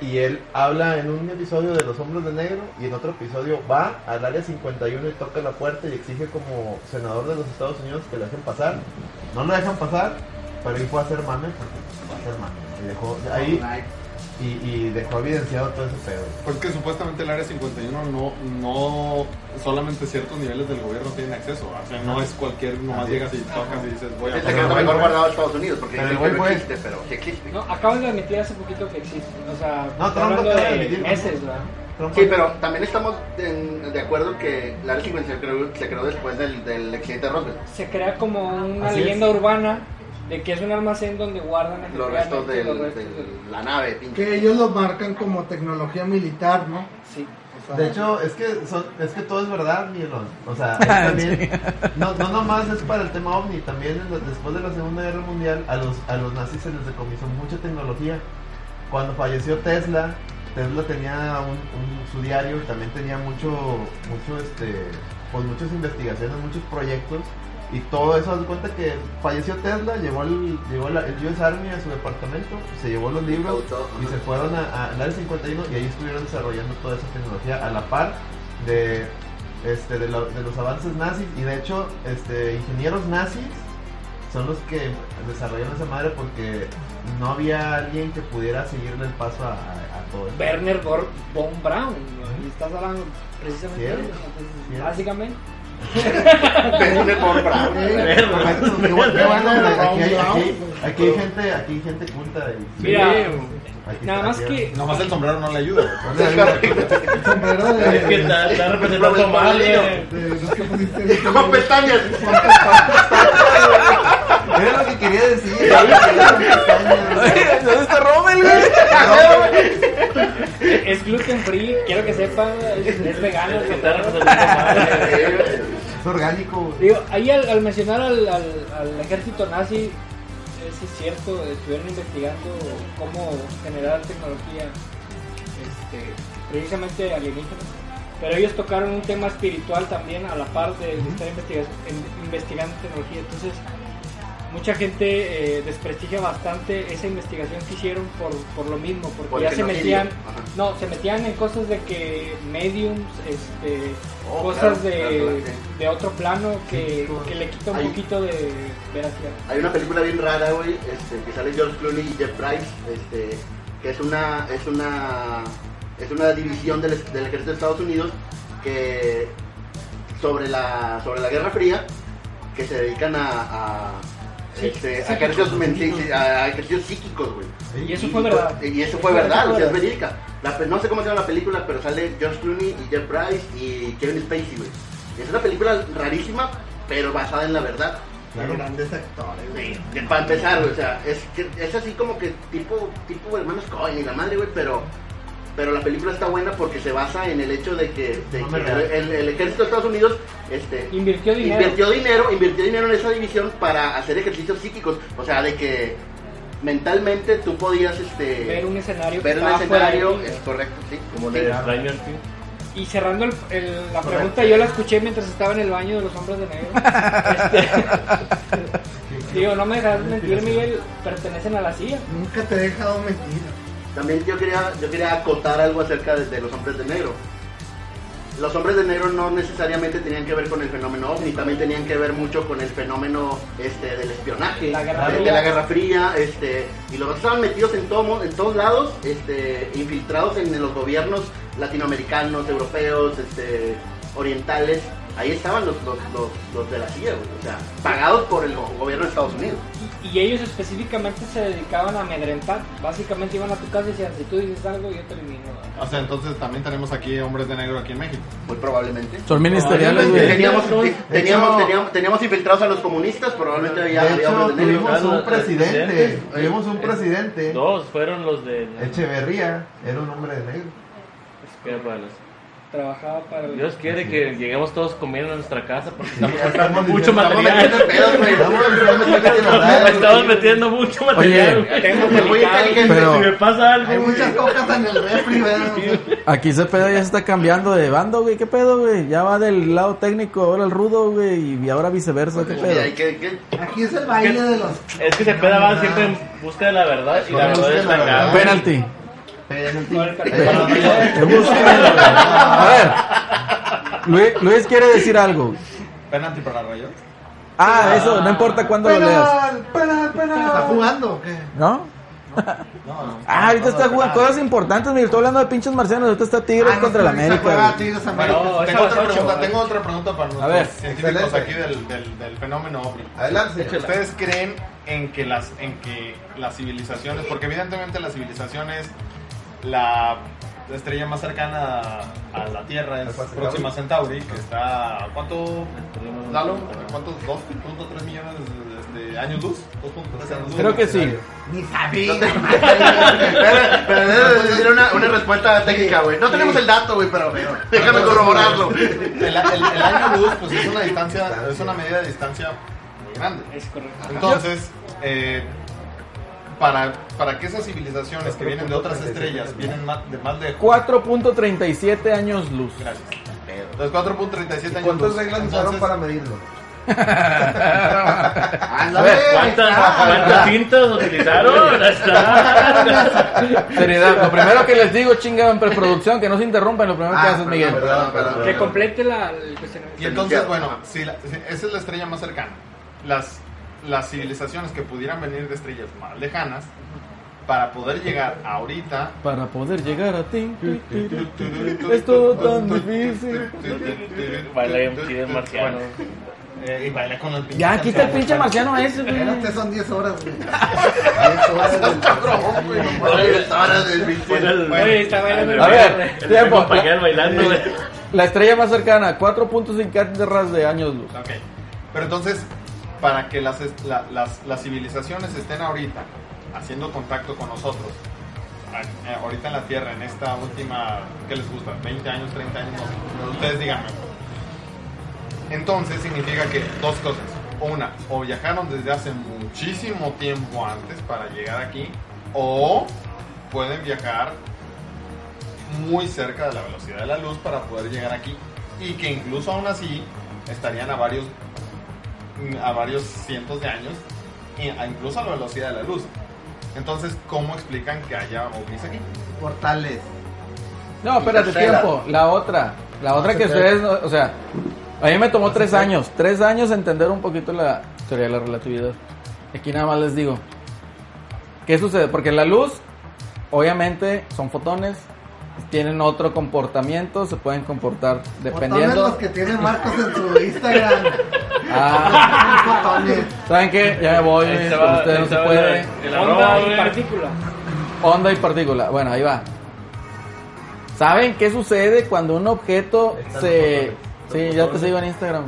[SPEAKER 9] y él habla en un episodio de Los Hombres de Negro y en otro episodio va al área 51 y toca la puerta y exige como senador de los Estados Unidos que lo dejen pasar. No lo dejan pasar, pero él fue a hacer mame porque fue a hacer mame. Y dejó ahí y, y dejó evidenciado todo ese pedo.
[SPEAKER 3] Pues que supuestamente el área 51 no, no solamente ciertos niveles del gobierno tienen acceso. O sea, no es cualquier, nomás
[SPEAKER 9] Así
[SPEAKER 3] llegas y tocas y dices, voy a hacer
[SPEAKER 6] Es el
[SPEAKER 9] Pero
[SPEAKER 6] secreto mejor
[SPEAKER 9] güey, güey.
[SPEAKER 6] guardado de Estados Unidos, porque
[SPEAKER 9] Pero
[SPEAKER 6] dicen
[SPEAKER 9] güey,
[SPEAKER 6] que no
[SPEAKER 9] güey.
[SPEAKER 6] existe, pero sí existe.
[SPEAKER 5] No, acaban de admitir hace poquito que existe. O sea,
[SPEAKER 9] No,
[SPEAKER 5] está hablando
[SPEAKER 9] Trump acaba de
[SPEAKER 5] de
[SPEAKER 9] admitir, ¿no?
[SPEAKER 5] meses, ¿verdad?
[SPEAKER 9] Trump-
[SPEAKER 6] Sí, pero también estamos en- de acuerdo que la área 51 se creó, se creó después del, del accidente de Roswell.
[SPEAKER 5] Se crea como una
[SPEAKER 9] Así
[SPEAKER 5] leyenda urbana de que es un almacén donde guardan
[SPEAKER 6] Los restos
[SPEAKER 5] efectivamente
[SPEAKER 6] del-
[SPEAKER 5] los
[SPEAKER 6] de
[SPEAKER 5] restos del-
[SPEAKER 6] la nave, pinche.
[SPEAKER 2] Que ellos lo marcan como tecnología militar, ¿no?
[SPEAKER 5] Sí.
[SPEAKER 2] O sea,
[SPEAKER 9] De hecho, es que, son- es que todo es verdad, Mielon. O sea, es también, no, no nomás es para el tema ovni, también en la- después de la Segunda Guerra Mundial a los, a los nazis se les decomisó mucha tecnología. Cuando falleció Tesla, Tesla tenía un, un- su diario y también tenía mucho, mucho este, pues muchas investigaciones, muchos proyectos. Y todo eso, haz de cuenta que falleció Tesla, llevó el, llegó la- el US Army a su departamento, se llevó los libros
[SPEAKER 6] Todo,
[SPEAKER 9] y
[SPEAKER 6] ajá.
[SPEAKER 9] se fueron a- al área 51 y ahí estuvieron desarrollando toda esa tecnología a la par de, este, de, lo- de los avances nazis. Y de hecho, este, ingenieros nazis son los que desarrollaron esa madre porque no había alguien que pudiera seguirle el paso a, a- a todo esto.
[SPEAKER 5] Werner Gor- von Braun. ¿no? Y estás hablando precisamente de
[SPEAKER 9] Cierto,
[SPEAKER 5] eso, entonces,
[SPEAKER 9] cierto.
[SPEAKER 5] Básicamente.
[SPEAKER 6] Vende por Brown.
[SPEAKER 9] Correcto, qué bueno, qué bueno, hombre. Aquí hay, aquí- aquí hay gente, aquí hay gente culta. y-
[SPEAKER 5] Mira,
[SPEAKER 9] aquí-
[SPEAKER 5] nada más
[SPEAKER 9] aquí-
[SPEAKER 5] que.
[SPEAKER 3] Nomás el sombrero no le ayuda.
[SPEAKER 9] No le ayuda, correcto.
[SPEAKER 2] sombrero de,
[SPEAKER 4] Es que está, está representando mal, eh.
[SPEAKER 2] de los que pusiste en el-
[SPEAKER 6] Con pestañas.
[SPEAKER 9] Era lo que quería decir. ¿Dónde está Rommel,
[SPEAKER 5] Es gluten free, quiero que sepan, es, es vegano.
[SPEAKER 4] Es que
[SPEAKER 5] ¿no?
[SPEAKER 4] está representando mal, eh.
[SPEAKER 9] Es orgánico. güey.
[SPEAKER 5] Digo, ahí al, al mencionar al, al- al ejército nazi, eh, sí es cierto, estuvieron investigando cómo generar tecnología este, precisamente alienígena. Pero ellos tocaron un tema espiritual también a la par de, de estar investiga- en- investigando tecnología. Entonces, mucha gente eh, desprestigia bastante esa investigación que hicieron por, por lo mismo, porque
[SPEAKER 6] Porque
[SPEAKER 5] ya se
[SPEAKER 6] no
[SPEAKER 5] metían,
[SPEAKER 6] sirvió. Ajá.
[SPEAKER 5] no, se metían en cosas de que mediums, este,
[SPEAKER 6] Oh,
[SPEAKER 5] cosas
[SPEAKER 6] claro,
[SPEAKER 5] de,
[SPEAKER 6] claro, claro, sí.
[SPEAKER 5] de otro plano que, que le quita un
[SPEAKER 6] Ahí.
[SPEAKER 5] poquito de veracidad.
[SPEAKER 6] Hay una película bien rara, güey, este, que sale George Clooney y Jeff Price, este, que es una, es una, es una división del, del ejército de Estados Unidos que sobre la, sobre la Guerra Fría, que se dedican a, a, este, a ejercicios menti- a- a ejercicios psíquicos, güey.
[SPEAKER 5] Y eso fue verdad.
[SPEAKER 6] Y eso fue verdad, o sea, es verídica. La pe- no sé cómo se llama la película, pero sale George Clooney y Jeff Price y Kevin Spacey, güey. Es una película rarísima, pero basada en la verdad.
[SPEAKER 2] grandes actores.
[SPEAKER 6] Sí, que para empezar, güey, o sea, es, que, es así como que tipo, tipo hermanos Cohen y la madre, güey, pero, pero la película está buena porque se basa en el hecho de que, de
[SPEAKER 9] No
[SPEAKER 6] que
[SPEAKER 9] me
[SPEAKER 6] el, el- el ejército de Estados Unidos este,
[SPEAKER 5] Invirtió dinero.
[SPEAKER 6] invirtió dinero, invirtió dinero en esa división para hacer ejercicios psíquicos, o sea, de que mentalmente tú podías este,
[SPEAKER 5] ver un escenario que
[SPEAKER 6] ver un
[SPEAKER 5] estaba fuera de
[SPEAKER 6] escenario,
[SPEAKER 5] ti.
[SPEAKER 6] es correcto, sí,
[SPEAKER 4] Como
[SPEAKER 6] sí.
[SPEAKER 4] le extraño al tío.
[SPEAKER 5] Y cerrando el- el- la pregunta, yo la escuché mientras estaba en el baño de los hombres de negro. Este, digo, no me dejas mentir, Miguel, pertenecen a la CIA.
[SPEAKER 2] Nunca te he dejado mentir.
[SPEAKER 6] También yo quería, yo quería acotar algo acerca de, de los hombres de negro. Los hombres de negro no necesariamente tenían que ver con el fenómeno ovni, también tenían que ver mucho con el fenómeno este, del espionaje,
[SPEAKER 5] La Guerra
[SPEAKER 6] de, de
[SPEAKER 5] Fría.
[SPEAKER 6] la Guerra Fría, este, y los estaban metidos en, todo, mo- en todos lados, este, infiltrados en los gobiernos latinoamericanos, europeos, este, orientales. Ahí estaban los, los, los, los de la CIA, güey, o sea, pagados por el go- gobierno de Estados Unidos.
[SPEAKER 5] Y, y ellos específicamente se dedicaban a amedrentar. Básicamente iban a tu casa y decían, si tú dices algo, yo te elimino.
[SPEAKER 3] O sea, entonces también tenemos aquí hombres de negro aquí en México.
[SPEAKER 6] Muy probablemente.
[SPEAKER 1] Son ministeriales,
[SPEAKER 6] Que
[SPEAKER 1] güey.
[SPEAKER 6] Teníamos,
[SPEAKER 4] De
[SPEAKER 6] te- teníamos,
[SPEAKER 9] hecho-
[SPEAKER 6] teníamos, teníamos infiltrados a los comunistas, probablemente había,
[SPEAKER 9] De
[SPEAKER 6] había
[SPEAKER 9] hecho,
[SPEAKER 6] hombres de negro.
[SPEAKER 9] tuvimos
[SPEAKER 4] Claro,
[SPEAKER 9] un
[SPEAKER 4] el
[SPEAKER 9] presidente.
[SPEAKER 4] presidente.
[SPEAKER 9] Tuvimos un presidente.
[SPEAKER 4] Dos fueron los de.
[SPEAKER 9] Echeverría era un hombre de negro.
[SPEAKER 4] Qué raros.
[SPEAKER 5] Trabajaba para... el-
[SPEAKER 4] Dios quiere que lleguemos todos comiendo a nuestra casa porque estamos
[SPEAKER 9] estamos
[SPEAKER 4] gastando mucho
[SPEAKER 9] diciendo-
[SPEAKER 6] Estamos metiendo en
[SPEAKER 4] material.
[SPEAKER 6] pedos, güey.
[SPEAKER 9] Estamos- estamos metiendo en la madre,
[SPEAKER 4] Estamos
[SPEAKER 9] güey.
[SPEAKER 4] metiendo mucho material. güey.
[SPEAKER 5] Tengo
[SPEAKER 6] Es muy
[SPEAKER 5] delicado.
[SPEAKER 6] inteligente.
[SPEAKER 1] Pero
[SPEAKER 4] Si me pasa
[SPEAKER 2] Hay
[SPEAKER 4] algo, güey.
[SPEAKER 2] muchas cocas en el refri, ¿verdad?
[SPEAKER 1] aquí ese pedo ya se está cambiando de bando, güey. ¿Qué pedo, güey? Ya va del lado técnico, ahora el rudo, güey. Y ahora viceversa, ¿qué
[SPEAKER 6] Mira, y
[SPEAKER 1] pedo?
[SPEAKER 6] que- que-
[SPEAKER 2] Aquí es el baile de los.
[SPEAKER 4] Es que se pedaban siempre en busca de la verdad y la
[SPEAKER 9] Busca
[SPEAKER 4] verdad
[SPEAKER 9] de
[SPEAKER 4] es
[SPEAKER 9] la
[SPEAKER 4] sagrada.
[SPEAKER 9] verdad.
[SPEAKER 1] Penalti.
[SPEAKER 9] Penalti.
[SPEAKER 5] Con el
[SPEAKER 9] Penalti.
[SPEAKER 1] En busca de la verdad. A ver. Luis, Luis quiere decir algo.
[SPEAKER 3] Penalti para rayos.
[SPEAKER 1] Ah, eso, no importa cuándo lo leas.
[SPEAKER 9] Penal, penal,
[SPEAKER 2] ¿Está
[SPEAKER 9] penal.
[SPEAKER 2] jugando o qué?
[SPEAKER 1] ¿No?
[SPEAKER 3] No, no.
[SPEAKER 1] Ah, ahorita está jugando cosas importantes, mira, estoy hablando de pinches marcianos, ahorita está Tigres
[SPEAKER 2] Ah, no,
[SPEAKER 1] contra el
[SPEAKER 2] Tigres
[SPEAKER 1] América.
[SPEAKER 2] juega
[SPEAKER 1] güey.
[SPEAKER 2] Tigres América.
[SPEAKER 4] Bueno, esa
[SPEAKER 3] Tengo
[SPEAKER 4] a las
[SPEAKER 3] otra,
[SPEAKER 4] ocho,
[SPEAKER 3] pregunta,
[SPEAKER 4] güey.
[SPEAKER 3] tengo otra pregunta para
[SPEAKER 1] A ver.
[SPEAKER 3] nuestros científicos
[SPEAKER 9] Excelente.
[SPEAKER 3] aquí del, del, del fenómeno ovni.
[SPEAKER 9] Adelante.
[SPEAKER 3] ¿Ustedes creen en que las en que las civilizaciones, porque evidentemente la civilización es la estrella más cercana a, a la Tierra, es
[SPEAKER 9] Alfa Centauri.
[SPEAKER 3] próxima Centauri, que está ¿cuánto Lalo? ¿Cuántos? 2.3 millones de este, años luz? ¿Dos puntos tres años luz?
[SPEAKER 1] Creo que sí.
[SPEAKER 2] Ni sabía.
[SPEAKER 6] Pero, pero debes decir una, una respuesta técnica, güey. No tenemos el dato, güey, pero déjame corroborarlo.
[SPEAKER 3] El, el- el año luz, pues es una distancia, es una medida de distancia muy grande.
[SPEAKER 5] Es correcto.
[SPEAKER 3] Entonces, eh, para, para que esas civilizaciones que vienen de otras estrellas vienen más, de más de
[SPEAKER 1] 4.37 años luz.
[SPEAKER 3] Gracias. Entonces 4.37 años.
[SPEAKER 9] ¿Cuántas
[SPEAKER 3] luz.
[SPEAKER 9] reglas usaron
[SPEAKER 3] Entonces,
[SPEAKER 9] para medirlo?
[SPEAKER 4] ¿Cuántas, cuántas tintas utilizaron? Ahí está.
[SPEAKER 1] Seriedad, lo primero que les digo, chingado, en preproducción, que no se interrumpan, lo primero que haces, Miguel.
[SPEAKER 9] Perdón, perdón.
[SPEAKER 5] Que complete la, el cuestionamiento.
[SPEAKER 3] Y entonces, bueno, si la- si- esa es la estrella más cercana. Las, las civilizaciones que pudieran venir de estrellas más lejanas, para poder llegar ahorita,
[SPEAKER 1] Para poder llegar a ti, es todo tan difícil.
[SPEAKER 4] Baila bien chido el marciano.
[SPEAKER 3] Eh, y baila con los
[SPEAKER 1] Ya, quita el pinche marciano ese,
[SPEAKER 2] Espérate,
[SPEAKER 1] güey.
[SPEAKER 2] son 10 horas, güey. 10 horas. del-
[SPEAKER 5] Oye, está bailando el
[SPEAKER 1] A ver,
[SPEAKER 5] perro,
[SPEAKER 4] El
[SPEAKER 1] Tiempo.
[SPEAKER 4] compañero bailando, güey.
[SPEAKER 1] La estrella más cercana, 4.5 terras de años luz.
[SPEAKER 3] Ok. Pero entonces, para que las, est- la- las, las civilizaciones estén ahorita haciendo contacto con nosotros, a- eh, ahorita en la Tierra, en esta última, ¿qué les gusta? ¿20 años, 30 años? No sé. Ustedes díganme. Entonces significa que dos cosas. Una, o viajaron desde hace muchísimo tiempo antes para llegar aquí, o pueden viajar muy cerca de la velocidad de la luz para poder llegar aquí y que incluso aún así estarían a varios a varios cientos de años y- a- incluso a la velocidad de la luz entonces cómo explican que haya ovnis aquí
[SPEAKER 2] Portales.
[SPEAKER 1] No, espérate,
[SPEAKER 6] Tercera.
[SPEAKER 1] tiempo. La otra. La otra que ustedes, no- o sea, a mí me tomó tres años. Tres años entender un poquito la teoría de la relatividad. Aquí nada más les digo. ¿Qué sucede? Porque la luz, obviamente, son fotones. Tienen otro comportamiento, se pueden comportar
[SPEAKER 2] Botones los
[SPEAKER 1] dependiendo.
[SPEAKER 2] que tiene Marcos en su Instagram.
[SPEAKER 1] Ah,
[SPEAKER 2] Botones.
[SPEAKER 1] ¿Saben qué? Ya me voy,
[SPEAKER 4] Ahí se
[SPEAKER 1] con
[SPEAKER 4] va,
[SPEAKER 1] ustedes
[SPEAKER 4] ahí
[SPEAKER 1] no
[SPEAKER 4] se
[SPEAKER 1] se
[SPEAKER 4] va
[SPEAKER 1] puede.
[SPEAKER 4] el- el arroba,
[SPEAKER 5] Onda y
[SPEAKER 4] güey.
[SPEAKER 5] partícula.
[SPEAKER 1] Onda y partícula. Bueno, ahí va. ¿Saben qué sucede cuando un objeto
[SPEAKER 9] Están
[SPEAKER 1] se...
[SPEAKER 9] los
[SPEAKER 1] Sí, ya te sigo en Instagram.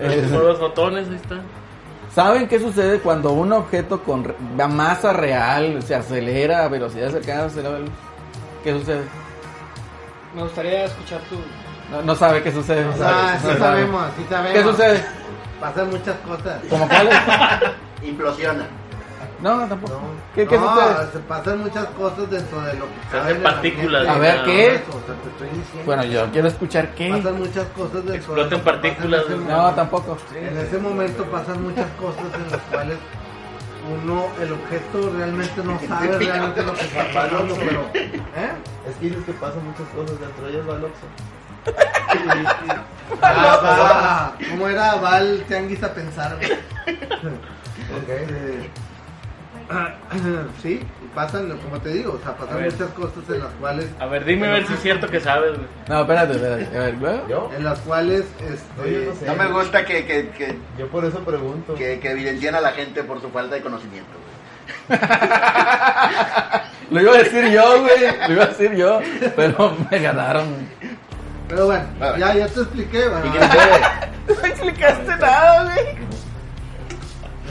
[SPEAKER 1] Eh,
[SPEAKER 4] Son Los botones, ahí está.
[SPEAKER 1] ¿Saben qué sucede cuando un objeto con re- la masa real se acelera a velocidades cercanas a la luz? ¿Qué sucede?
[SPEAKER 5] Me gustaría escuchar tu.
[SPEAKER 1] No, no sabe qué sucede. no sabe,
[SPEAKER 2] Ah,
[SPEAKER 1] no
[SPEAKER 2] sí
[SPEAKER 1] sabe.
[SPEAKER 2] sabemos, sí sabemos.
[SPEAKER 1] ¿Qué sucede?
[SPEAKER 2] Pasan muchas cosas.
[SPEAKER 1] ¿Como cuál es?
[SPEAKER 6] Implosiona.
[SPEAKER 1] No, no, tampoco.
[SPEAKER 2] No,
[SPEAKER 1] ¿Qué, qué
[SPEAKER 2] no,
[SPEAKER 1] sucede?
[SPEAKER 2] se pasan muchas cosas dentro de lo que
[SPEAKER 4] Se
[SPEAKER 2] cabe
[SPEAKER 4] hacen
[SPEAKER 2] en el
[SPEAKER 4] partículas.
[SPEAKER 1] A
[SPEAKER 2] ambiente.
[SPEAKER 1] ver, ¿qué?
[SPEAKER 2] Eso, o sea, te estoy diciendo.
[SPEAKER 1] Bueno, yo quiero escuchar qué.
[SPEAKER 2] Pasan muchas cosas dentro de
[SPEAKER 4] Explotan
[SPEAKER 2] lo que pasa
[SPEAKER 4] partículas,
[SPEAKER 2] en ese
[SPEAKER 4] güey.
[SPEAKER 1] No,
[SPEAKER 2] momento.
[SPEAKER 1] tampoco.
[SPEAKER 2] En ese momento pasan muchas cosas en las cuales uno, el objeto realmente no sabe realmente lo que está pasando, pero... ¿Eh?
[SPEAKER 9] Es que dices que pasan muchas cosas, dentro de ellas va el Oxxo.
[SPEAKER 2] Va, va, ¿Cómo era? Va el tianguis a pensar. güey. Este, sí, y pasan, como te digo, o sea,
[SPEAKER 4] A
[SPEAKER 2] pasan
[SPEAKER 4] ver.
[SPEAKER 2] muchas cosas en las cuales...
[SPEAKER 4] A ver, dime a ver si es cierto que sabes, güey.
[SPEAKER 1] No, espérate, espérate. A ver, luego.
[SPEAKER 9] ¿Yo?
[SPEAKER 2] En las cuales,
[SPEAKER 9] No, yo no
[SPEAKER 2] este...
[SPEAKER 9] sé.
[SPEAKER 6] No me gusta que, que, que,
[SPEAKER 9] Yo por eso pregunto.
[SPEAKER 6] que, que evidencien a la gente por su falta de conocimiento.
[SPEAKER 1] Lo iba a decir yo, güey. Lo iba a decir yo. Pero me ganaron.
[SPEAKER 2] Pero bueno,
[SPEAKER 6] Vale.
[SPEAKER 2] ya, ya te expliqué, bueno,
[SPEAKER 6] ¿Y qué sucede?
[SPEAKER 1] No explicaste nada, güey.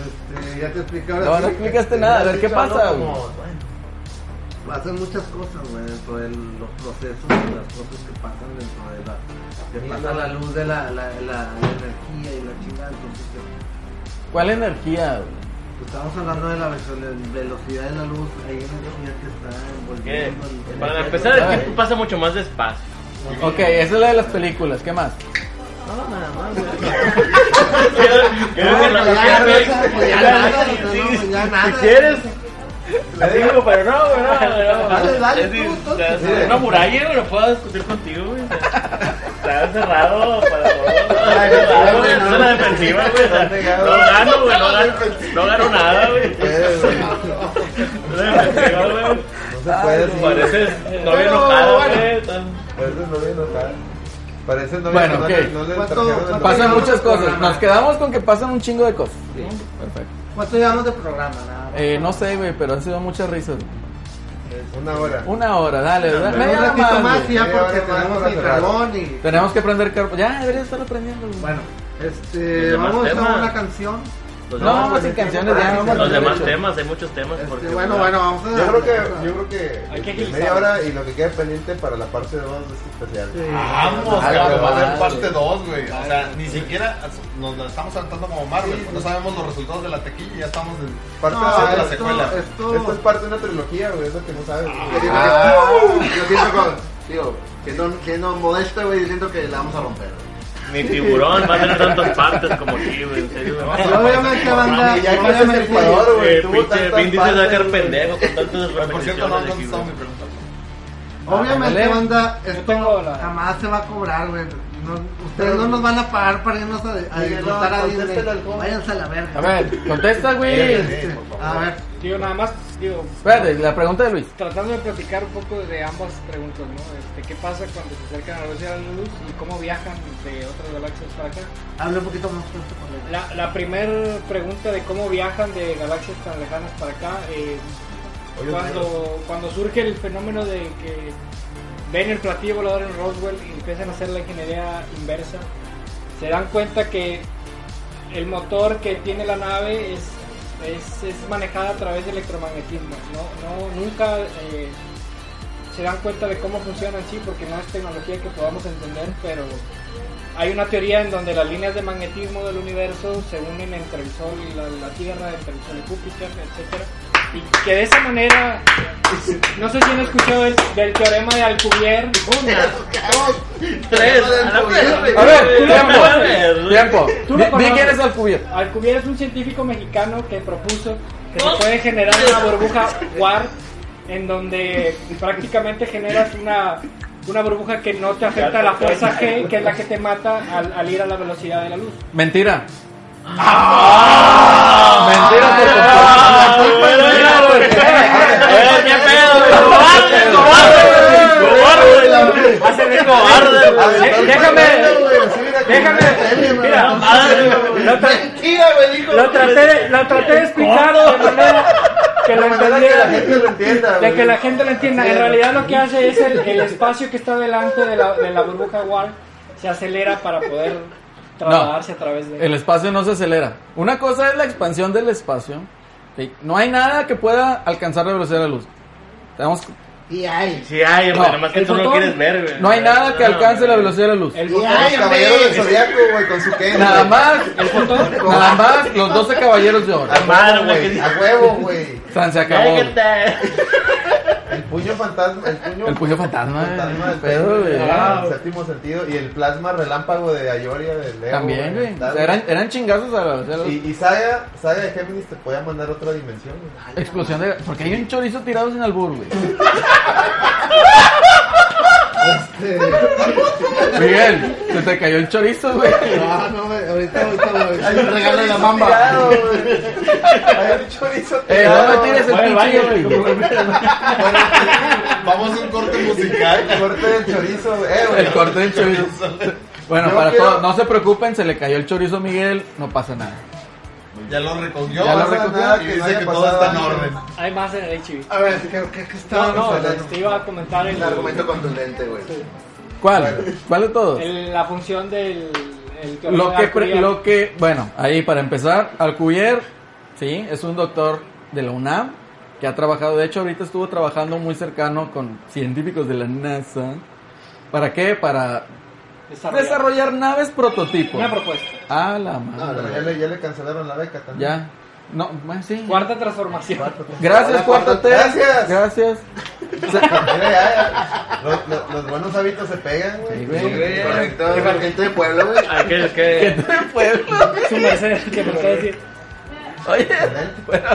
[SPEAKER 2] este, ya te expliqué ahora
[SPEAKER 1] No,
[SPEAKER 2] sí.
[SPEAKER 1] no explicaste nada. A ver, ¿qué pasa, güey?
[SPEAKER 2] Pasan muchas cosas, güey, dentro de los procesos, de las cosas que pasan dentro de la... Que pasa la luz de la, la, la, la energía y la chingada, entonces...
[SPEAKER 1] ¿Cuál energía, güey?
[SPEAKER 2] pues, Estamos hablando de la ve- velocidad de la luz, hay energía que está
[SPEAKER 4] Que,
[SPEAKER 2] envolviendo... el-
[SPEAKER 4] Para
[SPEAKER 2] el-
[SPEAKER 4] empezar, el tiempo pasa mucho más despacio.
[SPEAKER 1] Ok, esa es la de las películas, ¿qué más?
[SPEAKER 9] No, nada más, güey.
[SPEAKER 4] Quiero- quiero
[SPEAKER 2] No,
[SPEAKER 4] que la-
[SPEAKER 2] ya,
[SPEAKER 4] quiero que-
[SPEAKER 2] ya, ya,
[SPEAKER 4] ya,
[SPEAKER 2] ya,
[SPEAKER 4] ya,
[SPEAKER 2] ya,
[SPEAKER 4] sí,
[SPEAKER 2] ya,
[SPEAKER 4] sí,
[SPEAKER 2] ya, nada.
[SPEAKER 4] Si quieres, le digo, pero no, güey, no, güey, no.
[SPEAKER 2] Dale, dale,
[SPEAKER 4] Es decir,
[SPEAKER 2] tú, tú,
[SPEAKER 4] te vas a
[SPEAKER 2] tú.
[SPEAKER 4] hacer Una muralla, güey, no puedo discutir contigo, güey. Está cerrado para todo.
[SPEAKER 9] Ay,
[SPEAKER 4] Está cerrado, güey,
[SPEAKER 9] no,
[SPEAKER 4] Es una
[SPEAKER 9] no,
[SPEAKER 4] defensiva, güey. o sea,
[SPEAKER 9] negado.
[SPEAKER 4] No gano, güey, no gano, no gano nada, güey. Es una defensiva, güey.
[SPEAKER 9] No se puede decir.
[SPEAKER 4] Pareces novia enojada, güey.
[SPEAKER 9] Parece novia enojada. Parece novia
[SPEAKER 1] Bueno, ok.
[SPEAKER 9] enojada, no le
[SPEAKER 2] ¿Cuánto-
[SPEAKER 9] trajeron el-
[SPEAKER 2] cuánto-
[SPEAKER 1] Pasan
[SPEAKER 2] no,
[SPEAKER 1] muchas
[SPEAKER 2] no, no,
[SPEAKER 1] cosas,
[SPEAKER 2] no.
[SPEAKER 1] nos quedamos con que pasan un chingo de cosas. Perfecto.
[SPEAKER 2] ¿Cuánto llevamos de programa? Nada más?
[SPEAKER 1] Eh, no sé, güey, pero han sido muchas risas.
[SPEAKER 9] Una hora.
[SPEAKER 1] Una hora, dale, dale.
[SPEAKER 2] un
[SPEAKER 1] Media hora
[SPEAKER 2] ratito
[SPEAKER 1] más,
[SPEAKER 2] más,
[SPEAKER 1] güey.
[SPEAKER 2] y ya
[SPEAKER 9] Media
[SPEAKER 2] porque
[SPEAKER 9] hora más
[SPEAKER 2] tenemos
[SPEAKER 9] para
[SPEAKER 2] el
[SPEAKER 9] cerrar.
[SPEAKER 2] carbón y...
[SPEAKER 1] Tenemos que prender carbón. Ya, deberías estarlo prendiendo, güey.
[SPEAKER 2] Bueno, este,
[SPEAKER 4] Los demás
[SPEAKER 2] vamos a
[SPEAKER 4] temas. Pues
[SPEAKER 2] una canción.
[SPEAKER 6] Los
[SPEAKER 1] No,
[SPEAKER 6] demás,
[SPEAKER 1] sin canciones pues, ya.
[SPEAKER 9] Los
[SPEAKER 1] sin
[SPEAKER 4] Los demás
[SPEAKER 1] derecho.
[SPEAKER 4] temas, hay muchos temas.
[SPEAKER 2] Este,
[SPEAKER 4] porque, pues,
[SPEAKER 2] bueno, bueno, vamos a
[SPEAKER 9] Yo creo que, yo creo que,
[SPEAKER 5] Hay que
[SPEAKER 9] este,
[SPEAKER 5] agilizar.
[SPEAKER 9] media hora y lo que queda pendiente para la parte 2 de este especial.
[SPEAKER 3] Vamos,
[SPEAKER 1] Ah,
[SPEAKER 3] cabrón, va a
[SPEAKER 1] madre.
[SPEAKER 3] haber parte 2, güey. O sea, ni siquiera nos la estamos saltando como Marvel. No sabemos los resultados de la tequila y ya estamos en parte
[SPEAKER 9] Parte
[SPEAKER 2] No,
[SPEAKER 3] de la
[SPEAKER 9] esto-
[SPEAKER 3] secuela.
[SPEAKER 2] esto,
[SPEAKER 9] Esto es parte de una trilogía, güey, eso que no sabes.
[SPEAKER 2] Ah.
[SPEAKER 6] Yo siento que, digo, siendo, siendo modesto, güey, yo siento que la vamos a romper.
[SPEAKER 4] Ni tiburón va a tener tantas partes como aquí, güey. En serio, güey.
[SPEAKER 2] yo voy a ver qué banda.
[SPEAKER 9] Y ya
[SPEAKER 2] yo voy a
[SPEAKER 9] casi es
[SPEAKER 2] ver
[SPEAKER 9] el
[SPEAKER 2] qué-
[SPEAKER 9] Ecuador, güey.
[SPEAKER 4] Eh,
[SPEAKER 9] tuvo
[SPEAKER 4] pinche
[SPEAKER 9] tantas
[SPEAKER 4] Vin Diesel va a quedar
[SPEAKER 9] partes,
[SPEAKER 4] pendejo con tantas
[SPEAKER 3] Pero, por cierto, no han
[SPEAKER 4] repeticiones aquí,
[SPEAKER 3] contestado mi
[SPEAKER 4] güey.
[SPEAKER 3] pregunta.
[SPEAKER 2] Obviamente,
[SPEAKER 1] Ándale.
[SPEAKER 2] banda,
[SPEAKER 5] tengo
[SPEAKER 2] esto
[SPEAKER 5] la-
[SPEAKER 2] jamás se va a cobrar, güey. No- ustedes no nos van a pagar para irnos a, a
[SPEAKER 6] Sí,
[SPEAKER 2] disfrutar
[SPEAKER 6] no,
[SPEAKER 2] a Disney.
[SPEAKER 6] contéstale al joven.
[SPEAKER 2] Váyanse a la verga.
[SPEAKER 1] A ver, contesta, güey.
[SPEAKER 2] Este,
[SPEAKER 9] por favor.
[SPEAKER 2] a ver,
[SPEAKER 5] Digo, nada más, digo,
[SPEAKER 1] Espérate, la pregunta de Luis.
[SPEAKER 5] tratando de platicar un poco de ambas preguntas, ¿no? Este, ¿Qué pasa cuando se acercan a la velocidad de la luz y cómo viajan de otras galaxias para acá?
[SPEAKER 2] hable un poquito más fuerte por favor.
[SPEAKER 5] La, la primera pregunta de cómo viajan de galaxias tan lejanas para acá, eh,
[SPEAKER 9] Oye,
[SPEAKER 5] cuando, cuando surge el fenómeno de que ven el platillo volador en Roswell y empiezan a hacer la ingeniería inversa, se dan cuenta que el motor que tiene la nave es, es, es manejada a través de electromagnetismo. No, no, nunca eh, se dan cuenta de cómo funciona en sí porque no es tecnología que podamos entender, pero hay una teoría en donde las líneas de magnetismo del universo se unen entre el Sol y la, la Tierra, entre el Sol y Júpiter, etc. Y que de esa manera, no sé si han escuchado el- del teorema de Alcubierre.
[SPEAKER 4] Tres, a la
[SPEAKER 1] A ver,
[SPEAKER 4] Tú Eh, no puedes,
[SPEAKER 1] tiempo.
[SPEAKER 4] güey.
[SPEAKER 1] Tiempo.
[SPEAKER 5] Tú no
[SPEAKER 1] Di- Di
[SPEAKER 5] conoces.
[SPEAKER 1] quién es Alcubierre.
[SPEAKER 5] Alcubierre es un científico mexicano que propuso que se puede generar una burbuja warp en donde prácticamente generas una, una burbuja que no te afecta a la fuerza G, que es la que te mata al, al ir a la velocidad de la luz.
[SPEAKER 1] Mentira.
[SPEAKER 4] Ah,
[SPEAKER 1] Mentira por completo.
[SPEAKER 4] güey, mira, Ah, güey. Eh, qué pedo, güey. Cobarde,
[SPEAKER 1] Qué
[SPEAKER 4] cobarde, cobarde. Va a ser bien cobarde,
[SPEAKER 9] A
[SPEAKER 4] güey.
[SPEAKER 9] ver,
[SPEAKER 4] Eh,
[SPEAKER 9] estás
[SPEAKER 4] Déjame.
[SPEAKER 9] hablando, güey, así, mira, como
[SPEAKER 4] déjame.
[SPEAKER 9] una tele, güey.
[SPEAKER 4] Mira, a ver, lo tra-
[SPEAKER 6] Mentira, güey, dijo.
[SPEAKER 5] Lo traté de, lo traté de explicar de manera que lo
[SPEAKER 9] La manera que la
[SPEAKER 5] entendiera.
[SPEAKER 9] gente lo entienda,
[SPEAKER 5] De
[SPEAKER 9] güey.
[SPEAKER 5] que la gente lo entienda. En realidad lo que hace es el, el espacio que está delante de la, de la burbuja warp se acelera para poder trasladarse a través de...
[SPEAKER 1] El espacio no se acelera. Una cosa es la expansión del espacio. ¿sí? No hay nada que pueda alcanzar la velocidad de la luz. Tenemos-
[SPEAKER 2] Y ay,
[SPEAKER 4] Sí, hay, güey,
[SPEAKER 1] No,
[SPEAKER 4] nomás que
[SPEAKER 5] el
[SPEAKER 4] tú no lo
[SPEAKER 5] botón.
[SPEAKER 4] quieres ver, güey.
[SPEAKER 1] no hay nada que alcance la
[SPEAKER 4] güey.
[SPEAKER 1] velocidad de la luz.
[SPEAKER 5] El
[SPEAKER 2] y
[SPEAKER 5] botón-
[SPEAKER 2] ay,
[SPEAKER 9] Los caballeros del
[SPEAKER 2] hombre.
[SPEAKER 9] zodiaco, güey, con su Ken.
[SPEAKER 1] Nada
[SPEAKER 9] güey.
[SPEAKER 1] más,
[SPEAKER 5] el botón-
[SPEAKER 1] nada más los 12 caballeros de oro.
[SPEAKER 9] A
[SPEAKER 4] Hermano,
[SPEAKER 9] huevo, güey.
[SPEAKER 4] güey.
[SPEAKER 9] A huevo, güey.
[SPEAKER 1] San se acabó.
[SPEAKER 4] Déjate.
[SPEAKER 9] El puño fantasma. El puño,
[SPEAKER 1] El puño fantasma.
[SPEAKER 9] fantasma del
[SPEAKER 1] eh, pedo, güey.
[SPEAKER 9] Ah, el séptimo sentido. Y el plasma relámpago de Ayoria del Leo.
[SPEAKER 1] También, güey. O
[SPEAKER 9] Tal,
[SPEAKER 1] sea, Eran, eran chingazos a la velocidad de la luz.
[SPEAKER 9] Y, y Saga, Saga de Géminis te podía mandar a otra dimensión, güey.
[SPEAKER 1] Explosión de. Porque hay un chorizo tirado sin albur, güey.
[SPEAKER 9] Este.
[SPEAKER 1] Miguel, se te cayó el chorizo, güey.
[SPEAKER 2] No, Ah, no, güey, ahorita, ahorita, güey. Hay un regalo de la
[SPEAKER 9] chorizo
[SPEAKER 2] mamba.
[SPEAKER 9] tirado, güey. Hay un chorizo
[SPEAKER 1] Eh, no
[SPEAKER 9] tirado.
[SPEAKER 1] me tires el
[SPEAKER 4] Bueno, vaya,
[SPEAKER 1] pinche
[SPEAKER 4] güey,
[SPEAKER 1] güey.
[SPEAKER 3] Bueno, vamos a un corte musical.
[SPEAKER 9] El corte del chorizo, güey. Eh, güey.
[SPEAKER 1] El corte del chorizo. Bueno,
[SPEAKER 9] Yo
[SPEAKER 1] para
[SPEAKER 9] quiero-
[SPEAKER 1] todos, no se preocupen, se le cayó el chorizo a Miguel, no pasa nada.
[SPEAKER 3] Ya lo recogió.
[SPEAKER 1] Ya lo
[SPEAKER 3] pasa
[SPEAKER 1] recogió.
[SPEAKER 3] nada,
[SPEAKER 9] Y
[SPEAKER 3] Y dice
[SPEAKER 9] vaya
[SPEAKER 3] que
[SPEAKER 9] pasada.
[SPEAKER 3] todo está en orden.
[SPEAKER 5] Hay más en el HIV.
[SPEAKER 2] A ver, ¿qué, qué, qué está?
[SPEAKER 5] No, no, te iba a comentar el,
[SPEAKER 6] Un argumento contundente, güey.
[SPEAKER 1] ¿Cuál? ¿Cuál de todos?
[SPEAKER 5] el- la función del... el teorema
[SPEAKER 1] Lo
[SPEAKER 5] de
[SPEAKER 1] que, pre-
[SPEAKER 5] Alcubierre.
[SPEAKER 1] lo que, bueno, ahí para empezar, Alcubierre, sí, es un doctor de la UNAM que ha trabajado, de hecho ahorita estuvo trabajando muy cercano con científicos de la NASA. ¿Para qué? Para
[SPEAKER 5] Desarrollar.
[SPEAKER 1] desarrollar naves prototipo.
[SPEAKER 5] Una propuesta.
[SPEAKER 1] A la
[SPEAKER 9] No,
[SPEAKER 1] madre.
[SPEAKER 9] pero ya le, ya le cancelaron la beca también.
[SPEAKER 1] Ya. No, bueno, sí.
[SPEAKER 5] Cuarta transformación.
[SPEAKER 1] Gracias,
[SPEAKER 9] Hola,
[SPEAKER 1] cuarta T.
[SPEAKER 9] Gracias.
[SPEAKER 1] Gracias.
[SPEAKER 9] Mira, ya, ya. Los, los- los buenos hábitos se pegan, güey.
[SPEAKER 1] Sí, güey.
[SPEAKER 6] Correcto, güey. Gente de pueblo, güey.
[SPEAKER 4] Ay, que-
[SPEAKER 1] ¿Qué
[SPEAKER 4] que-
[SPEAKER 1] te puedo?
[SPEAKER 5] Su merced, que me está diciendo.
[SPEAKER 1] Oye, bueno,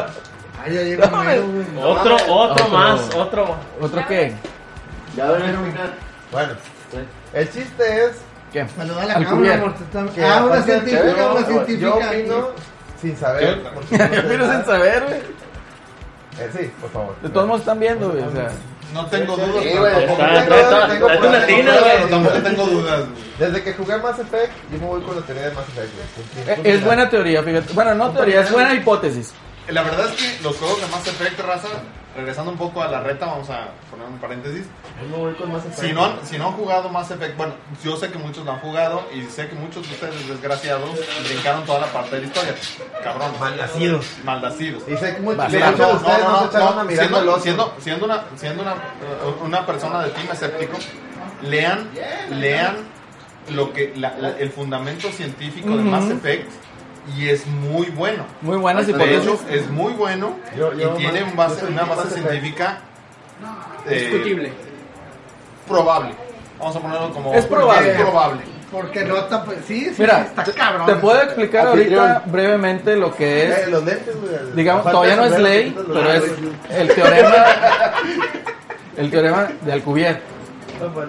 [SPEAKER 2] Ay, ya llegó
[SPEAKER 1] No,
[SPEAKER 2] Homero,
[SPEAKER 1] güey.
[SPEAKER 2] güey.
[SPEAKER 4] Otro,
[SPEAKER 1] Otro.
[SPEAKER 4] otro más, otro más.
[SPEAKER 1] ¿otro qué?
[SPEAKER 6] Ya a ver, mira.
[SPEAKER 9] Bueno, el chiste es
[SPEAKER 1] ¿Qué?
[SPEAKER 2] Saluda a la cámara,
[SPEAKER 1] Alcubierre.
[SPEAKER 2] amor. te están-
[SPEAKER 9] que.
[SPEAKER 2] Ah, una
[SPEAKER 9] aparte del
[SPEAKER 2] científica,
[SPEAKER 9] teorema,
[SPEAKER 2] una
[SPEAKER 9] Yo
[SPEAKER 2] científica.
[SPEAKER 9] opino sin saber.
[SPEAKER 3] Yo-
[SPEAKER 9] porque no sé
[SPEAKER 1] Yo quiero
[SPEAKER 9] nada.
[SPEAKER 1] sin saber, güey.
[SPEAKER 9] Eh, sí, por favor.
[SPEAKER 1] De todos modos ah, están viendo, güey. O sea.
[SPEAKER 3] No tengo
[SPEAKER 9] Sí,
[SPEAKER 3] dudas,
[SPEAKER 9] sí,
[SPEAKER 3] pero
[SPEAKER 9] güey.
[SPEAKER 3] tampoco
[SPEAKER 4] Está,
[SPEAKER 3] tengo-
[SPEAKER 9] Tengo-
[SPEAKER 4] está, está,
[SPEAKER 9] tengo
[SPEAKER 4] está
[SPEAKER 9] pruebas,
[SPEAKER 4] una
[SPEAKER 9] tengo
[SPEAKER 4] tina,
[SPEAKER 9] pruebas,
[SPEAKER 4] güey.
[SPEAKER 3] Tampoco tengo dudas. güey.
[SPEAKER 9] Desde que jugué Mass Effect, yo me voy con la teoría de Mass Effect. güey. Punto,
[SPEAKER 1] Eh,
[SPEAKER 9] punto
[SPEAKER 1] Es
[SPEAKER 9] final.
[SPEAKER 1] buena teoría, fíjate. Bueno, no teoría, es buena hipótesis.
[SPEAKER 3] la verdad es que los juegos de Mass Effect, raza, regresando un poco a la reta, vamos a poner un paréntesis.
[SPEAKER 7] Yo me voy con más
[SPEAKER 3] Si no, han, si no han jugado Mass Effect, bueno, yo sé que muchos lo han jugado y sé que muchos de ustedes, desgraciados, brincaron toda la parte de la historia. Cabrón.
[SPEAKER 7] Malnacidos.
[SPEAKER 3] Maldacidos.
[SPEAKER 9] Y sé que muchos
[SPEAKER 7] Bastante.
[SPEAKER 9] muchos de
[SPEAKER 3] No,
[SPEAKER 9] ustedes
[SPEAKER 3] no,
[SPEAKER 9] no,
[SPEAKER 3] no,
[SPEAKER 9] se echaron a
[SPEAKER 3] no,
[SPEAKER 9] mirar al
[SPEAKER 3] siendo,
[SPEAKER 9] otro.
[SPEAKER 3] siendo, siendo una, siendo una, eh, una persona de team escéptico, lean, lean lo que, la- la- el fundamento científico de
[SPEAKER 1] Ujú.
[SPEAKER 3] Mass Effect y es muy bueno.
[SPEAKER 1] Muy buenas
[SPEAKER 3] De
[SPEAKER 1] hipótesis.
[SPEAKER 3] hecho, es muy bueno
[SPEAKER 7] Yo- yo
[SPEAKER 3] y tiene
[SPEAKER 7] más-
[SPEAKER 3] un base-
[SPEAKER 7] yo soy
[SPEAKER 3] una
[SPEAKER 7] Mass
[SPEAKER 3] base
[SPEAKER 7] Effect.
[SPEAKER 3] científica eh,
[SPEAKER 5] Discutible.
[SPEAKER 3] probable. Vamos a ponerlo como
[SPEAKER 1] Es probable.
[SPEAKER 3] es probable.
[SPEAKER 2] Porque no está. Pues, sí, sí,
[SPEAKER 1] Mira,
[SPEAKER 2] está
[SPEAKER 1] te-
[SPEAKER 2] cabrón.
[SPEAKER 1] te puedo explicar
[SPEAKER 9] Anfitrión.
[SPEAKER 1] ahorita brevemente lo que es
[SPEAKER 9] Eh, los lentes, güey.
[SPEAKER 1] digamos,
[SPEAKER 9] Aparte
[SPEAKER 1] todavía no
[SPEAKER 9] de
[SPEAKER 1] es
[SPEAKER 9] sombrero,
[SPEAKER 1] ley,
[SPEAKER 9] te quitas los
[SPEAKER 1] pero es
[SPEAKER 9] labios, güey.
[SPEAKER 1] el teorema, el teorema de Alcubierre.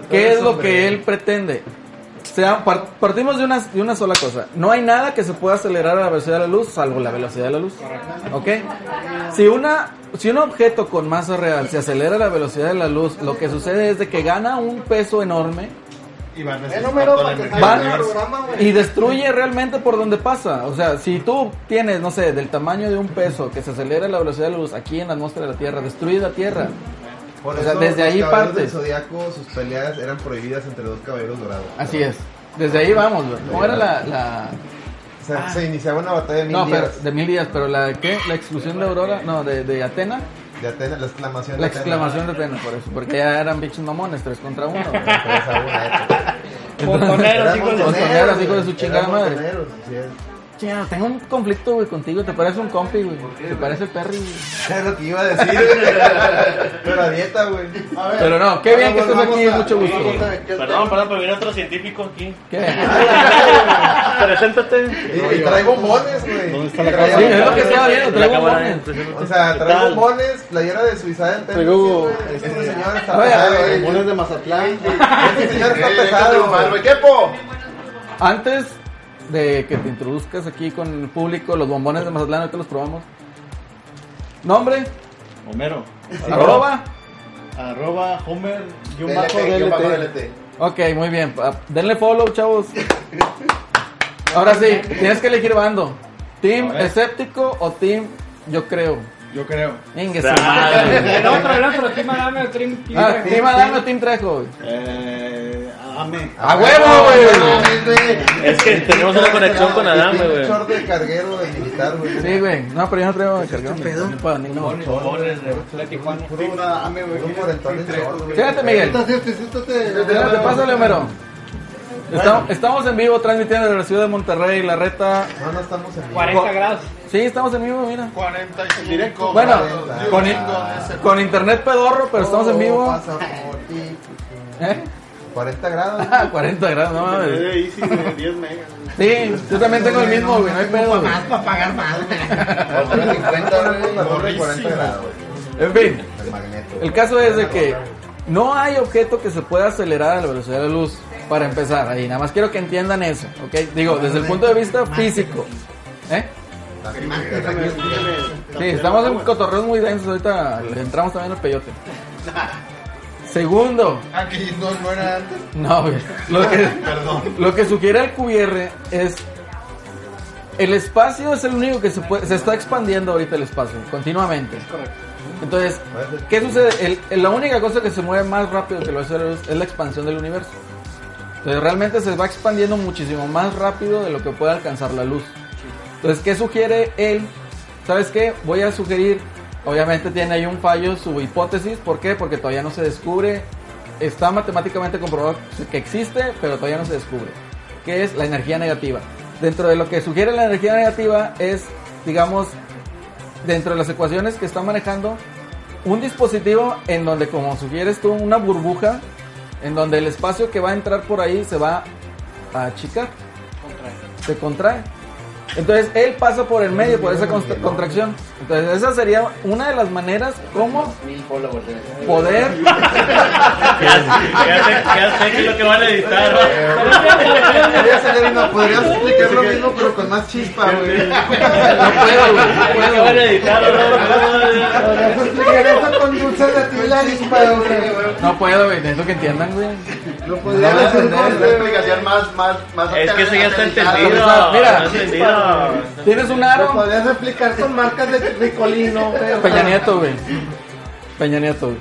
[SPEAKER 1] ¿Qué es lo que él pretende? O sea, par- partimos de una, de una sola cosa. No hay nada que se pueda acelerar a la velocidad de la luz, salvo la velocidad de la luz. ¿Ok? Si, una, si un objeto con masa real se acelera a la velocidad de la luz, lo que sucede es de que gana un peso enorme
[SPEAKER 3] Y van a
[SPEAKER 2] El
[SPEAKER 3] necesitar
[SPEAKER 2] número
[SPEAKER 3] toda
[SPEAKER 2] para
[SPEAKER 3] la
[SPEAKER 2] que
[SPEAKER 3] energía
[SPEAKER 2] salga
[SPEAKER 3] del
[SPEAKER 2] el
[SPEAKER 3] universo.
[SPEAKER 2] programa, güey.
[SPEAKER 1] y destruye realmente por donde pasa. O sea, si tú tienes, no sé, del tamaño de un peso que se acelera a la velocidad de la luz aquí en la atmósfera de la Tierra, destruye la Tierra.
[SPEAKER 9] Por
[SPEAKER 1] O sea,
[SPEAKER 9] eso
[SPEAKER 1] desde
[SPEAKER 9] los
[SPEAKER 1] ahí
[SPEAKER 9] caballeros
[SPEAKER 1] parte.
[SPEAKER 9] del Zodíaco, sus peleas eran prohibidas entre dos caballeros dorados.
[SPEAKER 1] Así es. Desde ahí vamos, güey. ¿Cómo era la, la-
[SPEAKER 9] Se,
[SPEAKER 2] Ah.
[SPEAKER 9] se iniciaba una batalla de mil
[SPEAKER 1] No, pero
[SPEAKER 9] días
[SPEAKER 1] de mil días, pero la qué? La exclusión de Aurora, no, de, de Atena.
[SPEAKER 9] de Atenas, la exclamación
[SPEAKER 1] La
[SPEAKER 9] de
[SPEAKER 1] exclamación de Atena, por eso. Porque ya eran bichos mamones, tres contra uno. güey.
[SPEAKER 9] Atenas. Tres a una, eh.
[SPEAKER 5] Montoneros,
[SPEAKER 9] Eran
[SPEAKER 5] hijos de...
[SPEAKER 1] Éramos-
[SPEAKER 9] montoneros,
[SPEAKER 1] hijos de su
[SPEAKER 9] güey.
[SPEAKER 1] chingada
[SPEAKER 9] Eran
[SPEAKER 1] madre.
[SPEAKER 9] montoneros, así es.
[SPEAKER 1] Chino, tengo un conflicto, güey, contigo. Te parece un compi, güey. Te parece Perry, güey.
[SPEAKER 9] Es lo que iba a decir. güey. Pero a dieta, güey.
[SPEAKER 2] A ver,
[SPEAKER 1] Pero no, qué bien que estés
[SPEAKER 9] volvamos
[SPEAKER 1] aquí,
[SPEAKER 9] a-
[SPEAKER 1] mucho gusto.
[SPEAKER 9] volvamos
[SPEAKER 1] güey.
[SPEAKER 9] a- ¿qué
[SPEAKER 4] Perdón, perdón, pero viene otro científico aquí.
[SPEAKER 1] ¿Qué?
[SPEAKER 9] Y,
[SPEAKER 4] Preséntate.
[SPEAKER 9] y trae bombones, güey.
[SPEAKER 8] ¿Dónde está la
[SPEAKER 9] Trae
[SPEAKER 8] cámara?
[SPEAKER 1] Sí, es lo que
[SPEAKER 9] bombones.
[SPEAKER 1] estaba viendo, traigo
[SPEAKER 4] cámara,
[SPEAKER 1] bombones.
[SPEAKER 4] eh, preséntate.
[SPEAKER 9] O sea,
[SPEAKER 4] ¿Qué
[SPEAKER 9] trae
[SPEAKER 4] tal?
[SPEAKER 9] bombones, playera de Suicide en
[SPEAKER 6] Traigo,
[SPEAKER 9] Este señor está
[SPEAKER 1] Oye,
[SPEAKER 9] pesado,
[SPEAKER 1] oye,
[SPEAKER 9] güey.
[SPEAKER 6] Demonios de Mazatlán.
[SPEAKER 9] Este señor está pesado, güey.
[SPEAKER 6] ¡Quepo!
[SPEAKER 1] Antes de que te introduzcas aquí con el público, los bombones de Mazatlán, ahorita los probamos. Nombre,
[SPEAKER 8] Homero.
[SPEAKER 1] arroba.
[SPEAKER 8] Arroba Homer y un bajo
[SPEAKER 9] DLT, yo bajo
[SPEAKER 8] DLT.
[SPEAKER 9] DLT.
[SPEAKER 1] Ok, muy bien. pa- Denle follow, chavos. Ahora sí, tienes que elegir bando. Team
[SPEAKER 8] A ver.
[SPEAKER 1] escéptico o team yo creo.
[SPEAKER 8] Yo creo.
[SPEAKER 1] Ingue,
[SPEAKER 4] Esa
[SPEAKER 1] su madre.
[SPEAKER 4] madre.
[SPEAKER 5] El otro, el otro, Team Adame o Team... Team-
[SPEAKER 1] Ah, team Adán o team Trejo. güey.
[SPEAKER 8] Eh, ame.
[SPEAKER 1] A huevo, güey.
[SPEAKER 4] Es que tenemos una conexión con Adame,
[SPEAKER 9] Tiene un
[SPEAKER 4] güey.
[SPEAKER 9] short de carguero de militar, güey.
[SPEAKER 1] Sí, güey. No, pero yo no traigo cargón. No puedo, ni- no.
[SPEAKER 5] La Tijuana.
[SPEAKER 9] Puro- puro cuarentón en short, güey.
[SPEAKER 1] Fíjate, Miguel.
[SPEAKER 2] siéntate, siéntate.
[SPEAKER 1] Espérate, pásale, Homero. Estamos, estamos en vivo transmitiendo desde la ciudad de Monterrey, la reta.
[SPEAKER 9] No, no estamos en vivo.
[SPEAKER 5] 40 grados.
[SPEAKER 1] Sí, estamos en vivo, mira.
[SPEAKER 3] 45 directo.
[SPEAKER 1] Bueno,
[SPEAKER 3] Dios,
[SPEAKER 1] con,
[SPEAKER 3] Dios, ese-
[SPEAKER 1] con internet pedorro, pero estamos en
[SPEAKER 9] Oh,
[SPEAKER 1] vivo.
[SPEAKER 9] pasa por ti.
[SPEAKER 1] ¿Eh?
[SPEAKER 9] 40 grados.
[SPEAKER 1] Ah, 40 grados, no mames.
[SPEAKER 3] Eh, easy de 10 megas.
[SPEAKER 1] Sí, yo también tengo el mismo, güey, no hay pedo. güey.
[SPEAKER 2] Más para pagar más, güey.
[SPEAKER 9] Otros 50, güey. Otros de 40
[SPEAKER 3] Durísimo.
[SPEAKER 9] grados, güey.
[SPEAKER 1] En fin,
[SPEAKER 9] El magneto.
[SPEAKER 1] el caso es de que no hay objeto que se pueda acelerar a la velocidad de la luz. Para empezar, ahí nada más quiero que entiendan eso, ¿ok? Digo, desde el punto de vista físico. ¿Eh? Sí, estamos en cotorreos muy densos, ahorita le entramos también al peyote. Segundo,
[SPEAKER 3] Ah, que no, no era antes.
[SPEAKER 1] no, güey. Lo que,
[SPEAKER 3] Perdón.
[SPEAKER 1] Lo que sugiere el QR es el espacio es el único que se puede, se está expandiendo ahorita el espacio continuamente. Entonces, ¿qué sucede? El- el- la única cosa que se mueve más rápido que la velocidad de la luz es la expansión del universo. Entonces, realmente se va expandiendo muchísimo más rápido de lo que puede alcanzar la luz. Entonces, ¿qué sugiere él? ¿Sabes qué? Voy a sugerir, obviamente tiene ahí un fallo su hipótesis, ¿por qué? Porque todavía no se descubre, está matemáticamente comprobado que existe, pero todavía no se descubre, que es la energía negativa. Dentro de lo que sugiere la energía negativa es, digamos, dentro de las ecuaciones que está manejando, un dispositivo en donde, como sugieres tú, una burbuja, en donde el espacio que va a entrar por ahí se va a achicar, se contrae. Entonces él pasa por el medio, por esa contra- contracción. Entonces esa sería una de las maneras como
[SPEAKER 6] Mil followers. eh.
[SPEAKER 1] poder...
[SPEAKER 4] Ya sé, ya sé que es lo que van a editar. ¿no?
[SPEAKER 9] Podrías hacer una- podrías explicar lo mismo, pero con más chispa, güey.
[SPEAKER 1] No puedo, güey, no
[SPEAKER 4] Ya sé que
[SPEAKER 1] puedo.
[SPEAKER 4] van a editar. ¿no?
[SPEAKER 9] Podrías explicar eso con dulce de tilar, chispa, güey.
[SPEAKER 1] No puedo, güey, necesito que entiendan, güey.
[SPEAKER 2] Lo
[SPEAKER 6] Debe
[SPEAKER 2] podría
[SPEAKER 6] de
[SPEAKER 2] decir
[SPEAKER 6] tener una
[SPEAKER 2] con
[SPEAKER 6] explicación más, más, más
[SPEAKER 4] Es que eso ya está
[SPEAKER 6] aterrizada.
[SPEAKER 4] entendido.
[SPEAKER 1] Mira,
[SPEAKER 4] está entendido.
[SPEAKER 1] Tienes un
[SPEAKER 2] Lo
[SPEAKER 1] aro.
[SPEAKER 2] podrías explicar con marcas de Ricolino, güey. o
[SPEAKER 1] Peña
[SPEAKER 2] sea,
[SPEAKER 1] Nieto, güey. Peña Nieto, güey.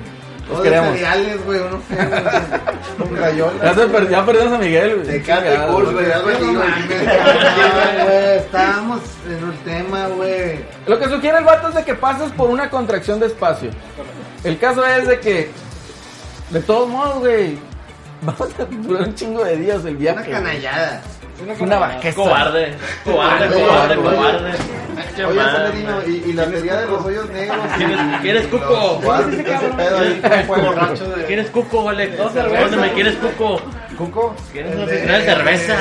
[SPEAKER 1] Los
[SPEAKER 2] O de
[SPEAKER 1] queremos.
[SPEAKER 2] cereales, güey, no sé. güey, Con
[SPEAKER 1] Ya,
[SPEAKER 2] rayolas.
[SPEAKER 1] se per- ya perdimos a Miguel, güey.
[SPEAKER 6] Tecate,
[SPEAKER 1] Chingado,
[SPEAKER 6] Coors,
[SPEAKER 1] güey.
[SPEAKER 6] güey, algo así, güey.
[SPEAKER 2] Ay, güey, Estábamos en el tema, güey.
[SPEAKER 1] Lo que sugiere el vato es de que pases por una contracción de espacio. El caso es de que, de todos modos, güey, vas a durar un chingo de días el
[SPEAKER 2] Una
[SPEAKER 1] viaje. güey.
[SPEAKER 2] canallada.
[SPEAKER 1] Es una vaqueza.
[SPEAKER 4] Cobarde, cobarde,
[SPEAKER 2] Oye,
[SPEAKER 4] cobarde,
[SPEAKER 2] oye.
[SPEAKER 4] cobarde. Qué
[SPEAKER 9] Oye,
[SPEAKER 4] mal,
[SPEAKER 9] Salerino,
[SPEAKER 4] man.
[SPEAKER 9] y, y la teoría de los hoyos negros.
[SPEAKER 4] ¿Quieres- ¿Quieres cuco? ¿Quieres cuco, vale? ¿Dónde me quieres cuco?
[SPEAKER 9] ¿Cuco?
[SPEAKER 4] ¿Quieres una oficina de cerveza?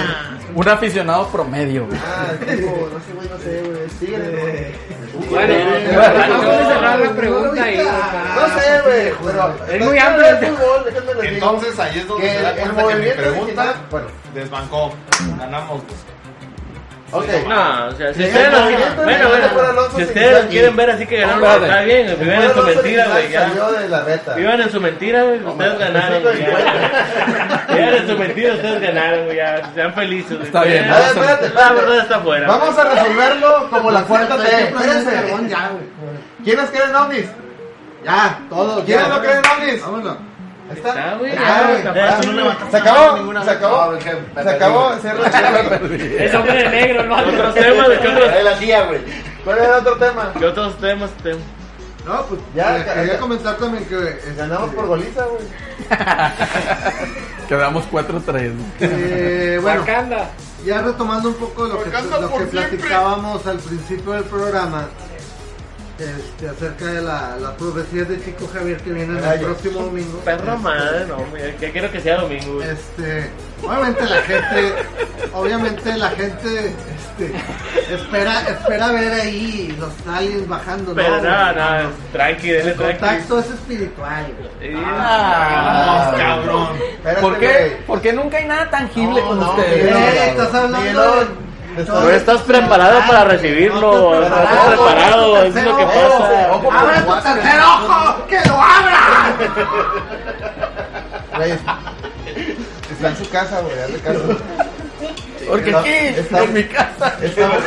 [SPEAKER 1] Un aficionado promedio, güey.
[SPEAKER 2] Ah, tipo, no sé, güey, no sé, güey. Síguele, güey.
[SPEAKER 5] Bueno, vamos a cerrar la pregunta y...
[SPEAKER 2] No sé, güey. Pero
[SPEAKER 5] Es muy amplio.
[SPEAKER 2] el fútbol, déjenme les digo.
[SPEAKER 3] Entonces ahí es donde
[SPEAKER 2] Que
[SPEAKER 3] se da
[SPEAKER 2] el
[SPEAKER 3] cuenta que mi
[SPEAKER 2] movimiento
[SPEAKER 3] pregunta
[SPEAKER 2] original- bueno.
[SPEAKER 3] desbancó. Ganamos. güey.
[SPEAKER 2] Ok.
[SPEAKER 4] No, o sea, si ustedes lo bueno, bueno, si ustedes quieren ver así que ganaron,
[SPEAKER 1] Espérate.
[SPEAKER 4] está bien, güey, vivan en su mentira, güey, ya.
[SPEAKER 9] Salió de la reta.
[SPEAKER 4] Vivan en su mentira, güey, ustedes ganaron, güey, ya. Vivan en su mentira, ustedes ganaron, güey, ya. Sean felices, güey.
[SPEAKER 1] Está bien,
[SPEAKER 4] Ya,
[SPEAKER 9] A ver, espérate,
[SPEAKER 4] La
[SPEAKER 9] espérate.
[SPEAKER 4] verdad está afuera.
[SPEAKER 9] Vamos a resolverlo como la cuarta T.
[SPEAKER 2] Carbón
[SPEAKER 9] Espérense.
[SPEAKER 2] ya, güey.
[SPEAKER 9] ¿Quiénes creen ovnis?
[SPEAKER 2] Ya, todo.
[SPEAKER 9] ¿Quiénes no creen ovnis?
[SPEAKER 2] Vámonos.
[SPEAKER 9] Ahí
[SPEAKER 4] Ya,
[SPEAKER 9] está.
[SPEAKER 4] güey,
[SPEAKER 9] Ya, güey.
[SPEAKER 4] ya,
[SPEAKER 9] Ya,
[SPEAKER 4] ya,
[SPEAKER 9] sí,
[SPEAKER 4] no
[SPEAKER 9] Se acabó. Se acabó. Se acabó. Cierra el ciclo.
[SPEAKER 5] Es hombre de negro, ¿no?
[SPEAKER 4] Otros temas, ¿de qué otros,
[SPEAKER 6] Ahí la hacía, güey.
[SPEAKER 9] ¿Cuál era otro tema?
[SPEAKER 4] qué otros temas tenemos?
[SPEAKER 2] No, pues
[SPEAKER 9] Ya,
[SPEAKER 2] ya.
[SPEAKER 9] ca-
[SPEAKER 2] Quería
[SPEAKER 9] ya.
[SPEAKER 2] comentar también que. este,
[SPEAKER 9] Ganamos por goliza, güey.
[SPEAKER 1] Quedamos 4-3.
[SPEAKER 2] eh, bueno,
[SPEAKER 5] Wakanda.
[SPEAKER 2] ya retomando un poco lo que,
[SPEAKER 3] Wakanda
[SPEAKER 2] lo
[SPEAKER 3] por
[SPEAKER 2] que
[SPEAKER 3] siempre.
[SPEAKER 2] platicábamos al principio del programa. Este, acerca de la, las profecías de Chico Javier que vienen el
[SPEAKER 9] Rayos.
[SPEAKER 2] próximo domingo.
[SPEAKER 4] Perro madre, no, güey, ya quiero que sea domingo, güey.
[SPEAKER 2] Este, obviamente la gente, obviamente la gente, este, espera, espera ver ahí los aliens bajando. ¿no?
[SPEAKER 4] Pero nada, nada, tranqui, denle
[SPEAKER 2] El
[SPEAKER 4] tranqui.
[SPEAKER 2] contacto es espiritual. güey.
[SPEAKER 4] Sí.
[SPEAKER 1] Ah,
[SPEAKER 4] cabrón.
[SPEAKER 9] Espérate,
[SPEAKER 1] ¿Por qué?
[SPEAKER 9] güey.
[SPEAKER 1] Porque nunca hay nada tangible
[SPEAKER 9] No,
[SPEAKER 1] con
[SPEAKER 9] no,
[SPEAKER 1] ustedes.
[SPEAKER 9] Miguel,
[SPEAKER 2] Eh, estás hablando de-
[SPEAKER 9] Miguel,
[SPEAKER 2] todo
[SPEAKER 4] No estás preparado para recibirlo, no estás preparado, es lo que pasa.
[SPEAKER 9] Ojo,
[SPEAKER 2] ¡Abre tu tercer ojo! ¡Que lo abra!
[SPEAKER 9] Güey, Está en su casa, güey. Hazle caso.
[SPEAKER 1] Porque
[SPEAKER 9] No,
[SPEAKER 1] aquí,
[SPEAKER 9] está-
[SPEAKER 1] en mi casa.
[SPEAKER 9] Está,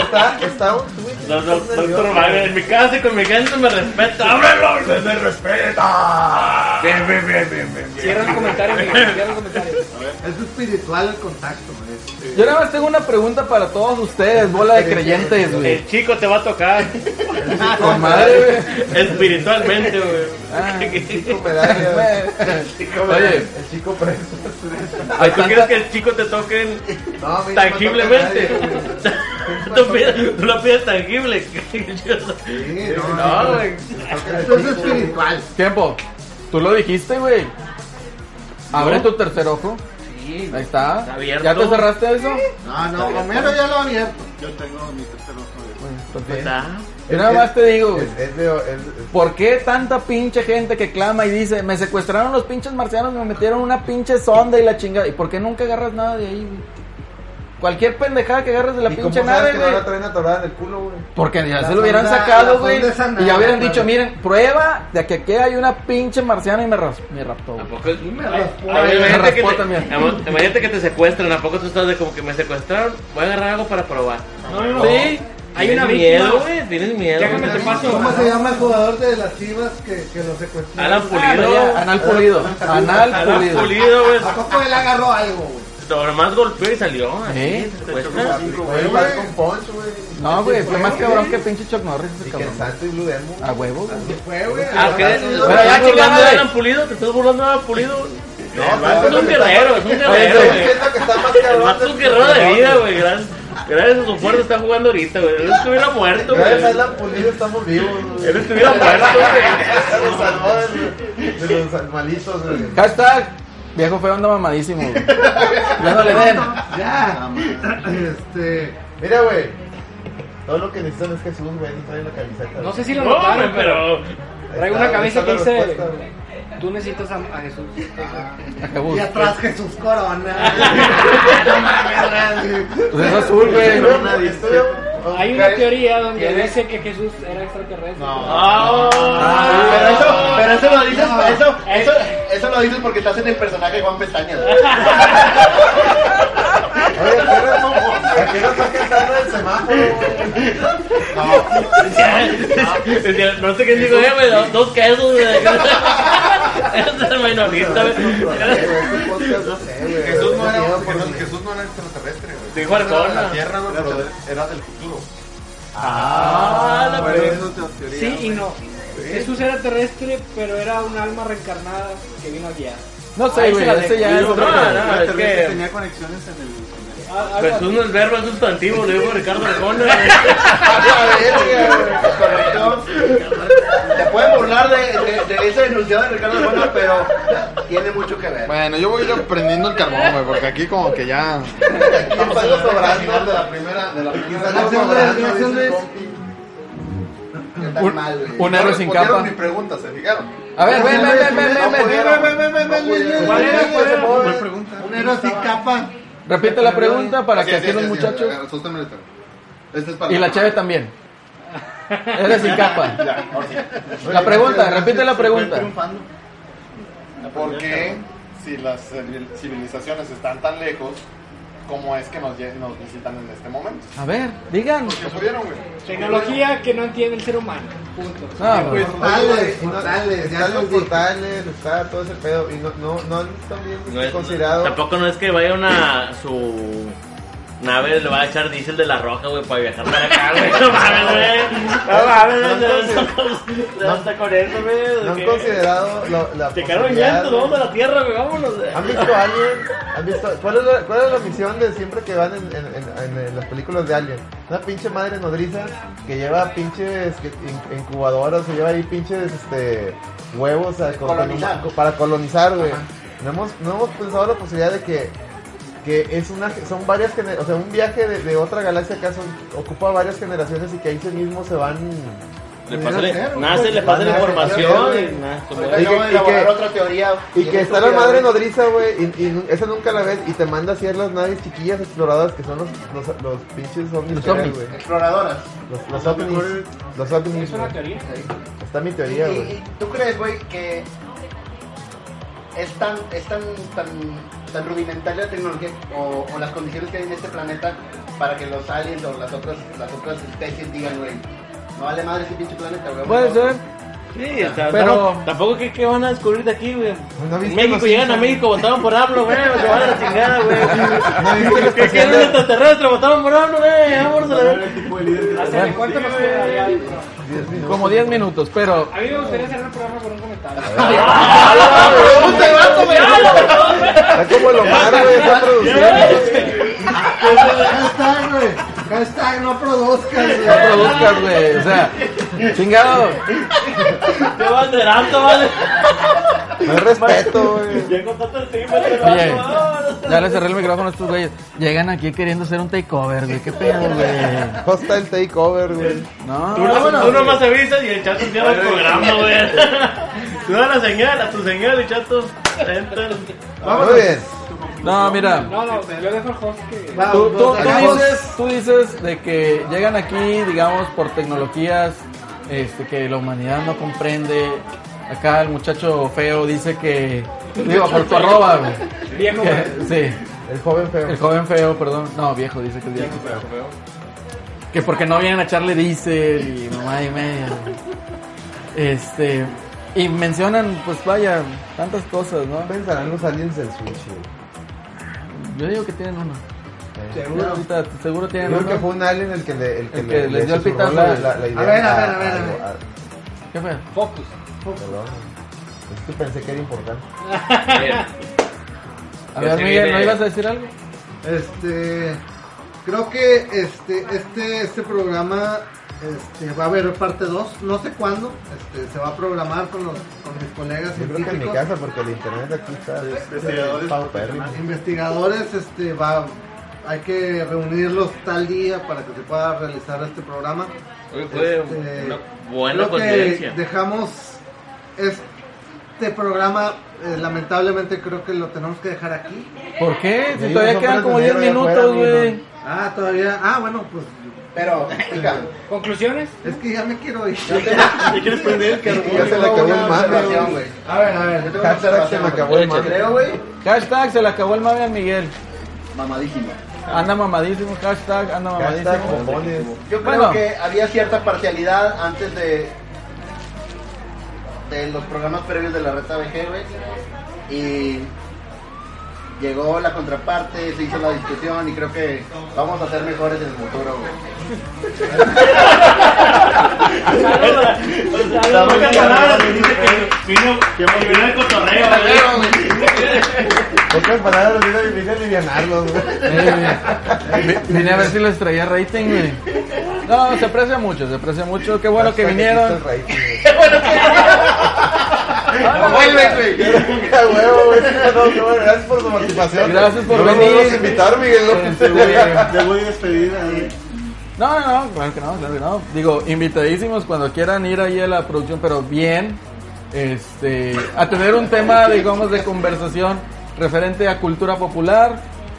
[SPEAKER 9] está, está un tweet.
[SPEAKER 4] No, no, doctor Mario, en mi casa y con mi gente me respeta. ¡Ábrelo! ¡Se me respeta! Bien, bien, bien, bien, bien.
[SPEAKER 5] Cierra el comentario, Miguel, cierra el comentario.
[SPEAKER 2] Es espiritual el contacto, este.
[SPEAKER 1] Yo nada más tengo una pregunta para todos ustedes, bola de creyentes, güey.
[SPEAKER 4] El chico te va a tocar
[SPEAKER 1] Con madre, güey.
[SPEAKER 4] espiritualmente, güey.
[SPEAKER 1] Ah,
[SPEAKER 9] Chico medalla, güey.
[SPEAKER 1] Oye,
[SPEAKER 9] El chico preso.
[SPEAKER 1] hay
[SPEAKER 4] ¿Tú quieres
[SPEAKER 1] tanta-
[SPEAKER 4] que el chico te toque
[SPEAKER 9] No, a mí no me toca
[SPEAKER 4] tangiblemente?
[SPEAKER 9] nadie, güey.
[SPEAKER 4] Tú, pides- tú lo pides tangible.
[SPEAKER 2] Sí, no,
[SPEAKER 4] No, güey.
[SPEAKER 2] Esto es espiritual.
[SPEAKER 1] Tiempo. Tú lo dijiste, güey. Abre tu tercer ojo.
[SPEAKER 4] Sí,
[SPEAKER 1] Ahí está.
[SPEAKER 4] Está abierto.
[SPEAKER 1] ¿Ya te cerraste eso?
[SPEAKER 2] No, no, Homero ya lo ha abierto.
[SPEAKER 8] Yo tengo mi tercer ojo.
[SPEAKER 4] Pues está.
[SPEAKER 1] pues Yo nada más te digo, güey.
[SPEAKER 9] Es, es de. es- es-
[SPEAKER 1] ¿Por qué tanta pinche gente que clama y dice, me secuestraron los pinches marcianos, me metieron una pinche sonda y la chingada? ¿Y por qué nunca agarras nada de ahí, güey? Cualquier pendejada que agarres de la
[SPEAKER 9] ¿Y cómo
[SPEAKER 1] pinche
[SPEAKER 9] sabes
[SPEAKER 1] nave,
[SPEAKER 9] que no
[SPEAKER 1] güey.
[SPEAKER 9] la traen atorada en el culo, güey?
[SPEAKER 1] Porque ya
[SPEAKER 2] La
[SPEAKER 1] se lo hubieran
[SPEAKER 2] sonda-
[SPEAKER 1] sacado,
[SPEAKER 2] la
[SPEAKER 1] güey.
[SPEAKER 2] sonda esa
[SPEAKER 1] Y
[SPEAKER 2] nave,
[SPEAKER 1] ya hubieran
[SPEAKER 2] claro.
[SPEAKER 1] dicho, miren, prueba de que aquí hay una pinche marciana y me, ras- me raptó, güey.
[SPEAKER 4] Tampoco es- Ay,
[SPEAKER 2] raspó,
[SPEAKER 4] ay,
[SPEAKER 1] me
[SPEAKER 4] Imagínate que
[SPEAKER 1] raspó
[SPEAKER 4] te-
[SPEAKER 1] también.
[SPEAKER 4] am- imagínate que te secuestran, ¿a poco tú estás de como que me secuestraron? Voy a agarrar algo para probar.
[SPEAKER 5] No, no, no.
[SPEAKER 4] Sí,
[SPEAKER 5] Hay una
[SPEAKER 4] tienes
[SPEAKER 5] víctima.
[SPEAKER 4] miedo, güey, tienes miedo.
[SPEAKER 5] Déjame te paso.
[SPEAKER 2] ¿Cómo se llama el jugador de las chivas que, que lo secuestró?
[SPEAKER 4] Alan
[SPEAKER 1] Ah, no,
[SPEAKER 4] Pulido.
[SPEAKER 1] ya, Anal pulido. Anal
[SPEAKER 4] Alan
[SPEAKER 1] pulido.
[SPEAKER 4] Pulido, güey.
[SPEAKER 2] ¿A poco él agarró algo, güey?
[SPEAKER 4] Nomás golpeó y salió. así,
[SPEAKER 1] ¿Eh?
[SPEAKER 4] te secuestran.
[SPEAKER 9] Güey,
[SPEAKER 2] güey.
[SPEAKER 9] vas con Punch, güey.
[SPEAKER 1] No, güey, fue más cabrón que pinche Chuck Norris ese
[SPEAKER 9] Y que el
[SPEAKER 1] cabrón.
[SPEAKER 9] santo y Blue Demon.
[SPEAKER 1] A huevo, güey.
[SPEAKER 2] Se fue, güey.
[SPEAKER 4] Ah, ¿qué?
[SPEAKER 2] Agarró-
[SPEAKER 4] ¿Te
[SPEAKER 1] Bueno, ya
[SPEAKER 4] estás burlando de
[SPEAKER 1] chingada,
[SPEAKER 4] Alan Pulido? ¿Te estás burlando de Alan Pulido?
[SPEAKER 9] No,
[SPEAKER 4] El vato es un
[SPEAKER 9] pues,
[SPEAKER 4] guerrero, es un
[SPEAKER 9] Oye,
[SPEAKER 4] guerrero,
[SPEAKER 9] güey,
[SPEAKER 4] güey.
[SPEAKER 9] siento que está más
[SPEAKER 4] El
[SPEAKER 9] cabrón
[SPEAKER 4] vato es
[SPEAKER 9] del-
[SPEAKER 4] un guerrero de vida, güey. Gracias, gracias a su fuerza está jugando ahorita, güey. Él estuviera muerto, güey.
[SPEAKER 9] Gracias a Alan Pulido estamos vivos, güey.
[SPEAKER 4] Él estuviera muerto, güey.
[SPEAKER 9] Se nos salvó de, de los animalitos, güey.
[SPEAKER 1] Hashtag, viejo feo anda mamadísimo, güey. Ya no le den.
[SPEAKER 2] Ya. Este.
[SPEAKER 9] Mira, güey. Todo lo que necesitan es Jesús, güey. No trae la camiseta.
[SPEAKER 5] No sé si lo
[SPEAKER 4] No, güey,
[SPEAKER 5] notaron, pero
[SPEAKER 4] pero...
[SPEAKER 5] traigo una camisa que dice,
[SPEAKER 9] Respuesta, güey.
[SPEAKER 5] tú necesitas a, a Jesús.
[SPEAKER 1] Acabó.
[SPEAKER 2] Y atrás Jesús Corona. No mames, güey.
[SPEAKER 1] Pues es azul, güey.
[SPEAKER 5] Hay una teoría donde dice que Jesús era extraterrestre.
[SPEAKER 4] Ah,
[SPEAKER 9] Pero eso, pero eso lo dices,
[SPEAKER 2] No.
[SPEAKER 9] eso,
[SPEAKER 5] Es-
[SPEAKER 9] eso, eso,
[SPEAKER 6] Eso lo dices porque estás en el personaje de Juan Pestaña.
[SPEAKER 9] Oye, pero no, ¿a qué no está cantando el semáforo?
[SPEAKER 4] Decía, No sé qué digo, eh, güey, dos- dos quesos, güey. Ese es el menonita, güey.
[SPEAKER 2] Este podcast, no sé, güey.
[SPEAKER 3] Jesús no era,
[SPEAKER 2] Yo, por
[SPEAKER 3] Jesús-
[SPEAKER 2] mí.
[SPEAKER 3] Jesús no era extraterrestre, güey.
[SPEAKER 4] Dijo
[SPEAKER 3] Jesús era de la
[SPEAKER 4] Arjona.
[SPEAKER 3] tierra, güey, pero de- era del futuro.
[SPEAKER 4] Ah, la
[SPEAKER 8] Por
[SPEAKER 4] pero-
[SPEAKER 8] eso te teoría.
[SPEAKER 5] Sí y no. Jesús era terrestre, pero era un alma reencarnada que vino guiada.
[SPEAKER 1] No sé,
[SPEAKER 5] Ahí se
[SPEAKER 1] güey,
[SPEAKER 5] la
[SPEAKER 1] ese
[SPEAKER 5] dejo.
[SPEAKER 1] ya es
[SPEAKER 4] No,
[SPEAKER 1] otro
[SPEAKER 4] no,
[SPEAKER 1] pedo.
[SPEAKER 4] no.
[SPEAKER 8] La
[SPEAKER 4] es
[SPEAKER 8] teoría
[SPEAKER 4] que-
[SPEAKER 8] que tenía conexiones en el. en el-
[SPEAKER 5] Al- algo
[SPEAKER 4] Jesús
[SPEAKER 5] así.
[SPEAKER 4] Pues no es verbo, es sustantivo, lo dijo Ricardo Arjona. güey.
[SPEAKER 6] Correcto. Te pueden burlar de, de- de ese enunciado de Ricardo Arjona, pero tiene mucho que ver.
[SPEAKER 10] Bueno, yo voy a ir prendiendo el carbón, güey, porque aquí como que ya...
[SPEAKER 6] Estamos algo sobrando de la primera. De la primera.
[SPEAKER 2] Están haciendo desviación de-
[SPEAKER 1] Un- Un héroe sin capa.
[SPEAKER 3] mi pregunta, ¿se fijaron?
[SPEAKER 1] A ver, ven, ven, ven, ven, ven, ven.
[SPEAKER 4] ¿Cuál era? ¿Cuál era?
[SPEAKER 8] ¿Cuál pregunta?
[SPEAKER 2] Un héroe sin capa.
[SPEAKER 1] Repite la pregunta para que aquí los muchachos
[SPEAKER 10] Este es para
[SPEAKER 1] y la chave también. Eres sin capa. La pregunta, repite la pregunta.
[SPEAKER 3] ¿Por qué, si las civil- civilizaciones están tan lejos, cómo es que nos, lle- nos visitan en este momento?
[SPEAKER 1] A ver, digan.
[SPEAKER 3] ¿Qué pudieron, güey?
[SPEAKER 5] Tecnología que no entiende el ser humano. Punto.
[SPEAKER 1] No, güey.
[SPEAKER 9] Portales,
[SPEAKER 2] Portales, portales, ya
[SPEAKER 9] Están los
[SPEAKER 2] los vi.
[SPEAKER 9] portales, está todo ese pedo. Y no, no, no han también
[SPEAKER 4] No es-
[SPEAKER 9] considerado.
[SPEAKER 4] Tampoco no es que vaya una. su nave le va a echar diésel de la roca, güey, para viajar para acá, güey. No mames, güey. No mames, no
[SPEAKER 9] no-
[SPEAKER 4] hasta con eso, güey.
[SPEAKER 9] No
[SPEAKER 4] de
[SPEAKER 9] han
[SPEAKER 4] que-
[SPEAKER 9] considerado la, la
[SPEAKER 4] Te quedaron
[SPEAKER 9] posibilidad
[SPEAKER 4] llantos,
[SPEAKER 9] de-
[SPEAKER 4] vamos a la tierra, güey, vámonos. güey.
[SPEAKER 9] ¿Han visto Alien? ¿Han visto? ¿Cuál, es la, ¿Cuál es la misión de siempre que van en, en, en- en las películas de Alien? Una pinche madre nodriza que lleva pinches que- in- incubadoras, o lleva ahí pinches este, huevos a- con-
[SPEAKER 6] Colonizar.
[SPEAKER 9] con- para colonizar, güey. No hemos, no hemos pensado la posibilidad de que, que es una, son varias generaciones, o sea, un viaje de, de otra galaxia acá son, ocupa varias generaciones y que ahí sí mismo se van...
[SPEAKER 4] Le
[SPEAKER 9] pudieran
[SPEAKER 4] pasa
[SPEAKER 9] ser,
[SPEAKER 4] la-
[SPEAKER 9] güey.
[SPEAKER 4] Nace, le pasa la
[SPEAKER 9] Nace,
[SPEAKER 4] información.
[SPEAKER 9] nace,
[SPEAKER 4] y nada, se
[SPEAKER 6] Ahorita
[SPEAKER 4] mueve.
[SPEAKER 6] acabo de
[SPEAKER 9] Y que- y que-
[SPEAKER 6] elaborar otra teoría.
[SPEAKER 9] Y
[SPEAKER 6] bien
[SPEAKER 9] que está la madre
[SPEAKER 6] estúpida, güey.
[SPEAKER 9] nodriza, güey, y, y nu- esa nunca la ves, y te manda así a las naves chiquillas exploradoras que son los, los, los pinches ovnis,
[SPEAKER 1] Los
[SPEAKER 9] que eran,
[SPEAKER 1] ovnis.
[SPEAKER 9] güey.
[SPEAKER 6] Exploradoras.
[SPEAKER 9] Los, los ovnis, los ovnis,
[SPEAKER 5] Es una
[SPEAKER 9] güey.
[SPEAKER 5] teoría.
[SPEAKER 9] Está mi
[SPEAKER 6] Y-
[SPEAKER 9] teoría,
[SPEAKER 6] y-
[SPEAKER 9] güey.
[SPEAKER 6] y- ¿Tú crees, güey, que es tan, es tan, tan, tan rudimentaria la tecnología o, o las condiciones que hay en este planeta para que los aliens o las otras, las otras especies digan, güey, no vale madre ese pinche planeta, güey?
[SPEAKER 9] Pues,
[SPEAKER 1] Puede ser.
[SPEAKER 4] Sí, o sea,
[SPEAKER 1] Pero-
[SPEAKER 4] tampoco- tampoco que, que van a descubrir de aquí, güey.
[SPEAKER 9] ¿No viste
[SPEAKER 4] En México
[SPEAKER 9] los
[SPEAKER 4] llegan a
[SPEAKER 9] Simpsons?
[SPEAKER 4] México, votaron por AMLO, güey, se van a la chingada,
[SPEAKER 9] ¿No
[SPEAKER 4] güey.
[SPEAKER 9] viste el
[SPEAKER 4] Que
[SPEAKER 9] especial
[SPEAKER 4] quieren
[SPEAKER 9] de-
[SPEAKER 4] un extraterrestre, votaron por AMLO, güey, vámonos a la verga.
[SPEAKER 5] Hace cuánto nos queda ya, bro?
[SPEAKER 1] Como 10 minutos, pero
[SPEAKER 5] A mí me gustaría hacer un programa con un comentario.
[SPEAKER 1] Ah,
[SPEAKER 9] Está como lo malo, güey, está produciendo.
[SPEAKER 2] Hashtag, güey. Hashtag no produzcas,
[SPEAKER 1] no
[SPEAKER 2] güey.
[SPEAKER 1] produzcas, güey. O sea, chingado.
[SPEAKER 4] Te va a ser alto, vale.
[SPEAKER 9] No hay respeto, güey.
[SPEAKER 4] Ya contaste el timbre, te va
[SPEAKER 1] Oye,
[SPEAKER 4] a
[SPEAKER 1] ya le cerré el micrófono a estos güeyes. Llegan aquí queriendo hacer un takeover, güey. ¿Qué pedo, güey?
[SPEAKER 9] Costa el takeover, güey.
[SPEAKER 1] No,
[SPEAKER 4] Tú, no, tú nomás avisas y el chato cierra el programa, güey. Tú da la señal, a tu señal, el chato. Entra.
[SPEAKER 9] Muy bien.
[SPEAKER 1] no, mira.
[SPEAKER 5] No, no, yo dejo al host que.
[SPEAKER 2] Va,
[SPEAKER 1] Tú, tú-
[SPEAKER 2] nos
[SPEAKER 1] tú
[SPEAKER 2] acabamos.
[SPEAKER 1] dices, tú dices de que llegan aquí, digamos, por tecnologías este, que la humanidad no comprende. Acá el muchacho feo dice que. Digo, por tu arroba, güey.
[SPEAKER 5] Bien, güey.
[SPEAKER 1] Que- Sí,
[SPEAKER 9] El joven feo.
[SPEAKER 1] el joven feo, perdón. No, viejo, dice que es viejo. Que porque no vienen a echarle diésel y mamá y media. güey. Este. Y mencionan, pues vaya, tantas cosas, ¿no?
[SPEAKER 9] Pensarán los aliens del Switch, güey.
[SPEAKER 1] Yo digo que tienen uno.
[SPEAKER 2] Seguro.
[SPEAKER 1] Yo ahorita- Seguro
[SPEAKER 9] Yo
[SPEAKER 1] tienen
[SPEAKER 9] creo
[SPEAKER 1] uno.
[SPEAKER 9] que fue un alien el que le, el que
[SPEAKER 1] El
[SPEAKER 9] le-
[SPEAKER 1] que
[SPEAKER 9] le
[SPEAKER 1] les dio el
[SPEAKER 9] susurró
[SPEAKER 1] pitazo.
[SPEAKER 9] la, la- la idea.
[SPEAKER 2] A ver, a ver, a ver, a ver.
[SPEAKER 1] ¿Qué fue?
[SPEAKER 5] Focus.
[SPEAKER 9] Perdón. Es que pensé que era importante.
[SPEAKER 1] A
[SPEAKER 4] Ya
[SPEAKER 1] ver,
[SPEAKER 4] se
[SPEAKER 1] Miguel, ¿no
[SPEAKER 4] viene.
[SPEAKER 1] ibas a decir algo?
[SPEAKER 2] Este, creo que este, este, este programa este, va a haber parte 2, no sé cuándo, este, se va a programar con, los, con mis colegas
[SPEAKER 9] Yo creo que en mi
[SPEAKER 2] científicos,
[SPEAKER 9] casa, porque el internet aquí está.
[SPEAKER 8] Investigadores
[SPEAKER 9] paupérrimo.
[SPEAKER 2] investigadores, este, va, hay que reunirlos tal día para que se pueda realizar este programa.
[SPEAKER 4] Fue
[SPEAKER 2] Este,
[SPEAKER 4] una buena
[SPEAKER 2] creo que
[SPEAKER 4] coincidencia.
[SPEAKER 2] dejamos este programa, eh, lamentablemente creo que lo tenemos que dejar aquí.
[SPEAKER 1] ¿Por qué?
[SPEAKER 9] Y
[SPEAKER 1] Si
[SPEAKER 9] ahí
[SPEAKER 1] todavía
[SPEAKER 9] los
[SPEAKER 1] quedan
[SPEAKER 9] hombres
[SPEAKER 1] como
[SPEAKER 9] de
[SPEAKER 1] 10
[SPEAKER 9] negro allá afuera,
[SPEAKER 1] minutos, güey.
[SPEAKER 9] amigo.
[SPEAKER 2] Ah, todavía. Ah, bueno, pues.
[SPEAKER 6] Pero,
[SPEAKER 5] ¿Conclusiones?
[SPEAKER 2] Es que ya me quiero ir.
[SPEAKER 6] ¿y quieres prender el carbón?
[SPEAKER 9] Ya se le acabó el mame, güey.
[SPEAKER 6] güey.
[SPEAKER 2] A ver, a ver, yo tengo una
[SPEAKER 9] Hashtag se me
[SPEAKER 2] observación.
[SPEAKER 9] acabó el mame.
[SPEAKER 6] Creo, güey,
[SPEAKER 1] Hashtag se le acabó el mame a Miguel.
[SPEAKER 6] mamadísimo.
[SPEAKER 1] Anda mamadísimo, hashtag, anda
[SPEAKER 9] Hashtag
[SPEAKER 1] mamadísimo.
[SPEAKER 9] bombones.
[SPEAKER 6] Yo creo
[SPEAKER 1] Bueno.
[SPEAKER 6] que había cierta parcialidad antes de de los programas previos de la reta BG, güey. Y llegó la contraparte, se hizo la discusión y creo que vamos a ser mejores en el futuro, güey.
[SPEAKER 4] La única palabra que dice que vino, que vino el cotorreo,
[SPEAKER 9] Pocas palabras, mira, vine a alivianarlos, güey.
[SPEAKER 1] Eh, vi- vine a ver si les traía rating, güey. No, se aprecia mucho, se aprecia mucho. Qué bueno que
[SPEAKER 9] Hashtag
[SPEAKER 1] vinieron.
[SPEAKER 9] existe el rating, güey.
[SPEAKER 6] ¡Vuelve, güey!
[SPEAKER 9] A huevo, güey. No, qué bueno, Gracias por su participación.
[SPEAKER 1] Gracias por
[SPEAKER 9] No nos
[SPEAKER 1] venir.
[SPEAKER 9] vuelvas a invitar, Miguel López.
[SPEAKER 1] Sí, güey.
[SPEAKER 8] Ya voy despedida. eh.
[SPEAKER 1] No, no, no, claro que no, claro que no. Digo, invitadísimos cuando quieran ir ahí a la producción, pero bien, este, a tener un tema, digamos, de conversación referente a cultura popular,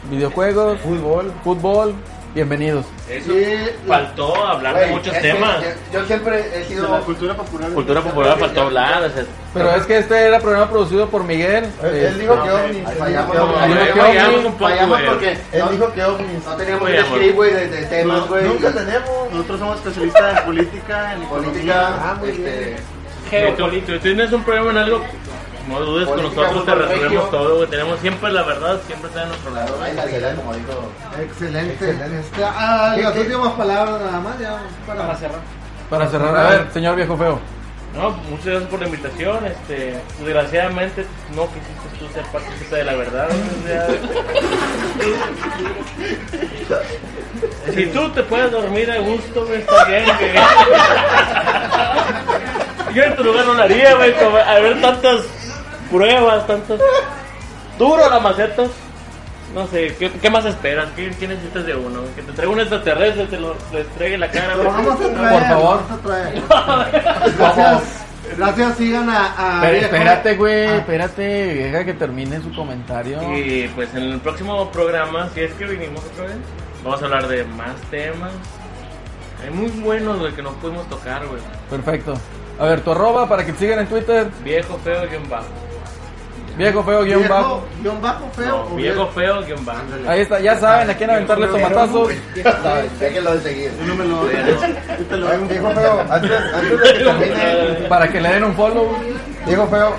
[SPEAKER 1] videojuegos, fútbol, fútbol, bienvenidos.
[SPEAKER 4] Eso
[SPEAKER 6] Y la-
[SPEAKER 4] faltó hablar de
[SPEAKER 6] güey,
[SPEAKER 4] muchos
[SPEAKER 6] es que
[SPEAKER 4] temas.
[SPEAKER 6] yo- Yo siempre he
[SPEAKER 8] De la
[SPEAKER 6] sido...
[SPEAKER 8] cultura popular.
[SPEAKER 4] Cultura popular faltó hablar. o sea,
[SPEAKER 1] Pero es que este era programa producido por Miguel.
[SPEAKER 9] Él, él
[SPEAKER 1] este,
[SPEAKER 9] dijo que
[SPEAKER 4] No,
[SPEAKER 9] ovnis. Él dijo
[SPEAKER 6] Fallamos,
[SPEAKER 9] que ovnis.
[SPEAKER 1] Yo creo
[SPEAKER 4] Luego
[SPEAKER 1] que
[SPEAKER 4] llegamos
[SPEAKER 1] ovnis-
[SPEAKER 4] un poco,
[SPEAKER 6] fallamos
[SPEAKER 4] güey.
[SPEAKER 6] porque
[SPEAKER 9] Él
[SPEAKER 6] no,
[SPEAKER 9] dijo que ovnis.
[SPEAKER 6] no teníamos un
[SPEAKER 4] Oye, amor.
[SPEAKER 6] script, güey, de, de temas,
[SPEAKER 8] No,
[SPEAKER 6] güey.
[SPEAKER 9] Nunca
[SPEAKER 6] y
[SPEAKER 9] tenemos.
[SPEAKER 8] Nosotros somos especialistas en política, en
[SPEAKER 6] Política,
[SPEAKER 8] economía.
[SPEAKER 9] Ah, muy
[SPEAKER 6] este...
[SPEAKER 4] Si tú, si tú tienes un problema en algo, no dudes con
[SPEAKER 6] Política,
[SPEAKER 4] nosotros, te
[SPEAKER 6] fútbol, regio.
[SPEAKER 4] resolvemos todo, güey. Tenemos siempre la verdad, siempre está en nuestro lado.
[SPEAKER 6] Ahí la vida, como dijo...
[SPEAKER 2] Excelente. Este, ah, las últimas palabras nada más, ya
[SPEAKER 5] Para
[SPEAKER 2] para
[SPEAKER 5] cerrar.
[SPEAKER 1] Para cerrar, a ver, señor viejo feo.
[SPEAKER 4] No, muchas gracias por la invitación. Este, desgraciadamente no quisiste tú ser partícipe de la verdad. o sea. si tú te puedes dormir a gusto, güey, está bien. güey. Yo en tu lugar no lo haría, güey, como a ver tantas pruebas, tantas duro la macetas. No sé, ¿qué, qué más esperas? ¿Qué, qué necesitas de uno? Que te traiga un extraterrestre, te lo le estregue en la cara.
[SPEAKER 2] Lo
[SPEAKER 4] güey.
[SPEAKER 2] vamos a traer,
[SPEAKER 1] Por favor.
[SPEAKER 2] lo vamos a traer. Gracias. Gracias, sigan a. a
[SPEAKER 1] Pero
[SPEAKER 2] viejo-
[SPEAKER 1] espérate, güey,
[SPEAKER 2] Ah.
[SPEAKER 1] espérate, deja que termine su comentario.
[SPEAKER 4] Y pues en el próximo programa, si es que vinimos otra vez, vamos a hablar de más temas. Hay muy buenos, güey, que no pudimos tocar, güey.
[SPEAKER 1] Perfecto. A ver, tu arroba para que te sigan en Twitter,
[SPEAKER 4] Viejo feo guión bajo.
[SPEAKER 1] viejo feo guión bajo.
[SPEAKER 2] Viejo, guión bajo feo.
[SPEAKER 4] No,
[SPEAKER 2] o
[SPEAKER 4] viejo feo guión bajo.
[SPEAKER 1] Ahí está, ya saben a quién aventarle tomatazos.
[SPEAKER 6] Déjenlo de seguir.
[SPEAKER 8] Yo no me lo. Yo te lo hago.
[SPEAKER 9] Dijo feo, antes, antes de que termine,
[SPEAKER 1] Para que le den un follow.
[SPEAKER 9] Dijo feo.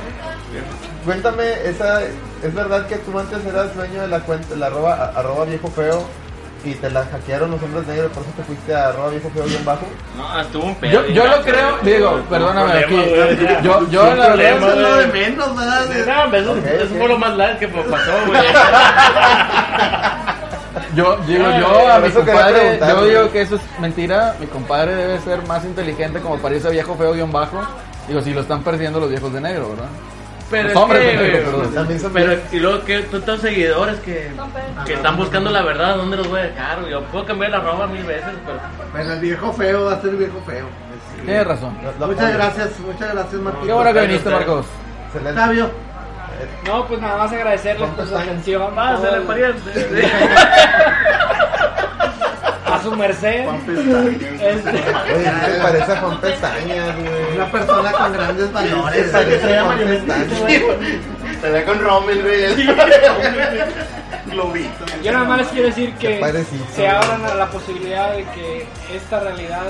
[SPEAKER 9] Cuéntame, esa, ¿es verdad que tú antes eras dueño de la cuenta, la arroba, a- arroba viejo feo y te la hackearon los hombres negros, por eso te fuiste a arroba viejo feo bien bajo?
[SPEAKER 4] No, estuvo un pedo.
[SPEAKER 1] Yo, yo lo creo, digo, perdóname aquí. Yo, yo la
[SPEAKER 4] problema,
[SPEAKER 1] verdad.
[SPEAKER 2] Eso es lo de
[SPEAKER 4] güey.
[SPEAKER 2] menos, ¿verdad?
[SPEAKER 4] No, pues, hombre, eso,
[SPEAKER 9] Ok,
[SPEAKER 4] eso
[SPEAKER 9] ok.
[SPEAKER 4] fue lo más largo que me pasó, güey.
[SPEAKER 1] Yo digo, yo a
[SPEAKER 9] Por
[SPEAKER 1] mi
[SPEAKER 9] eso quería
[SPEAKER 1] compadre,
[SPEAKER 9] preguntar,
[SPEAKER 1] yo
[SPEAKER 9] güey.
[SPEAKER 1] digo que eso es mentira. Mi compadre debe ser más inteligente como para irse a viejo feo guión bajo. Digo, si lo están perdiendo los viejos de negro, ¿verdad?
[SPEAKER 4] Pero
[SPEAKER 1] Los
[SPEAKER 4] es
[SPEAKER 1] hombres
[SPEAKER 4] que,
[SPEAKER 1] de negro,
[SPEAKER 4] güey,
[SPEAKER 1] perdón.
[SPEAKER 9] También son
[SPEAKER 4] Pero, y luego que tantos seguidores que, que están buscando la verdad, ¿dónde los voy a dejar? güey? Yo puedo cambiar la ropa mil veces, pero
[SPEAKER 2] Pero Pues el viejo feo va a ser viejo feo. Sí.
[SPEAKER 1] Tienes razón.
[SPEAKER 9] Lo- lo
[SPEAKER 2] Muchas
[SPEAKER 9] apoyo.
[SPEAKER 2] gracias, muchas gracias, Martín.
[SPEAKER 1] Qué bueno que viniste, Marcos.
[SPEAKER 9] Excelente.
[SPEAKER 2] Octavio.
[SPEAKER 5] No, pues nada más agradecerles por su atención.
[SPEAKER 4] Pásale,
[SPEAKER 5] Todo-
[SPEAKER 4] pariente.
[SPEAKER 5] A su merced. Este,
[SPEAKER 9] Oye, ¿qué te parece a Juan Pestañas, güey?
[SPEAKER 2] Una persona con grandes valores.
[SPEAKER 9] Esa que traía
[SPEAKER 2] Juan
[SPEAKER 9] mayonesa,
[SPEAKER 2] Pestaña.
[SPEAKER 6] Se ve con Rommel, güey.
[SPEAKER 8] Globito.
[SPEAKER 5] Yo nada más les quiero decir
[SPEAKER 9] Qué
[SPEAKER 5] que
[SPEAKER 9] parecito.
[SPEAKER 5] se abran a la posibilidad de que esta realidad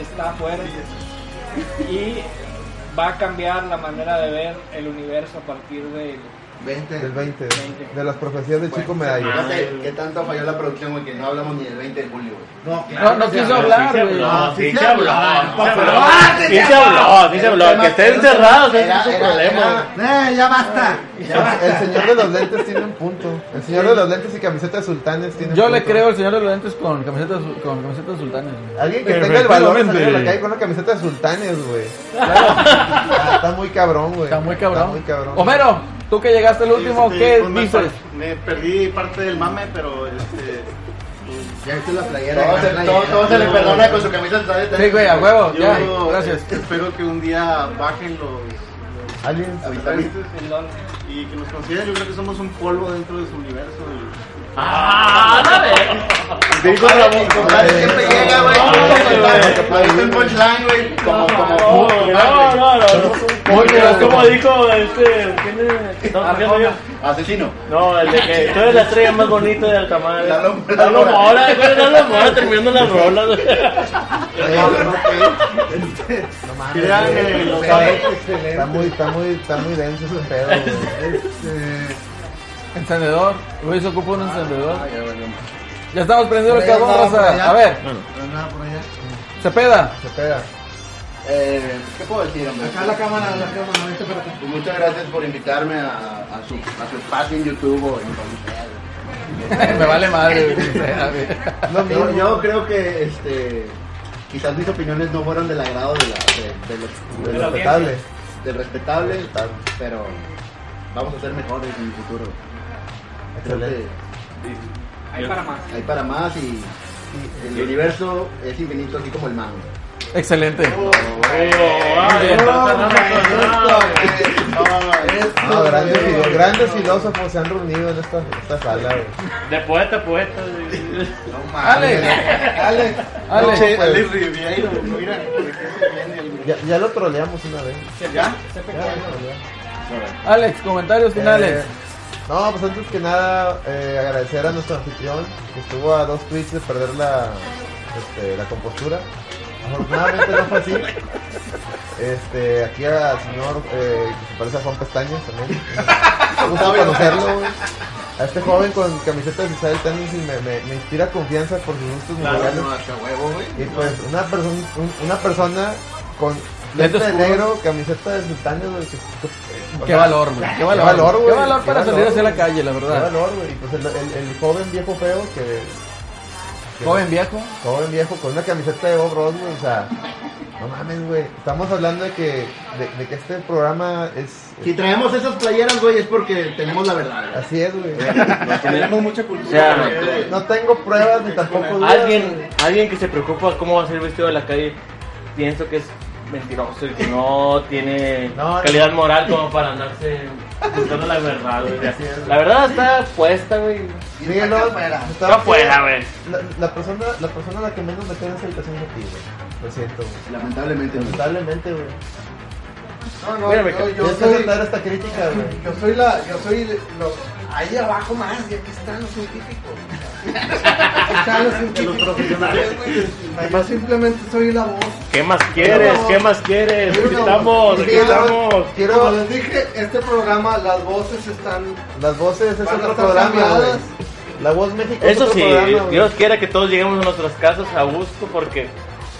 [SPEAKER 5] está afuera y va a cambiar la manera de ver el universo a partir de...
[SPEAKER 9] Del
[SPEAKER 2] 20.
[SPEAKER 9] 20, de las profecías de Chico
[SPEAKER 6] No
[SPEAKER 9] Medallo.
[SPEAKER 6] sé qué tanto falló la producción, güey, que no hablamos ni del 20 de julio, güey.
[SPEAKER 2] No,
[SPEAKER 1] No, no quiso hablar,
[SPEAKER 4] Sí se
[SPEAKER 1] güey.
[SPEAKER 4] habló,
[SPEAKER 2] sí
[SPEAKER 4] sí se
[SPEAKER 2] se
[SPEAKER 4] habló, Ah,
[SPEAKER 2] habló.
[SPEAKER 4] sí se habló, sí se habló. Que estén encerrados ese es su
[SPEAKER 6] Era- era-
[SPEAKER 4] problema.
[SPEAKER 2] Eh, ya basta.
[SPEAKER 9] El, el señor de los lentes tiene un punto. El señor de los lentes y camiseta de sultanes tiene un
[SPEAKER 1] Yo
[SPEAKER 9] punto.
[SPEAKER 1] le creo al señor de los lentes con camiseta, su- con camiseta de sultanes. güey.
[SPEAKER 9] Alguien que tenga el valor de salir a la calle con una camiseta de sultanes, güey. Ah, está muy cabrón, güey.
[SPEAKER 1] Está muy cabrón.
[SPEAKER 9] Está muy cabrón.
[SPEAKER 1] Homero, tú que llegaste el último,
[SPEAKER 8] Este,
[SPEAKER 1] ¿qué
[SPEAKER 8] pues, me
[SPEAKER 1] dices?
[SPEAKER 8] par- Me perdí parte del mame, pero este.
[SPEAKER 2] Ya viste la playera.
[SPEAKER 6] Todo
[SPEAKER 2] gran
[SPEAKER 6] se,
[SPEAKER 2] playera.
[SPEAKER 6] todo, todo se le perdona con su camisa de este,
[SPEAKER 1] Sí, güey, a huevo, ya,
[SPEAKER 8] Yo
[SPEAKER 1] gracias.
[SPEAKER 8] espero que un día bajen los, los
[SPEAKER 9] Aliens.
[SPEAKER 11] capitalistas y que nos consideren, yo creo que somos un polvo dentro de su universo. y-
[SPEAKER 4] ¡Ah, la verga!
[SPEAKER 3] Dijo Ramón, compadre, siempre llega, güey. Ahorita en punchline, güey. Como, como,
[SPEAKER 4] No, no, no, no.
[SPEAKER 1] Muy bien.
[SPEAKER 4] Pero como dijo este, ¿quién es? No, ¿quién soy yo?
[SPEAKER 12] Asesino.
[SPEAKER 4] No, el de que tú eres la estrella más bonita de Altamar. Lalo Mora, güey, Lalo Mora terminando las rolas. güey.
[SPEAKER 11] Crean en los
[SPEAKER 9] Está muy, está muy, está muy denso ese pedo, güey. Este,
[SPEAKER 1] Encendedor. Luis ocupa un encendedor.
[SPEAKER 6] Ah,
[SPEAKER 1] Ya estamos prendiendo el carbón, raza. A ver,
[SPEAKER 2] Nada por allá.
[SPEAKER 1] se peda.
[SPEAKER 9] Se pega.
[SPEAKER 6] Eh, ¿Qué puedo decir, hombre?
[SPEAKER 2] Acá la cámara, la cámara, vente para acá.
[SPEAKER 6] Pues muchas gracias por invitarme a, a su, a su espacio en YouTube o en donde sea, güey.
[SPEAKER 1] Me vale madre. güey.
[SPEAKER 6] yo, yo creo que este quizás mis opiniones no fueron del agrado de la, de, de los- de
[SPEAKER 9] Es
[SPEAKER 6] los-
[SPEAKER 9] respetable.
[SPEAKER 6] del respetable, pero vamos a ser mejores en el futuro. Creo
[SPEAKER 9] Excelente.
[SPEAKER 5] Ahí para más.
[SPEAKER 6] que hay para más y el universo es infinito así como el mango.
[SPEAKER 1] Excelente.
[SPEAKER 4] Ay,
[SPEAKER 1] bien.
[SPEAKER 4] entonces, no, no, no.
[SPEAKER 9] No, grandes, filo- grandes filósofos se han reunido en esta, esta sala, güey.
[SPEAKER 4] De poeta, poeta. güey.
[SPEAKER 1] Alex. Alex. Alex.
[SPEAKER 9] pues.
[SPEAKER 11] Alex Ribeiro, mira, por qué se viene el-
[SPEAKER 9] Ya, ya lo troleamos una vez.
[SPEAKER 11] ¿Ya?
[SPEAKER 9] Ya lo troleamos.
[SPEAKER 1] Alex, comentarios finales.
[SPEAKER 9] Eh, no, pues antes que nada, eh, agradecer a nuestro anfitrión que estuvo a dos tweets de perder la, este, la compostura. Afortunadamente no fue así. Este, aquí al señor eh, que se parece a Juan Pestañas también. Me gusta conocerlo, güey. A este joven con camiseta de Cisal Tennis y me, me- me inspira confianza por sus gustos musicales. Y pues una persona, una persona con
[SPEAKER 1] Lentes
[SPEAKER 9] lente de
[SPEAKER 1] oscuros.
[SPEAKER 9] negro, camiseta de sultanes, güey, que- que- o
[SPEAKER 1] Qué
[SPEAKER 9] sea,
[SPEAKER 1] valor, güey. Qué valor,
[SPEAKER 9] valor, güey.
[SPEAKER 1] Qué valor para
[SPEAKER 9] Qué
[SPEAKER 1] salir
[SPEAKER 9] valor,
[SPEAKER 1] hacia la
[SPEAKER 9] güey.
[SPEAKER 1] calle, la
[SPEAKER 9] Qué
[SPEAKER 1] verdad.
[SPEAKER 9] valor, güey. Y pues el, el- el joven viejo feo que. que-
[SPEAKER 1] Joven viejo.
[SPEAKER 9] Joven viejo con una camiseta de Bob Ross, güey. O sea, no mames, güey. Estamos hablando de que, de, de que este programa es.
[SPEAKER 6] Si traemos esas playeras, güey, es porque tenemos la verdad. güey.
[SPEAKER 9] Así es, güey.
[SPEAKER 11] Tenemos mucha
[SPEAKER 4] O
[SPEAKER 11] cultura.
[SPEAKER 4] sea,
[SPEAKER 9] No tengo pruebas ni tampoco dudas.
[SPEAKER 4] alguien, alguien que se preocupa cómo va a ser el vestido de la calle, pienso que es mentiroso y que no tiene
[SPEAKER 9] No, no.
[SPEAKER 4] calidad moral como para andarse buscando la verdad, güey. La verdad está puesta, güey.
[SPEAKER 9] Síguelo.
[SPEAKER 4] Está fuera, güey.
[SPEAKER 9] La, la persona, la persona a la que menos me queda en esa habitación es a ti, güey. Lo siento, güey.
[SPEAKER 6] Lamentablemente. no.
[SPEAKER 9] Lamentablemente, güey.
[SPEAKER 2] No, no,
[SPEAKER 4] Mírame,
[SPEAKER 2] yo, yo
[SPEAKER 9] Tienes que
[SPEAKER 2] soy,
[SPEAKER 9] aceptar esta crítica, güey.
[SPEAKER 2] yo soy la, yo soy los, ahí abajo más, y aquí están los científicos. Aquí están los científicos. Los profesionales, güey. Yo simplemente soy la voz.
[SPEAKER 4] ¿Qué más quieres? ¿Qué más quieres? Aquí estamos, aquí estamos.
[SPEAKER 2] Como
[SPEAKER 9] Quiero.
[SPEAKER 2] les dije, este programa, las voces están
[SPEAKER 9] Las voces es
[SPEAKER 2] Van a
[SPEAKER 9] otro
[SPEAKER 2] estar
[SPEAKER 9] programa, güey.
[SPEAKER 2] cambiadas.
[SPEAKER 9] La voz México es
[SPEAKER 4] Eso
[SPEAKER 9] otro
[SPEAKER 4] sí,
[SPEAKER 9] programa, güey.
[SPEAKER 4] Dios quiera que todos lleguemos a nuestras casas a gusto porque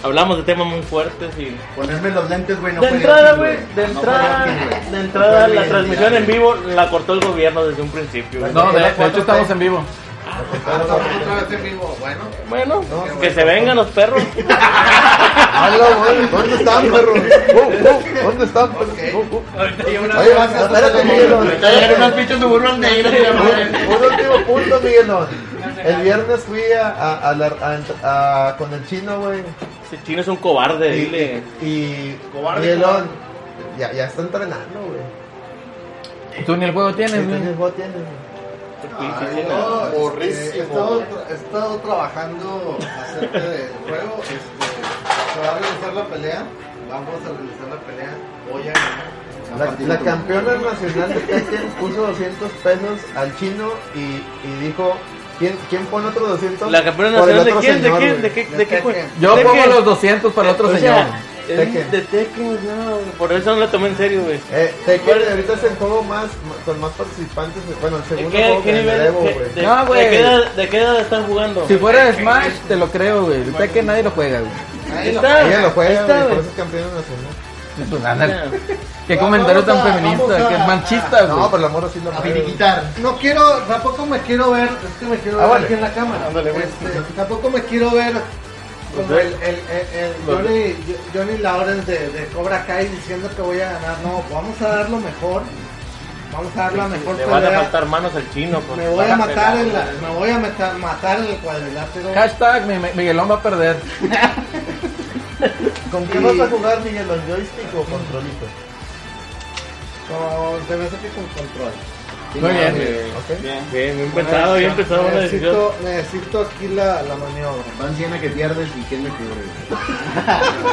[SPEAKER 4] hablamos de temas muy fuertes y...
[SPEAKER 6] Ponerme los lentes, güey, no
[SPEAKER 4] De
[SPEAKER 6] fue
[SPEAKER 4] entrada,
[SPEAKER 6] gratis,
[SPEAKER 4] güey, de
[SPEAKER 6] No
[SPEAKER 4] entrada,
[SPEAKER 6] fue gratis, güey.
[SPEAKER 4] de entrada,
[SPEAKER 6] No fue
[SPEAKER 4] la
[SPEAKER 6] gratis,
[SPEAKER 4] transmisión
[SPEAKER 6] güey.
[SPEAKER 4] en vivo la cortó el gobierno desde un principio. güey.
[SPEAKER 1] No, Eh, de, de hecho estamos en vivo.
[SPEAKER 2] otra vez en vivo. Bueno,
[SPEAKER 4] Bueno, que se vengan los perros.
[SPEAKER 9] Hola, güey. ¿Dónde están, perro? Uh, uh, ¿Dónde están, perro? Uh, uh.
[SPEAKER 4] Ahorita hay una-
[SPEAKER 9] Oye, espérate, Miguelón.
[SPEAKER 6] Eran unas pinches suburban negras, güey, madre.
[SPEAKER 9] Un un último punto, Miguelón. El viernes fui a, a, a la- a- a- con el chino, güey.
[SPEAKER 4] Ese chino es un cobarde, dile.
[SPEAKER 9] Y
[SPEAKER 11] Cobarde,
[SPEAKER 9] Miguelón ya, ya está entrenando, güey.
[SPEAKER 1] Tú ni el juego tienes, güey.
[SPEAKER 9] Entonces vos tienes, güey. Eh,
[SPEAKER 2] Ay, no, este, he, estado, tra- he estado trabajando acerca del juego. Este, se va a realizar la pelea. Vamos a realizar la pelea. Voy a ganar.
[SPEAKER 9] La, la campeona nacional de Tekken puso 200 pesos al chino y, y dijo, ¿quién, ¿quién pone otros 200?
[SPEAKER 4] La campeona
[SPEAKER 9] Por
[SPEAKER 4] nacional
[SPEAKER 9] el
[SPEAKER 4] de
[SPEAKER 9] otro
[SPEAKER 4] quién, de
[SPEAKER 9] señor,
[SPEAKER 4] quién,
[SPEAKER 9] güey.
[SPEAKER 4] de qué, de
[SPEAKER 2] De
[SPEAKER 4] qué
[SPEAKER 2] Tekken.
[SPEAKER 4] jue-
[SPEAKER 1] Yo
[SPEAKER 4] Tekken.
[SPEAKER 1] pongo los 200 para el otro
[SPEAKER 4] O
[SPEAKER 1] señor.
[SPEAKER 4] sea, es
[SPEAKER 9] Tekken.
[SPEAKER 4] De Tekken, no, güey. por eso no lo tomé en serio, güey.
[SPEAKER 9] Eh, Tekken ahorita es el juego más, con más participantes, bueno, el
[SPEAKER 4] ¿De
[SPEAKER 9] segundo
[SPEAKER 4] qué,
[SPEAKER 9] juego
[SPEAKER 4] qué
[SPEAKER 9] que
[SPEAKER 4] nivel?
[SPEAKER 9] me debo,
[SPEAKER 4] de-
[SPEAKER 9] güey.
[SPEAKER 4] de-
[SPEAKER 1] No, güey.
[SPEAKER 4] ¿De qué edad- de qué edad están jugando?
[SPEAKER 1] Si fuera de Smash, te lo creo, güey. El Tekken nadie lo juega, güey.
[SPEAKER 4] Ahí está,
[SPEAKER 9] Ella lo
[SPEAKER 4] ahí
[SPEAKER 9] juega,
[SPEAKER 4] está,
[SPEAKER 9] güey, por
[SPEAKER 4] güey.
[SPEAKER 9] eso es campeona nacional.
[SPEAKER 1] Pues, ándale. Qué comentario tan feminista, qué machista,
[SPEAKER 9] No,
[SPEAKER 1] güey.
[SPEAKER 9] pero la morra sí lo
[SPEAKER 6] A
[SPEAKER 9] juega. güey.
[SPEAKER 6] finiquitar.
[SPEAKER 2] No quiero, tampoco me quiero ver, es que me quiero
[SPEAKER 9] Ah,
[SPEAKER 2] ver
[SPEAKER 9] vale.
[SPEAKER 2] aquí en la cámara.
[SPEAKER 9] Ándale, güey.
[SPEAKER 2] Este, tampoco me quiero ver como el, el- el- el Johnny, Johnny Lawrence de, de Cobra Kai diciendo que voy a ganar. No, vamos a dar lo mejor. Vamos a dar la mejor
[SPEAKER 4] Le van a
[SPEAKER 2] pelea.
[SPEAKER 4] faltar manos al chino. pues.
[SPEAKER 2] Me voy a
[SPEAKER 4] Van
[SPEAKER 2] matar
[SPEAKER 4] pegar.
[SPEAKER 2] en la, me voy a meta- matar en el cuadrilátero.
[SPEAKER 1] Hashtag mi- mi- Miguelón va a perder.
[SPEAKER 9] ¿Con qué vas a jugar, Miguelón? ¿Joystick o controlito?
[SPEAKER 2] Con, se me hace que con control.
[SPEAKER 4] Muy bien.
[SPEAKER 2] ¿ok?
[SPEAKER 4] Bien, bien pensado, bien pensado. Una decisión.
[SPEAKER 2] Necesito, necesito aquí la, la maniobra.
[SPEAKER 6] Van 100 a que pierdes y quién me cubre.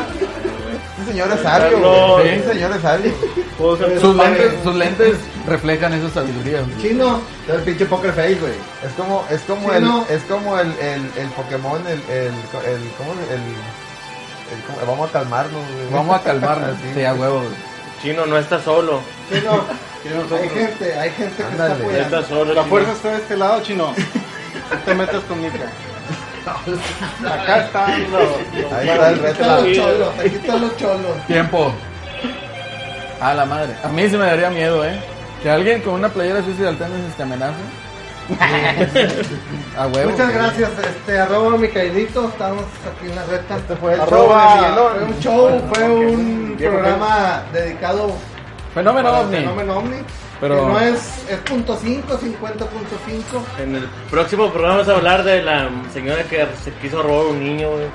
[SPEAKER 9] Ese señor es sabio,
[SPEAKER 4] No,
[SPEAKER 9] güey.
[SPEAKER 4] sí.
[SPEAKER 9] Ese señor es sabio.
[SPEAKER 4] Puedo ser
[SPEAKER 1] Sus lentes, sus lentes reflejan esa sabiduría. güey.
[SPEAKER 2] Chino,
[SPEAKER 6] Entonces, pinche poker face, güey.
[SPEAKER 9] Es como, es como
[SPEAKER 2] Sí,
[SPEAKER 9] el,
[SPEAKER 2] no.
[SPEAKER 9] es como el, el, el Pokémon, el, el, el, ¿cómo? El, el- ¿cómo? vamos a calmarnos, güey.
[SPEAKER 1] Vamos a calmarnos.
[SPEAKER 9] Así,
[SPEAKER 1] Sí, a
[SPEAKER 9] güey.
[SPEAKER 1] huevo. güey.
[SPEAKER 4] Chino no está solo.
[SPEAKER 2] chino, hay gente, hay gente que está
[SPEAKER 9] Ándale.
[SPEAKER 4] No está
[SPEAKER 2] apoyando.
[SPEAKER 4] solo.
[SPEAKER 8] La
[SPEAKER 4] Chino.
[SPEAKER 8] fuerza está de este lado, chino. No te metas con Nica. Acá están los. los
[SPEAKER 9] Ahí está el
[SPEAKER 2] Aquí
[SPEAKER 9] reto.
[SPEAKER 2] están los
[SPEAKER 4] Sí.
[SPEAKER 2] cholos, aquí están los cholos.
[SPEAKER 1] Tiempo. A la madre. A mí se me daría miedo, ¿eh? Que alguien con una playera suicida al tenis te amenace. a huevo.
[SPEAKER 2] Muchas
[SPEAKER 1] güey.
[SPEAKER 2] gracias, este, arroba Micaelito, estamos aquí en la recta. Este
[SPEAKER 9] fue el
[SPEAKER 2] arroba,
[SPEAKER 9] show de Miguelón.
[SPEAKER 2] Fue un show, fue un programa dedicado
[SPEAKER 1] Fenómeno
[SPEAKER 2] al
[SPEAKER 1] ovni.
[SPEAKER 2] fenómeno ovni.
[SPEAKER 1] Pero-
[SPEAKER 2] que no es, es punto .5, 50.5.
[SPEAKER 4] En el próximo programa vamos a hablar de la señora que se quiso robar un niño, güey.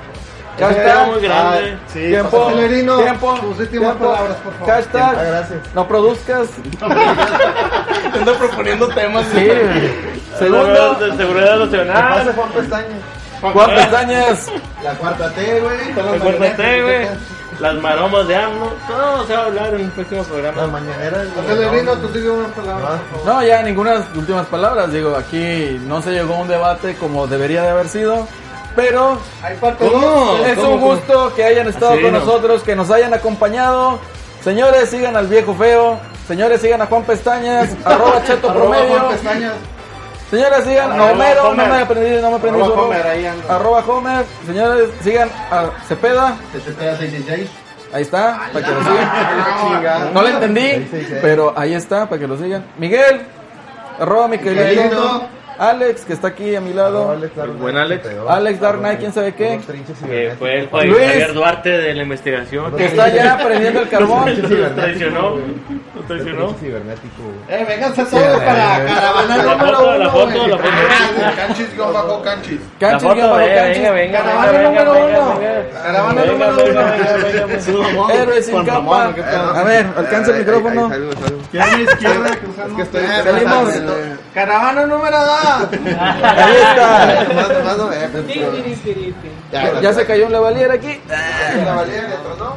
[SPEAKER 1] Ya
[SPEAKER 4] Eso
[SPEAKER 1] está.
[SPEAKER 8] Ah,
[SPEAKER 4] era muy grande.
[SPEAKER 2] Sí,
[SPEAKER 1] Tiempo.
[SPEAKER 2] Acelerino,
[SPEAKER 1] Tiempo.
[SPEAKER 2] tus últimas
[SPEAKER 1] tiempo.
[SPEAKER 2] palabras, por favor.
[SPEAKER 1] Hashtag,
[SPEAKER 9] Ah, gracias.
[SPEAKER 1] No produzcas.
[SPEAKER 3] Ando proponiendo temas.
[SPEAKER 1] Sí. güey. Segundo.
[SPEAKER 4] Seguridad- de seguridad
[SPEAKER 9] Pase
[SPEAKER 4] nacional.
[SPEAKER 9] Juan Pestaña.
[SPEAKER 1] Juan Pestañas.
[SPEAKER 2] La cuarta T, güey. todas las
[SPEAKER 4] Recuérdate, güey.
[SPEAKER 2] marionetas.
[SPEAKER 4] Las maromas de AMLO. Todo se va a hablar en el próximo
[SPEAKER 9] Las
[SPEAKER 4] programa.
[SPEAKER 9] mañaneras. güey.
[SPEAKER 2] Acelerino, tus últimas palabras, por favor.
[SPEAKER 1] No, ya ninguna últimas palabras. Digo, aquí no se llegó a un debate como debería de haber sido. Pero
[SPEAKER 2] Hay parte dos.
[SPEAKER 1] es un gusto que hayan estado
[SPEAKER 4] Así
[SPEAKER 1] con
[SPEAKER 4] no.
[SPEAKER 1] nosotros, que nos hayan acompañado. Señores, sigan al viejo feo. Señores, sigan a Juan Pestañas, arroba Cheto
[SPEAKER 2] Arroba Juan
[SPEAKER 1] Promedio.
[SPEAKER 2] Pestañas.
[SPEAKER 1] Señores, sigan a
[SPEAKER 4] Arroba
[SPEAKER 1] Homero,
[SPEAKER 4] Homer.
[SPEAKER 1] no me aprendí, no me aprendí
[SPEAKER 2] Arroba
[SPEAKER 1] su nombre.
[SPEAKER 2] Homer, ahí ando.
[SPEAKER 1] Arroba Homer. Señores, sigan a Cepeda,
[SPEAKER 6] 7066.
[SPEAKER 1] ahí está, para que lo
[SPEAKER 4] Ah,
[SPEAKER 1] sigan. No le entendí, pero ahí está, para que lo sigan. Miguel, arroba Miguelito.
[SPEAKER 2] Miguelito.
[SPEAKER 1] Alex, que está aquí a mi lado.
[SPEAKER 9] Alex Dark
[SPEAKER 4] El buen
[SPEAKER 9] Knight,
[SPEAKER 4] Alex.
[SPEAKER 9] 72.
[SPEAKER 1] Alex Dark Knight, quién sabe qué.
[SPEAKER 9] Los trinches
[SPEAKER 4] Que fue el
[SPEAKER 9] cibernéticos.
[SPEAKER 4] Juan
[SPEAKER 1] Luis.
[SPEAKER 4] Javier Duarte de la investigación.
[SPEAKER 1] Que está ya prendiendo el carbón.
[SPEAKER 4] Nos traicionó. Nos
[SPEAKER 9] Los
[SPEAKER 4] traicionó.
[SPEAKER 9] trinches cibernéticos, güey.
[SPEAKER 2] Eh, vénganse todos para caravana
[SPEAKER 4] La
[SPEAKER 2] número
[SPEAKER 4] foto,
[SPEAKER 2] uno.
[SPEAKER 4] la foto,
[SPEAKER 2] güey.
[SPEAKER 4] la foto.
[SPEAKER 10] Canchis, guión bajo, canchis.
[SPEAKER 4] La
[SPEAKER 1] Canchis,
[SPEAKER 4] foto,
[SPEAKER 1] guión bajo,
[SPEAKER 4] eh,
[SPEAKER 1] canchis.
[SPEAKER 4] venga, venga,
[SPEAKER 2] Caravana
[SPEAKER 4] venga,
[SPEAKER 2] número
[SPEAKER 4] venga,
[SPEAKER 2] uno.
[SPEAKER 4] venga.
[SPEAKER 2] Caravana
[SPEAKER 4] Venga,
[SPEAKER 2] número
[SPEAKER 4] venga,
[SPEAKER 2] uno.
[SPEAKER 4] venga, venga, venga.
[SPEAKER 1] Héroes sin capa.
[SPEAKER 10] mamón, ¿qué pedo?
[SPEAKER 1] A ver, alcanza el
[SPEAKER 10] Ahí, ahí,
[SPEAKER 1] micrófono.
[SPEAKER 10] ahí salgo, salgo.
[SPEAKER 2] Ya ni izquierda que usamos.
[SPEAKER 10] Es que estoy
[SPEAKER 2] Eh,
[SPEAKER 10] estresado,
[SPEAKER 2] salimos.
[SPEAKER 10] eh.
[SPEAKER 2] Caravana número dos.
[SPEAKER 1] Ahí está.
[SPEAKER 10] Tomás, Tomás, no, eh, pero-
[SPEAKER 1] Ya- Ya se cayó un lavalier
[SPEAKER 10] Eh.
[SPEAKER 1] aquí.
[SPEAKER 10] La valía, le tronó.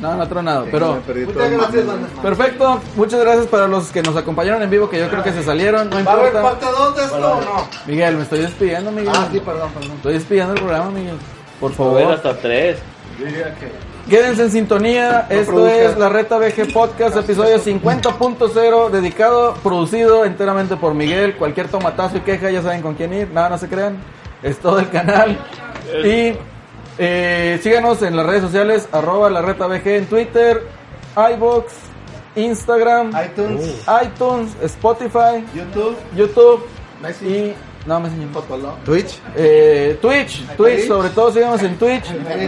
[SPEAKER 1] No, no ha tronado, pero.
[SPEAKER 10] Me perdí
[SPEAKER 2] Muchas
[SPEAKER 10] todo.
[SPEAKER 2] gracias, banda.
[SPEAKER 1] Perfecto, muchas gracias para los que nos acompañaron en vivo, que yo creo que se salieron, no
[SPEAKER 2] ¿Va a haber
[SPEAKER 1] importa.
[SPEAKER 2] parte dos de esto o no?
[SPEAKER 1] Miguel, me estoy despidiendo, Miguel.
[SPEAKER 2] Ah, sí, perdón, perdón.
[SPEAKER 1] Estoy despidiendo el programa, Miguel. Por
[SPEAKER 4] Joder,
[SPEAKER 1] favor.
[SPEAKER 4] hasta tres.
[SPEAKER 1] Quédense en sintonía. Esto es la Reta BG Podcast, episodio 50.0, dedicado, producido enteramente por Miguel. Cualquier tomatazo y queja ya saben con quién ir. Nada, no se crean. Es todo el canal. Y eh, síganos en las redes sociales, arroba la Reta BG en Twitter, iBox, Instagram,
[SPEAKER 2] iTunes,
[SPEAKER 1] iTunes, Spotify,
[SPEAKER 2] YouTube,
[SPEAKER 1] YouTube
[SPEAKER 2] Messi,
[SPEAKER 1] y... No, me enseñó.
[SPEAKER 2] Fotolog.
[SPEAKER 9] Twitch.
[SPEAKER 1] Eh, Twitch, Twitch,
[SPEAKER 2] Twitch.
[SPEAKER 1] sobre todo síganos en Twitch.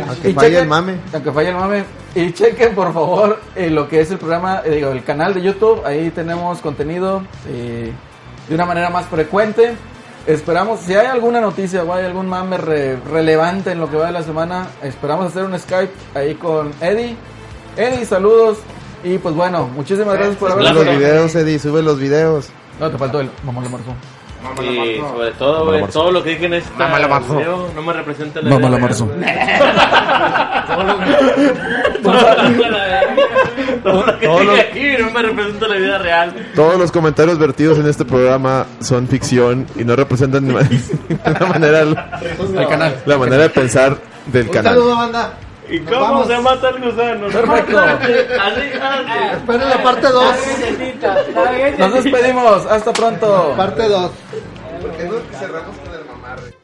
[SPEAKER 9] Aunque falle el mame.
[SPEAKER 1] Aunque falle el mame. Y chequen por favor eh, lo que es el programa, eh, digo, el canal de YouTube. Ahí tenemos contenido eh, de una manera más frecuente. Esperamos, si hay alguna noticia o hay algún mame re- relevante en lo que va de la semana, esperamos hacer un Skype ahí con Eddie. Eddie, saludos. Y pues bueno, muchísimas gracias por
[SPEAKER 9] Sube
[SPEAKER 1] haber
[SPEAKER 9] los
[SPEAKER 1] venido.
[SPEAKER 9] videos, Eddie, sube los videos.
[SPEAKER 1] No, te faltó el mamón la marzo.
[SPEAKER 4] Y sobre todo, güey, todo lo que dije en este video no me representa la
[SPEAKER 1] Mámala,
[SPEAKER 4] vida
[SPEAKER 1] Marzo.
[SPEAKER 4] real. Todo lo que
[SPEAKER 9] Todo lo-
[SPEAKER 4] dije aquí no me representa la vida real.
[SPEAKER 9] Todos los comentarios vertidos en este programa son ficción y no representan la manera,
[SPEAKER 1] El canal.
[SPEAKER 9] la manera de pensar del
[SPEAKER 2] Un
[SPEAKER 9] canal.
[SPEAKER 2] saludo, banda.
[SPEAKER 4] ¿Y
[SPEAKER 2] Nos
[SPEAKER 4] cómo
[SPEAKER 2] vamos.
[SPEAKER 4] se mata el gusano?
[SPEAKER 1] Perfecto.
[SPEAKER 4] Así, así.
[SPEAKER 2] Esperen la parte dos.
[SPEAKER 1] Nos despedimos. Hasta pronto.
[SPEAKER 2] Parte dos.
[SPEAKER 10] ¿Por qué no cerramos con el mamarre?